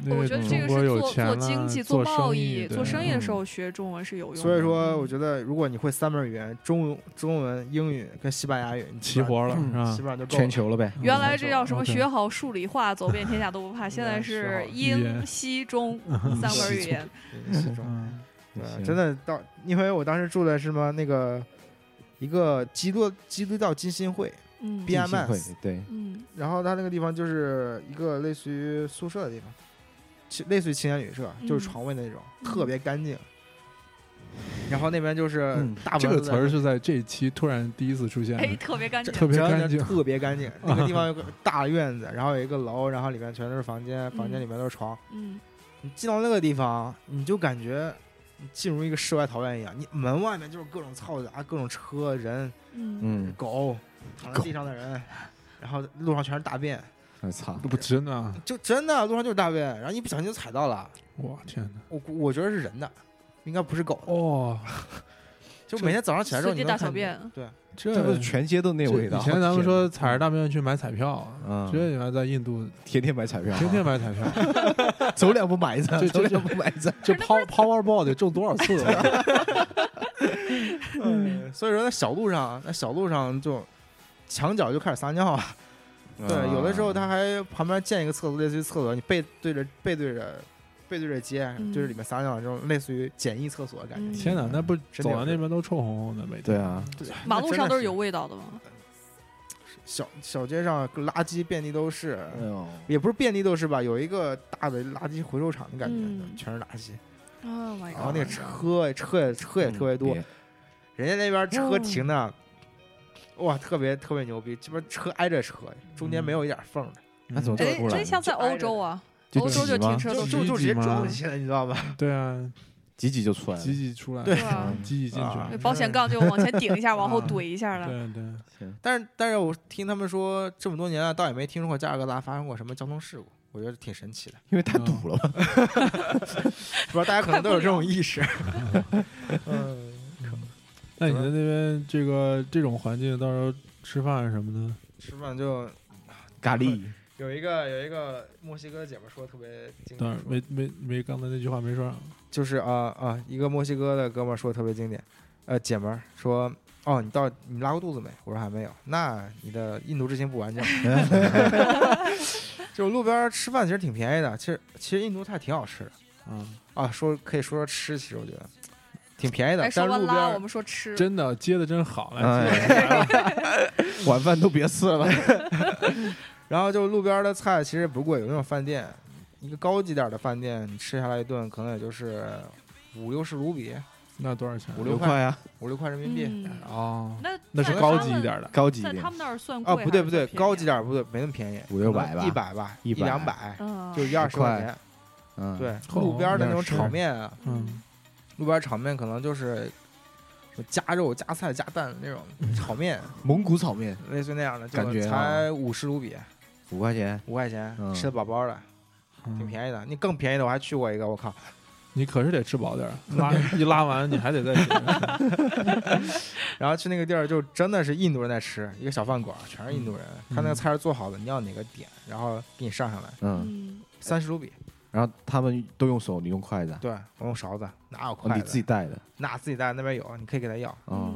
Speaker 4: 那
Speaker 3: 我觉得这
Speaker 4: 中
Speaker 3: 个
Speaker 4: 国
Speaker 3: 是
Speaker 4: 有
Speaker 3: 做
Speaker 4: 钱
Speaker 3: 做
Speaker 4: 了，
Speaker 3: 经济、
Speaker 4: 做
Speaker 3: 贸
Speaker 4: 生
Speaker 3: 易、做生
Speaker 4: 意啊
Speaker 3: 意的
Speaker 2: 嗯
Speaker 3: 时候学中文是有用的。嗯
Speaker 5: 所以说，我觉得嗯如果你会三门语言，中中文、英语跟西班牙语，你
Speaker 4: 对
Speaker 5: 基
Speaker 4: 齐
Speaker 5: 本上
Speaker 4: 活了
Speaker 2: 嗯
Speaker 4: 是吧
Speaker 5: 基？本上就够了
Speaker 2: 全。球了呗，
Speaker 3: 原来这叫什么？
Speaker 4: OK
Speaker 3: 学好数理化，走遍天下都不怕。现在是
Speaker 4: 学好
Speaker 3: 英
Speaker 4: 语
Speaker 3: 西中三门语言。
Speaker 5: 是中
Speaker 4: 嗯，
Speaker 5: 对，
Speaker 2: 行
Speaker 5: 真的到，因为我当时住的是什么那个一个基督基督教金信会，
Speaker 3: 嗯
Speaker 5: 边
Speaker 2: 进行会
Speaker 5: BMS
Speaker 2: 对，
Speaker 3: 嗯
Speaker 5: 然后他那个地方就是一个类似于宿舍的地方，其类似于青年旅社，就是
Speaker 3: 嗯
Speaker 5: 床位那种，
Speaker 3: 嗯
Speaker 5: 特别干净。然后那边就是
Speaker 2: 嗯
Speaker 5: 大部
Speaker 4: 这
Speaker 5: 分
Speaker 4: 个
Speaker 5: 都
Speaker 4: 词
Speaker 5: 在
Speaker 4: 儿是在这一期突然第一次出现
Speaker 3: 哎，
Speaker 4: 的，
Speaker 3: 特别干净。
Speaker 4: 特别
Speaker 5: 真的
Speaker 4: 干净
Speaker 5: 特别干 净。那个地方有个大院子，然后有一个楼，然后里面全都是房间，房间里面都是床。
Speaker 3: 嗯，
Speaker 5: 你进到那个地方，你就感觉你进入一个世外桃源一样。你门外面就是各种嘈杂，各种车、人、
Speaker 3: 嗯，
Speaker 2: 嗯，
Speaker 5: 狗，躺在地上的人，然后路上全是大便，
Speaker 2: 我哎操，
Speaker 4: 不真的啊，
Speaker 5: 就真的路上就是大便，然后一不小心就踩到了。
Speaker 4: 我天哪，
Speaker 5: 我估我觉得是人的，应该不是狗的。
Speaker 4: 哦，
Speaker 5: 就每天早上起来之后，
Speaker 3: 随
Speaker 5: 你
Speaker 3: 地
Speaker 5: 能
Speaker 3: 大
Speaker 5: 看
Speaker 3: 小便
Speaker 5: 见，对，
Speaker 4: 这
Speaker 2: 这不是全街都那
Speaker 4: 这
Speaker 2: 味道？
Speaker 4: 以前咱们说
Speaker 2: 天
Speaker 4: 踩着大便去买彩票，
Speaker 2: 嗯
Speaker 4: 这你妈在印度
Speaker 2: 天天买彩票，
Speaker 4: 天天买彩
Speaker 3: 啊
Speaker 4: 票，
Speaker 2: 走两步买一张，
Speaker 4: 这
Speaker 2: 走
Speaker 4: 这
Speaker 2: 两步买一张，
Speaker 4: 这 Power Powerball 得中多少次啊？
Speaker 5: 嗯所以说在小路上，在小路上就墙角就开始撒尿啊。对，有的时候他还旁边建一个厕所，类似于厕所，你背对着背对着背对着街，
Speaker 3: 嗯
Speaker 5: 就是里面撒尿这种类似于简易厕所的感觉。
Speaker 3: 嗯
Speaker 4: 天哪，那不
Speaker 5: 真
Speaker 4: 走
Speaker 5: 的有
Speaker 4: 到
Speaker 5: 这
Speaker 4: 那边都臭烘烘的，每
Speaker 2: 对
Speaker 4: 天。
Speaker 2: 啊，
Speaker 5: 对
Speaker 3: 马
Speaker 5: 那
Speaker 3: 路
Speaker 5: 真
Speaker 3: 上
Speaker 5: 的
Speaker 3: 都
Speaker 5: 是
Speaker 3: 是有味道的嘛。
Speaker 5: 小小街上垃圾遍地都是，
Speaker 2: 哎
Speaker 3: 嗯
Speaker 2: 呦
Speaker 5: 也不是遍地都是吧，有一个大的垃圾回收厂的感觉，
Speaker 3: 嗯
Speaker 5: 全是垃圾。
Speaker 3: Oh my
Speaker 5: 然后那个
Speaker 3: god！
Speaker 5: 车
Speaker 2: 哎
Speaker 5: 车也车也特别多，
Speaker 2: 嗯别
Speaker 5: 人家那边车停的，哇，特别特别牛逼，基本车挨着车，中
Speaker 4: 嗯
Speaker 5: 间没有一点缝的，
Speaker 2: 那怎么这
Speaker 3: 哎，
Speaker 2: 出来
Speaker 3: 这
Speaker 2: 了
Speaker 3: 像在
Speaker 5: 就挨
Speaker 3: 欧
Speaker 5: 着
Speaker 3: 洲啊，
Speaker 2: 就
Speaker 3: 欧洲
Speaker 2: 挤
Speaker 3: 就
Speaker 2: 吗
Speaker 3: 停车都
Speaker 4: 挤
Speaker 5: 就就直接
Speaker 4: 吗
Speaker 5: 撞进去了，你知道吧？
Speaker 4: 对啊，
Speaker 2: 挤挤就出来了
Speaker 4: 挤。挤出来，
Speaker 5: 对
Speaker 3: 对啊
Speaker 4: 嗯挤挤进去
Speaker 5: 啊
Speaker 3: 那，保险杠就往前顶一下，往后
Speaker 5: 啊
Speaker 3: 怼一下了。
Speaker 4: 对对，
Speaker 5: 但是但是我听他们说这么多年了，倒也没听说过加尔各答发生过什么交通事故，我觉得挺神奇的。
Speaker 2: 因为太堵了吧？
Speaker 5: 不知道大家可能都有这种意识。 嗯
Speaker 4: 那你在那边这个这种环境，到时候吃饭啊什么的，
Speaker 5: 吃饭就
Speaker 2: 咖喱，
Speaker 5: 有一个有一个墨西哥姐们说得特别经
Speaker 4: 当
Speaker 5: 典
Speaker 4: 然，
Speaker 5: 说
Speaker 4: 没没没刚才那句话没说上，
Speaker 5: 就是啊啊，一个墨西哥的哥们儿说得特别经典，呃，姐们儿说。哦，你到你拉过肚子没？我说还没有。那你的印度之行不完整。 就是路边儿吃饭其实挺便宜的，其实其实印度菜挺好吃的
Speaker 4: 啊，
Speaker 5: 啊。说可以说说吃，其实我觉得挺便宜的
Speaker 3: 哎，。
Speaker 5: 但
Speaker 3: 说
Speaker 5: 是
Speaker 3: 完
Speaker 5: 路边
Speaker 3: 拉，
Speaker 5: 儿
Speaker 3: 我们说吃。
Speaker 4: 真的接的真好，来接
Speaker 2: 哎，晚饭都别吃了吧？
Speaker 5: 然后就路边儿的菜其实不贵，有那种饭店，一个高级点儿的饭店，你吃下来一顿可能也就是五六十卢比，
Speaker 4: 那多少钱？
Speaker 5: 五
Speaker 2: 六
Speaker 5: 六
Speaker 2: 块啊，
Speaker 5: 五六块人民币。
Speaker 3: 嗯
Speaker 4: 哦，
Speaker 3: 那
Speaker 4: 那是
Speaker 3: 在
Speaker 4: 高
Speaker 3: 他
Speaker 4: 级一
Speaker 3: 们
Speaker 4: 点的，
Speaker 2: 高级一
Speaker 3: 在
Speaker 2: 点
Speaker 3: 他。们那儿算贵
Speaker 5: 啊，
Speaker 3: 还是算便宜啊？
Speaker 5: 不对不对，高级点儿不对，没那么便宜，
Speaker 2: 五六百吧
Speaker 5: 一百吧，
Speaker 2: 一百
Speaker 5: 两百，
Speaker 3: 嗯，
Speaker 5: 就一二十
Speaker 2: 块
Speaker 5: 块钱。
Speaker 2: 嗯，
Speaker 5: 对，
Speaker 4: 哦
Speaker 5: 路边儿的那种
Speaker 4: 那是
Speaker 5: 炒面啊，
Speaker 4: 嗯，
Speaker 5: 路边儿炒面可能就是什么加肉、加菜、加蛋那种炒面，
Speaker 2: 蒙古炒面
Speaker 5: 类似那样的，就
Speaker 2: 嗯感觉啊
Speaker 5: 才五十卢比，
Speaker 2: 五块钱，
Speaker 5: 五块钱
Speaker 2: 嗯，
Speaker 5: 吃的饱饱的，挺
Speaker 4: 宜。
Speaker 5: 便宜的。你更便宜的，我还去过一个，我靠，
Speaker 4: 你可是得吃饱点儿，拉一拉完你还得再吃。
Speaker 5: 然后去那个地儿，就真的是印度人在吃，一个小饭馆，全是印度人。
Speaker 4: 嗯
Speaker 5: 他那个菜是做好的，你要哪个点，然后给你上上来，
Speaker 2: 嗯，
Speaker 3: 嗯，
Speaker 5: 三十卢比。
Speaker 2: 然后他们都用手，你用筷子啊，
Speaker 5: 对我用勺子，哪有
Speaker 2: 哦
Speaker 5: 筷
Speaker 2: 你
Speaker 5: 子？
Speaker 2: 自己带的
Speaker 5: 哪自己带，那边有，你可以给他要。
Speaker 2: 哦，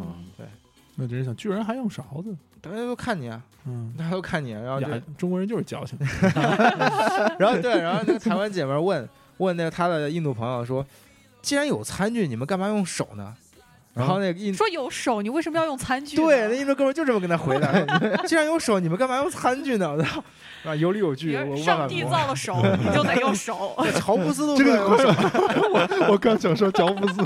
Speaker 4: 我真是想，居然还用勺子，
Speaker 5: 大家都看你啊，
Speaker 4: 嗯，
Speaker 5: 大家都看你啊。然后就，
Speaker 4: 呀，中国人就是矫情。
Speaker 5: 然后对，然后那个台湾姐们儿问 问那个她的印度朋友说，既然有餐具，你们干嘛用手呢？然后那个印
Speaker 3: 你说有手，你为什么要用餐具呢？
Speaker 5: 对，那印度哥们儿就这么跟他回答 的。既然有手，你们干嘛用餐具呢？我操， 啊，有理有
Speaker 3: 你
Speaker 5: 据，我无
Speaker 3: 上
Speaker 5: 法
Speaker 3: 帝
Speaker 5: 反
Speaker 3: 造了手，你就得用手。
Speaker 5: 驳。乔布斯都
Speaker 2: 这
Speaker 5: 说要
Speaker 2: 个
Speaker 5: 用手，
Speaker 2: 我我刚想说乔布 斯，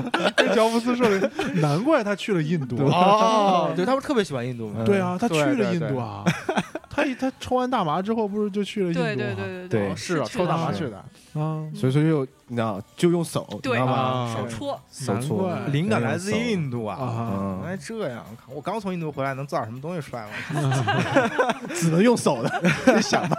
Speaker 2: 乔布斯说的，
Speaker 4: 难怪他去了印度
Speaker 5: 哦，对，他们特别喜欢印度嘛。
Speaker 4: 对啊，他去
Speaker 5: 对
Speaker 4: 了
Speaker 5: 对
Speaker 4: 印
Speaker 5: 对
Speaker 4: 度啊， 他一他抽完大麻之后不是就去了印度
Speaker 3: 对
Speaker 4: 啊？
Speaker 3: 对嗯对
Speaker 2: 对
Speaker 3: 对，
Speaker 5: 是啊，
Speaker 3: 去
Speaker 5: 抽
Speaker 3: 了
Speaker 5: 大麻
Speaker 2: 是
Speaker 5: 去的，
Speaker 4: 啊，
Speaker 2: 所以说就你知道就用手，你知
Speaker 3: 对
Speaker 2: 道吗？
Speaker 5: 啊
Speaker 3: 手戳。
Speaker 2: 手
Speaker 4: 难
Speaker 2: 搓，
Speaker 4: 怪
Speaker 5: 灵感来自
Speaker 2: 手
Speaker 5: 于印度啊。
Speaker 4: 啊，
Speaker 5: 原
Speaker 2: 嗯，
Speaker 5: 来这样，我靠！我刚从印度回来，能造点什么东西出来吗？
Speaker 2: 只能用手的，你想吧，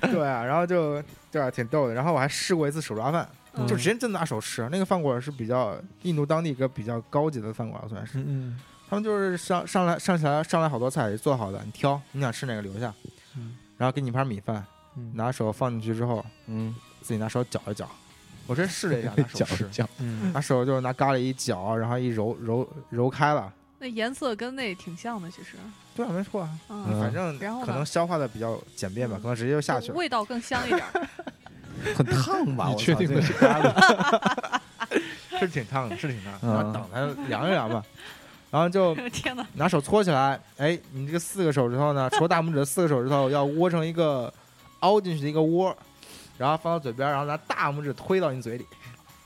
Speaker 5: 对啊，然后就对啊，挺逗的。然后我还试过一次手抓饭，
Speaker 3: 嗯
Speaker 5: 就直接真拿手吃。那个饭馆是比较印度当地一个比较高级的饭馆，算是。
Speaker 4: 嗯
Speaker 5: 他们就是上上来上起来上来好多菜做好的，你挑你想吃哪个留下，
Speaker 4: 嗯
Speaker 5: 然后给你一盘米饭，
Speaker 4: 嗯
Speaker 5: 拿手放进去之后，
Speaker 2: 嗯，
Speaker 5: 自己拿手搅一搅。我真试了一下，拿手
Speaker 2: 搅
Speaker 5: 吃，
Speaker 2: 搅，
Speaker 4: 嗯，
Speaker 5: 拿手就是拿咖喱一搅，然后一揉揉揉开了。
Speaker 3: 那颜色跟那挺像的，其实，
Speaker 5: 对啊，没错啊，
Speaker 3: 嗯，
Speaker 5: 反正
Speaker 3: 然后呢
Speaker 5: 可能消化的比较简便吧，
Speaker 3: 嗯
Speaker 5: 可能直接就下去了。
Speaker 3: 味道更香一点儿。
Speaker 2: 很烫吧？
Speaker 4: 你
Speaker 2: 我
Speaker 4: 确
Speaker 2: 操
Speaker 4: 定
Speaker 2: 这
Speaker 4: 的
Speaker 2: 个
Speaker 4: 是咖喱？
Speaker 5: 是挺烫的，是挺烫的，
Speaker 2: 嗯
Speaker 5: 然后等它凉一凉吧，然后就
Speaker 3: 天哪，
Speaker 5: 拿手搓起来。哎，你这个四个手指头呢，除了大拇指的四个手指头要窝成一个凹进去的一个窝，然后放到嘴边，然后拿大拇指推到你嘴里。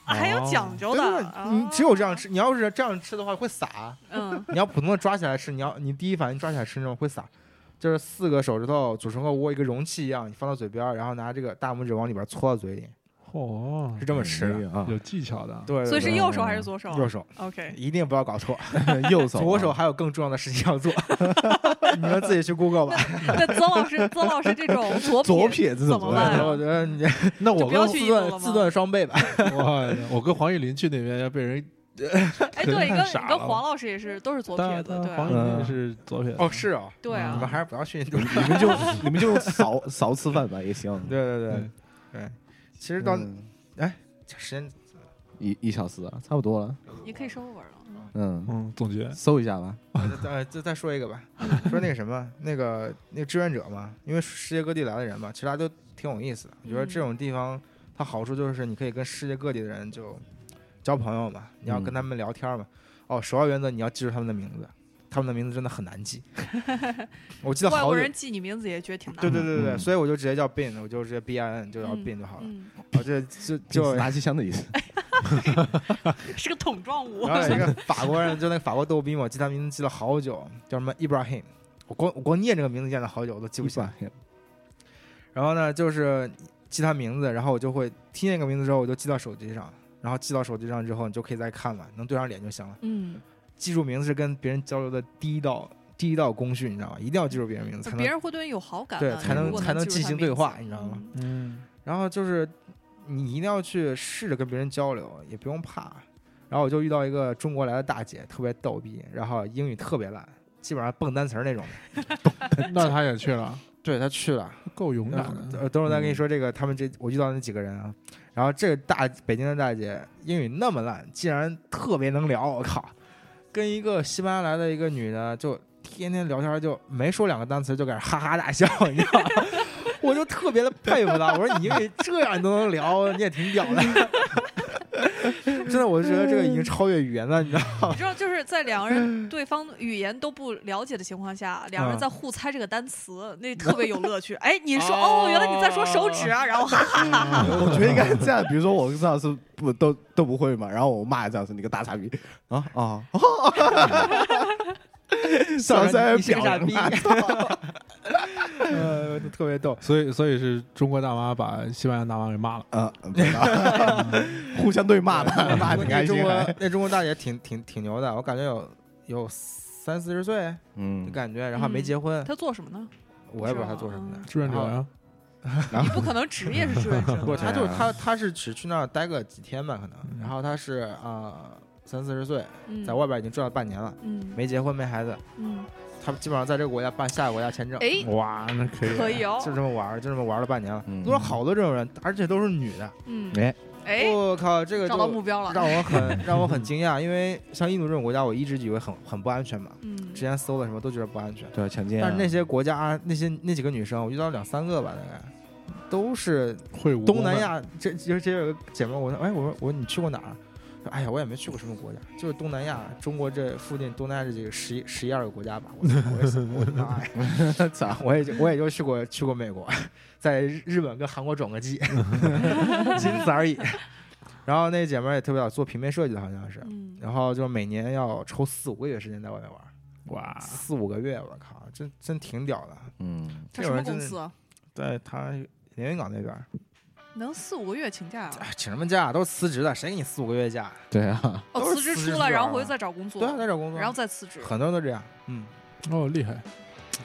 Speaker 3: 啊还
Speaker 4: 哦
Speaker 3: 有讲究
Speaker 5: 哦对对
Speaker 3: 的啊
Speaker 5: 对，你只有这样。吃。你要是这样吃的话会洒，
Speaker 3: 哦嗯，
Speaker 5: 你要普通的抓起来吃，你要你第一反应抓起来吃那种会洒。就是四个手指头组成个窝，一个容器一样，你放到嘴边，然后拿这个大拇指往里边搓到嘴里，
Speaker 4: 哦
Speaker 5: 是，这么吃的。
Speaker 2: 啊
Speaker 4: 有技巧的。
Speaker 5: 对，对
Speaker 3: 所以是
Speaker 5: 对嗯
Speaker 3: 右手还是左手？
Speaker 5: 右。手，
Speaker 3: OK，
Speaker 5: 一定不要搞 错。
Speaker 2: 右手啊，
Speaker 5: 左手还有更重要的事情 要做，你们自己去 Google 吧。
Speaker 3: 那曾老师，曾老师这种 左
Speaker 2: 左撇子
Speaker 3: 怎
Speaker 2: 么
Speaker 3: 么
Speaker 2: 办
Speaker 3: 办？啊
Speaker 5: 我觉得你
Speaker 4: 那
Speaker 3: 就不
Speaker 4: 我跟
Speaker 3: 哦要去
Speaker 5: 自
Speaker 3: 印度了吗
Speaker 5: 断自断双倍吧。
Speaker 4: 我 我跟黄玉林去那边要被人
Speaker 3: 哎，对，你跟
Speaker 4: 看傻
Speaker 3: 你跟
Speaker 4: 了
Speaker 3: 黄老师也是，都是左
Speaker 4: 但
Speaker 3: 撇子，
Speaker 4: 但
Speaker 3: 对
Speaker 4: 黄
Speaker 3: 啊
Speaker 4: 玉林
Speaker 2: 嗯
Speaker 4: 是左撇子。
Speaker 5: 哦，是哦，
Speaker 3: 对
Speaker 5: 你们
Speaker 3: 啊，
Speaker 5: 还是不要去 印度。
Speaker 2: 你们就你们就用勺勺吃饭吧，也行。
Speaker 5: 对对对
Speaker 4: 对
Speaker 5: 对，其实到
Speaker 2: 嗯
Speaker 5: 这时间
Speaker 2: 一一小时啊，差不多了。
Speaker 3: 你可以收尾了。
Speaker 2: 嗯，
Speaker 4: 嗯，总结
Speaker 2: 搜一下吧。
Speaker 5: 呃再再再说一个吧，
Speaker 3: 嗯
Speaker 5: 说那个什么，那个那个志愿者嘛，因为世界各地来的人嘛，其实大家都挺有意思的。我觉得
Speaker 3: 嗯
Speaker 5: 这种地方它好处就是你可以跟世界各地的人就交朋友嘛，你要跟他
Speaker 3: 嗯
Speaker 5: 们聊天嘛。哦，首要原则你要记住他们的名字，他们的名字真的很难 记。我记得
Speaker 3: 外
Speaker 5: 好
Speaker 3: 国
Speaker 5: 久
Speaker 3: 人记你名字也觉得挺难。
Speaker 5: 对对对对，
Speaker 2: 嗯
Speaker 5: 所以我就直接叫 Bin，我就直接 B I N 就叫
Speaker 3: 嗯
Speaker 5: Bin 就好了。哦
Speaker 3: 嗯，
Speaker 5: 我这就
Speaker 2: 就
Speaker 5: 就
Speaker 2: 垃圾箱的意思。
Speaker 6: 是个桶状物
Speaker 5: 然。后有一个法国人，就那个法国逗逼嘛，我记他名字记了好久，叫什么 Ibrahim，我光我光念这个名字念了好久，我都记不起来。然后呢，就是记他名字，然后我就会听见个名字之后，我就记到手机上，然后记到手机上之后，你就可以再看了，能对上脸就行了。
Speaker 3: 嗯，
Speaker 5: 记住名字是跟别人交流的第一道第一道工序，你知道吗？一定要记住别人名字才
Speaker 3: 别
Speaker 5: 能
Speaker 3: 人会对你有好感
Speaker 5: 对
Speaker 3: 的，
Speaker 5: 才
Speaker 3: 你如
Speaker 5: 能
Speaker 3: 果
Speaker 5: 才能
Speaker 3: 能记
Speaker 5: 进行
Speaker 3: 住他名
Speaker 5: 对
Speaker 3: 字
Speaker 5: 话，你知道吗？？
Speaker 3: 嗯
Speaker 4: 嗯，
Speaker 5: 然后就是你一定要去试着跟别人交流，也不用怕。然后我就遇到一个中国来的大姐，特别逗逼，然后英语特别烂，基本上蹦单词儿那 种。
Speaker 4: 那他也去了，
Speaker 5: 对她去了，
Speaker 4: 够勇
Speaker 5: 然
Speaker 4: 敢
Speaker 5: 后
Speaker 4: 的。嗯
Speaker 5: 呃，等会儿再跟你说这个，他们这我遇到那几个人啊，然后这个大北京的大姐英语那么烂，竟然特别能聊，我靠，跟一个西班牙来的一个女的就天天聊天，就没说两个单词就开始哈哈大笑，你知道吗？我就特别的佩服她，我说你英语这样都能聊，你也挺屌的。 真的，我就觉得这个已经超越语言了，你知道吗？
Speaker 3: 嗯你知道，就是在两个 人对方语言都不了解的情况下，
Speaker 5: 嗯
Speaker 3: 两人在互猜这个单词，那特别有 乐趣。哎，你说哦，原来你在说手指
Speaker 5: 哦
Speaker 3: 啊，然后哈哈哈哈。
Speaker 2: 我觉得应该这样，比如说我跟张老师不都都不会嘛，然后我骂张老师你个大傻逼啊 啊！张老师还
Speaker 5: 你是个
Speaker 2: 表
Speaker 5: 傻
Speaker 2: 扬
Speaker 5: 逼
Speaker 2: 他，
Speaker 5: 呃，特别 逗。
Speaker 4: 所以，所以是中国大妈把西班牙大妈给骂了。
Speaker 2: 呃，不知 道互相对骂吧，骂得挺
Speaker 5: 那
Speaker 2: 开
Speaker 5: 中
Speaker 2: 心还。
Speaker 5: 国那中国大姐挺挺挺牛的，我感觉有有三四十岁的
Speaker 2: 嗯，
Speaker 5: 感觉，然后没
Speaker 3: 嗯
Speaker 5: 结婚，
Speaker 3: 他做什么呢？
Speaker 5: 我也不知道她做什么的
Speaker 3: 嗯。
Speaker 4: 志愿者
Speaker 5: 然后
Speaker 4: 呀，
Speaker 3: 你不可能职业是志 愿者
Speaker 5: 不，她
Speaker 3: 吧。
Speaker 5: 就是
Speaker 2: 对啊
Speaker 5: 她，她是只去那儿待个几天吧，可能。
Speaker 4: 嗯
Speaker 5: 然后她是啊三四十岁，
Speaker 3: 嗯
Speaker 5: 在外边已经转了半年了，
Speaker 3: 嗯
Speaker 5: 没结婚没孩子，
Speaker 3: 嗯，
Speaker 5: 她基本上在这个国家办下个国家签证，
Speaker 3: 哎，
Speaker 4: 哇，那可以，
Speaker 3: 可以哦
Speaker 5: 就，这么玩儿，就这么玩了半年了。
Speaker 2: 嗯
Speaker 5: 路上好多这种人，而且都是女的。
Speaker 3: 嗯，
Speaker 2: 哎
Speaker 3: 哎，
Speaker 5: 我靠，这个
Speaker 3: 找到
Speaker 5: 就
Speaker 3: 目标了。
Speaker 5: 让我很让我很惊讶，因为像印度这种国家，我一直以为很很不安全嘛，
Speaker 3: 嗯
Speaker 5: 之，前搜了什么都觉得不安全。
Speaker 2: 对啊，强奸
Speaker 5: 但
Speaker 2: 啊
Speaker 5: 是那些国家那些那几个女生，我遇到两三个吧，大概都是
Speaker 4: 会武功
Speaker 5: 东南
Speaker 4: 的
Speaker 5: 亚。这这这有个姐妹，我说哎，我说我说你去过哪儿？说哎呀，我也没去过什么国家，就是东南亚，中国这附近东南亚这几个十一十一二个国家吧。我我也是我的妈呀！
Speaker 2: 咋？
Speaker 5: 我也就我也就去过去过美国，在日日本跟韩国转过机， 仅此而已。 然后那姐妹也特别好，做平面设计的好像是，
Speaker 3: 嗯，
Speaker 5: 然后就每年要抽四五个月时间在外面玩儿，
Speaker 4: 哇，
Speaker 5: 四五个月，我靠，真真挺屌的。
Speaker 2: 嗯，
Speaker 5: 这
Speaker 3: 他什
Speaker 5: 种
Speaker 3: 么
Speaker 5: 人
Speaker 3: 公
Speaker 5: 真
Speaker 3: 司啊？
Speaker 5: 在他连云港那边儿，
Speaker 3: 能四五个月请假啊？
Speaker 5: 哎请什么假？都是辞职的，谁给你四五个月假？
Speaker 2: 对啊，
Speaker 3: 哦，
Speaker 5: 都
Speaker 3: 辞
Speaker 5: 是
Speaker 3: 职
Speaker 5: 辞职
Speaker 3: 出来，然
Speaker 5: 啊
Speaker 3: 后回去再找工作
Speaker 5: 对，啊，在这工作，
Speaker 3: 然后再辞职，
Speaker 5: 很多人都这样，嗯，
Speaker 4: 哦，厉害！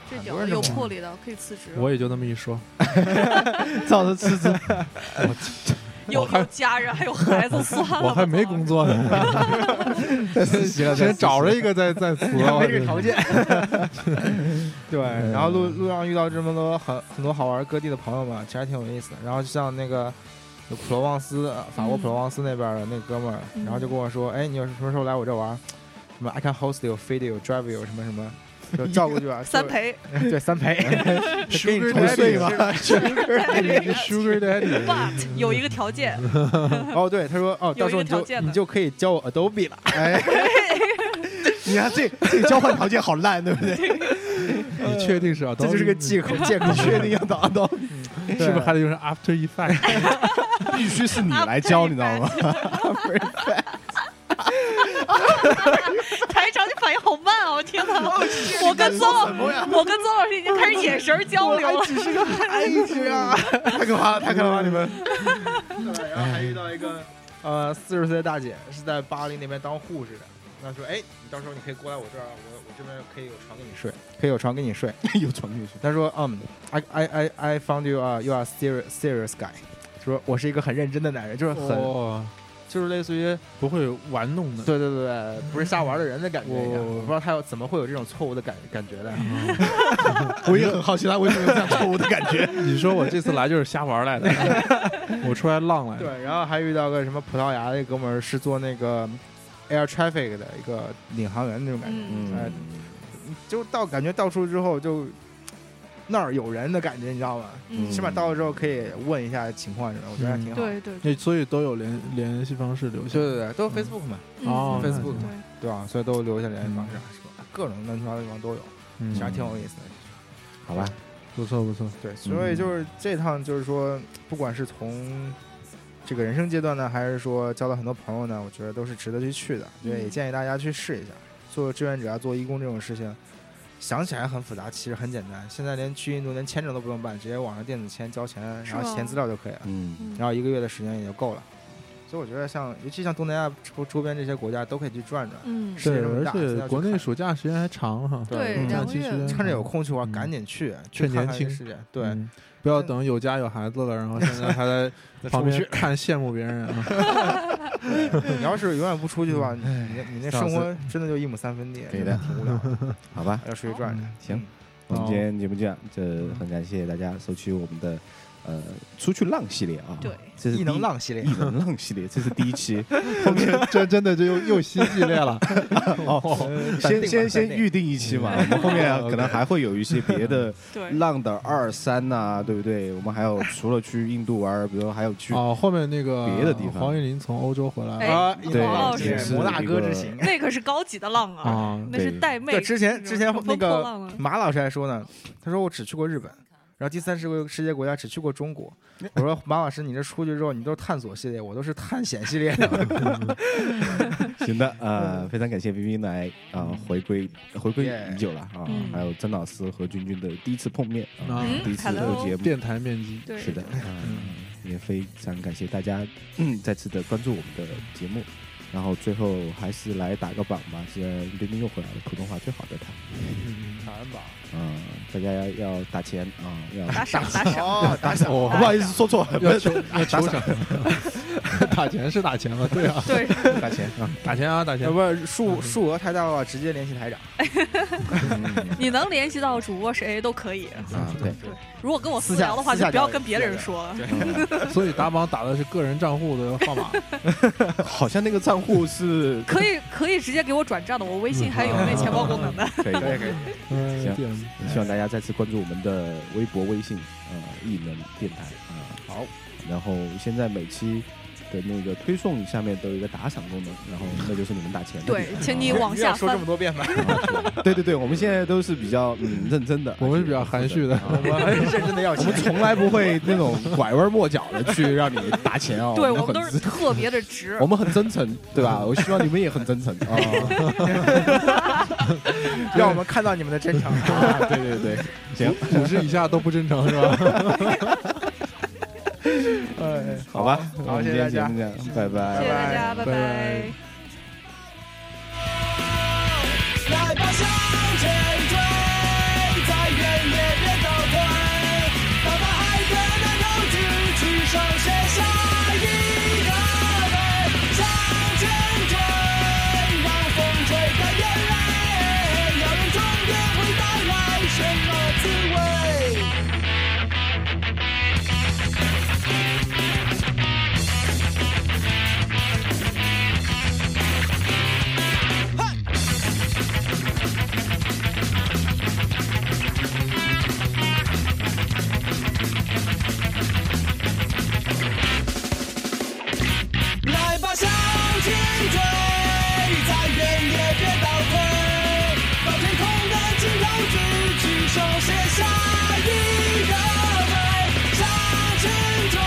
Speaker 3: 这
Speaker 5: 很
Speaker 3: 屌
Speaker 5: 多人
Speaker 3: 有
Speaker 5: 这么
Speaker 3: 魄力的可以辞职，
Speaker 4: 我也就那么一说，
Speaker 2: 照着吃吃，
Speaker 3: 有有家人还有孩子，算了吧，
Speaker 4: 我还没工作 呢，
Speaker 5: 行
Speaker 4: 先找着一个再再辞。
Speaker 5: 没
Speaker 4: 我
Speaker 5: 这个条件。 对，然后路路上遇到这么多很很多好玩各地的朋友嘛，其实还挺有意思的。然后就像那个有普罗旺斯，呃法国
Speaker 3: 嗯
Speaker 5: 普罗旺斯那边的那哥们儿，然后就跟我说，哎，你有什么时候来我这玩儿？什么 I can host you, feed you, drive you，什么什么，就照 顾就
Speaker 3: 三，陪
Speaker 5: 对三 陪，给你
Speaker 4: Sugar
Speaker 5: 退
Speaker 2: 哎
Speaker 4: daddy
Speaker 5: 税
Speaker 4: 是
Speaker 5: 嘛。
Speaker 4: 你是 Sugar Daddy，
Speaker 3: ，but 有一个条件，
Speaker 5: 哦，对，他说哦，
Speaker 3: 有
Speaker 5: 到
Speaker 3: 一
Speaker 5: 时候
Speaker 3: 个
Speaker 5: 你
Speaker 3: 条
Speaker 5: 就
Speaker 3: 件的
Speaker 5: 你就可以教我 Adobe 了。
Speaker 2: 哎，你看这这交换条件好烂，对不对？
Speaker 4: 你确定是啊？
Speaker 5: 这就是个借口，借口
Speaker 2: 你确定要达到，
Speaker 4: 是不是还得用上 After Effect？
Speaker 2: 必须是
Speaker 5: 啊
Speaker 2: 你来教，你知道吗？
Speaker 3: 台长你反应好慢啊！我天哪，
Speaker 5: 哦
Speaker 3: 我跟邹老，我跟邹老师已经开始眼神交流了。
Speaker 5: 只是个孩子 啊！
Speaker 2: 太可怕了，太可怕了，你们。
Speaker 5: 对， 然后还遇到一个呃四十岁的大姐，是在巴黎那边当护士的。她说：“哎，你到时候你可以过来我这儿，我我这边可以有床给你睡，可以有床给你睡。
Speaker 2: 有床进去”，
Speaker 5: 她说：“嗯，I I I I found you 啊、you are serious serious guy。”说我是一个很认真的男人，就是很、
Speaker 4: 哦，
Speaker 5: 就是类似于
Speaker 4: 不会玩弄的。
Speaker 5: 对对对对，不是瞎玩的人的感觉一样。
Speaker 4: 我
Speaker 5: 我不知道他有怎么会有这种错误的感感觉的。
Speaker 2: 我也很好奇他为什么有这 样错误的感觉。
Speaker 4: 你说我这次来就是瞎玩来的，我出来浪来的。
Speaker 5: 对，然后还遇到个什么葡萄牙的哥们儿，是做那个 air traffic 的一个领航员那种感觉，
Speaker 3: 嗯
Speaker 5: 哎就到感觉到处之后就那儿有人的感觉，你知道吗？
Speaker 3: 嗯
Speaker 5: 起码到了之后可以问一下情况什么，我觉得还挺好。
Speaker 3: 对对
Speaker 4: 那所以都有联联系方式留
Speaker 5: 嗯
Speaker 4: 下
Speaker 5: 对。对对，都是 Facebook 嘛，
Speaker 3: 嗯
Speaker 4: 哦
Speaker 3: 对
Speaker 5: Facebook 嘛，对吧？所以都留下联系方式啊，
Speaker 4: 嗯
Speaker 5: 什么各种乱七八糟地方都有，其实还挺有意思的。
Speaker 2: 好吧，
Speaker 4: 不错不错。
Speaker 5: 对，所以就是这趟就是说，不管是从这个人生阶段呢，还是说交到很多朋友呢，我觉得都是值得去去的。对，也
Speaker 3: 嗯
Speaker 5: 建议大家去试一下，做志愿者啊，做义工这种事情，想起来很复杂，其实很简单。现在连去印度连签证都不用办，直接网上电子签交钱，
Speaker 3: 是
Speaker 5: 然后
Speaker 3: 吗
Speaker 5: 填资料就可以了，
Speaker 2: 嗯，
Speaker 5: 然后一个月的时间也就够了。所以我觉得像，尤其像东南亚周周边这些国家，都可以去转转。
Speaker 3: 嗯，
Speaker 5: 是
Speaker 4: 对，
Speaker 5: 这么
Speaker 4: 而
Speaker 5: 大现在
Speaker 4: 且
Speaker 5: 去
Speaker 4: 国内
Speaker 5: 看
Speaker 4: 暑假时间还长哈，
Speaker 3: 对
Speaker 5: 嗯
Speaker 3: 两
Speaker 4: 假
Speaker 3: 个
Speaker 4: 期时间
Speaker 3: 月
Speaker 5: 趁着有空去玩，
Speaker 4: 嗯
Speaker 5: 赶紧去，去
Speaker 4: 趁
Speaker 5: 看
Speaker 4: 年
Speaker 5: 看这个
Speaker 4: 轻
Speaker 5: 世界。对，
Speaker 4: 嗯不要
Speaker 5: 嗯
Speaker 4: 等有家有孩子了，然后现在还在旁边看羡慕别人啊。
Speaker 5: 你要是永远不出去的话，你那你那生
Speaker 4: 上次
Speaker 5: 活真的就一亩三分地，
Speaker 2: 给
Speaker 5: 真
Speaker 2: 的
Speaker 5: 挺无聊的，
Speaker 2: 好吧，
Speaker 5: 要出去转转。
Speaker 2: 行，我们今天节目这样，这很感谢大家收听我们的呃出去浪系列啊，
Speaker 3: 对
Speaker 2: 这是
Speaker 5: 异能
Speaker 2: 第一。
Speaker 5: 浪系列
Speaker 2: 异，能浪系列，这是第一 期，
Speaker 4: 后面这真的就又又新系列了。
Speaker 2: 哦，
Speaker 4: 呃
Speaker 2: 先
Speaker 5: 定
Speaker 2: 先
Speaker 5: 吧
Speaker 2: 先
Speaker 5: 暂定
Speaker 2: 预定嗯一期嘛，我们后 面啊
Speaker 4: OK
Speaker 2: 可能还会有一些别的
Speaker 3: 对，
Speaker 2: 浪的二三呐，对不对？我们还有除了去印度玩儿，比如说还有去
Speaker 4: 哦，后面那个
Speaker 2: 别的地方
Speaker 4: 黄玉林从欧洲回来
Speaker 3: 哎
Speaker 4: 了
Speaker 5: 啊，
Speaker 3: 对
Speaker 5: 对，
Speaker 3: 哦
Speaker 5: 这
Speaker 3: 是
Speaker 5: 摩纳
Speaker 2: 一
Speaker 5: 哥
Speaker 2: 个
Speaker 5: 之行。
Speaker 3: 那可是高级的浪啊，
Speaker 4: 啊，
Speaker 3: 那是
Speaker 2: 对
Speaker 3: 带妹
Speaker 5: 对，。之前之前
Speaker 3: 乘
Speaker 5: 那
Speaker 3: 风破
Speaker 5: 个
Speaker 3: 浪 啊
Speaker 5: 马老师还说呢，他说我只去过日本，然后第三十个世界国家只去过中国。我说马老师，你这出去之后，你都是探索系列，我都是探险系列的。
Speaker 2: 行的，呃，非常感谢冰冰来啊、呃回归回归
Speaker 5: Yeah
Speaker 2: 已久了啊，
Speaker 3: 嗯
Speaker 2: 还有曾老师和君君的第一次碰面啊，
Speaker 4: 嗯
Speaker 2: 第一次录
Speaker 3: Hello
Speaker 2: 节目，
Speaker 4: 电台面积。
Speaker 3: 对，
Speaker 2: 是的，嗯，也非常感谢大家，嗯，再次的关注我们的节目，然后最后还是来打个榜吧，既然冰冰又回来了，普通话最好的他，
Speaker 4: 嗯
Speaker 5: 感恩吧。
Speaker 2: 啊、大家要要打钱啊、要
Speaker 3: 打赏打赏，
Speaker 5: 哦， 打赏。
Speaker 4: 哦
Speaker 2: 不好意思说错了，不
Speaker 4: 要
Speaker 2: 是
Speaker 4: 求要求赏，打钱是打钱了，对 啊，
Speaker 3: 对，
Speaker 2: 打钱啊，
Speaker 4: 打钱啊，打钱
Speaker 5: 要。不数数额太大的话，直接联系 台长。
Speaker 2: 嗯
Speaker 3: 你能联系到主播谁都可以。
Speaker 2: 啊，对，
Speaker 3: 如果跟我私
Speaker 5: 私下
Speaker 3: 聊的话，
Speaker 5: 私
Speaker 3: 就
Speaker 5: 下
Speaker 3: 不要
Speaker 5: 聊
Speaker 3: 跟别
Speaker 5: 私下
Speaker 3: 人
Speaker 5: 聊
Speaker 3: 说。
Speaker 2: 嗯
Speaker 4: 所以打榜打的是个人账户的号码，
Speaker 2: 好像那个账户 是
Speaker 3: 可以可以直接给我转账的，我微信还有那钱包功能的。
Speaker 2: 可以的。
Speaker 5: 可以。
Speaker 4: 嗯
Speaker 2: 行
Speaker 4: 电
Speaker 2: 希望大家再次关注我们的微博、微信，呃，异能电台
Speaker 4: 嗯
Speaker 2: 啊、
Speaker 5: 好，
Speaker 2: 然后现在每期的那个推送下面都有一个打赏功能，然后那就是你们打钱的地方。
Speaker 3: 对， 请你
Speaker 2: 啊
Speaker 3: 往下
Speaker 5: 说这
Speaker 3: 翻
Speaker 5: 么。多 遍吧。
Speaker 2: 对对对，我们现在都是比较嗯认真的，
Speaker 4: 我们是比较含蓄的
Speaker 2: 啊
Speaker 5: 我们认真的要
Speaker 2: 我
Speaker 5: 钱
Speaker 2: 们。从来不会那种拐弯抹角的去让你打钱哦。
Speaker 3: 对，
Speaker 2: 我
Speaker 3: 我们都
Speaker 2: 很
Speaker 3: 是
Speaker 2: 自
Speaker 3: 特别的直
Speaker 2: 我。们很真诚，对吧？
Speaker 4: 嗯
Speaker 2: 我希望你们也很真 诚啊！
Speaker 5: 让我们看到你们的真 诚。
Speaker 2: 啊对对对，行，
Speaker 4: 五十以下都不正常是吧？
Speaker 5: 哎
Speaker 2: 好吧，我
Speaker 5: 好
Speaker 2: 们
Speaker 5: 谢谢
Speaker 2: 今天
Speaker 5: 大
Speaker 2: 节
Speaker 5: 家
Speaker 2: 目这样，拜拜
Speaker 3: 谢。谢大家，拜
Speaker 4: 拜拜
Speaker 3: 拜
Speaker 4: 拜
Speaker 6: 来吧，向前追，再远也别倒退。到达海边的游具，举手写下一个美。向前追，让风吹干眼泪。要用终点会带来什么滋味？来吧，向前追，再远也别倒退。到天空的尽头去，举手写下一个美。向前追，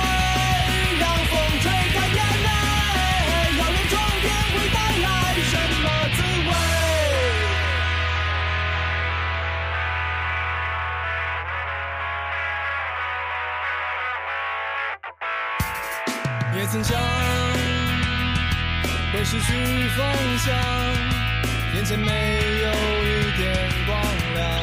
Speaker 6: 让风吹干眼泪。遥远终点会带来什么滋味？也曾想会失去方向，眼前没有一点光亮。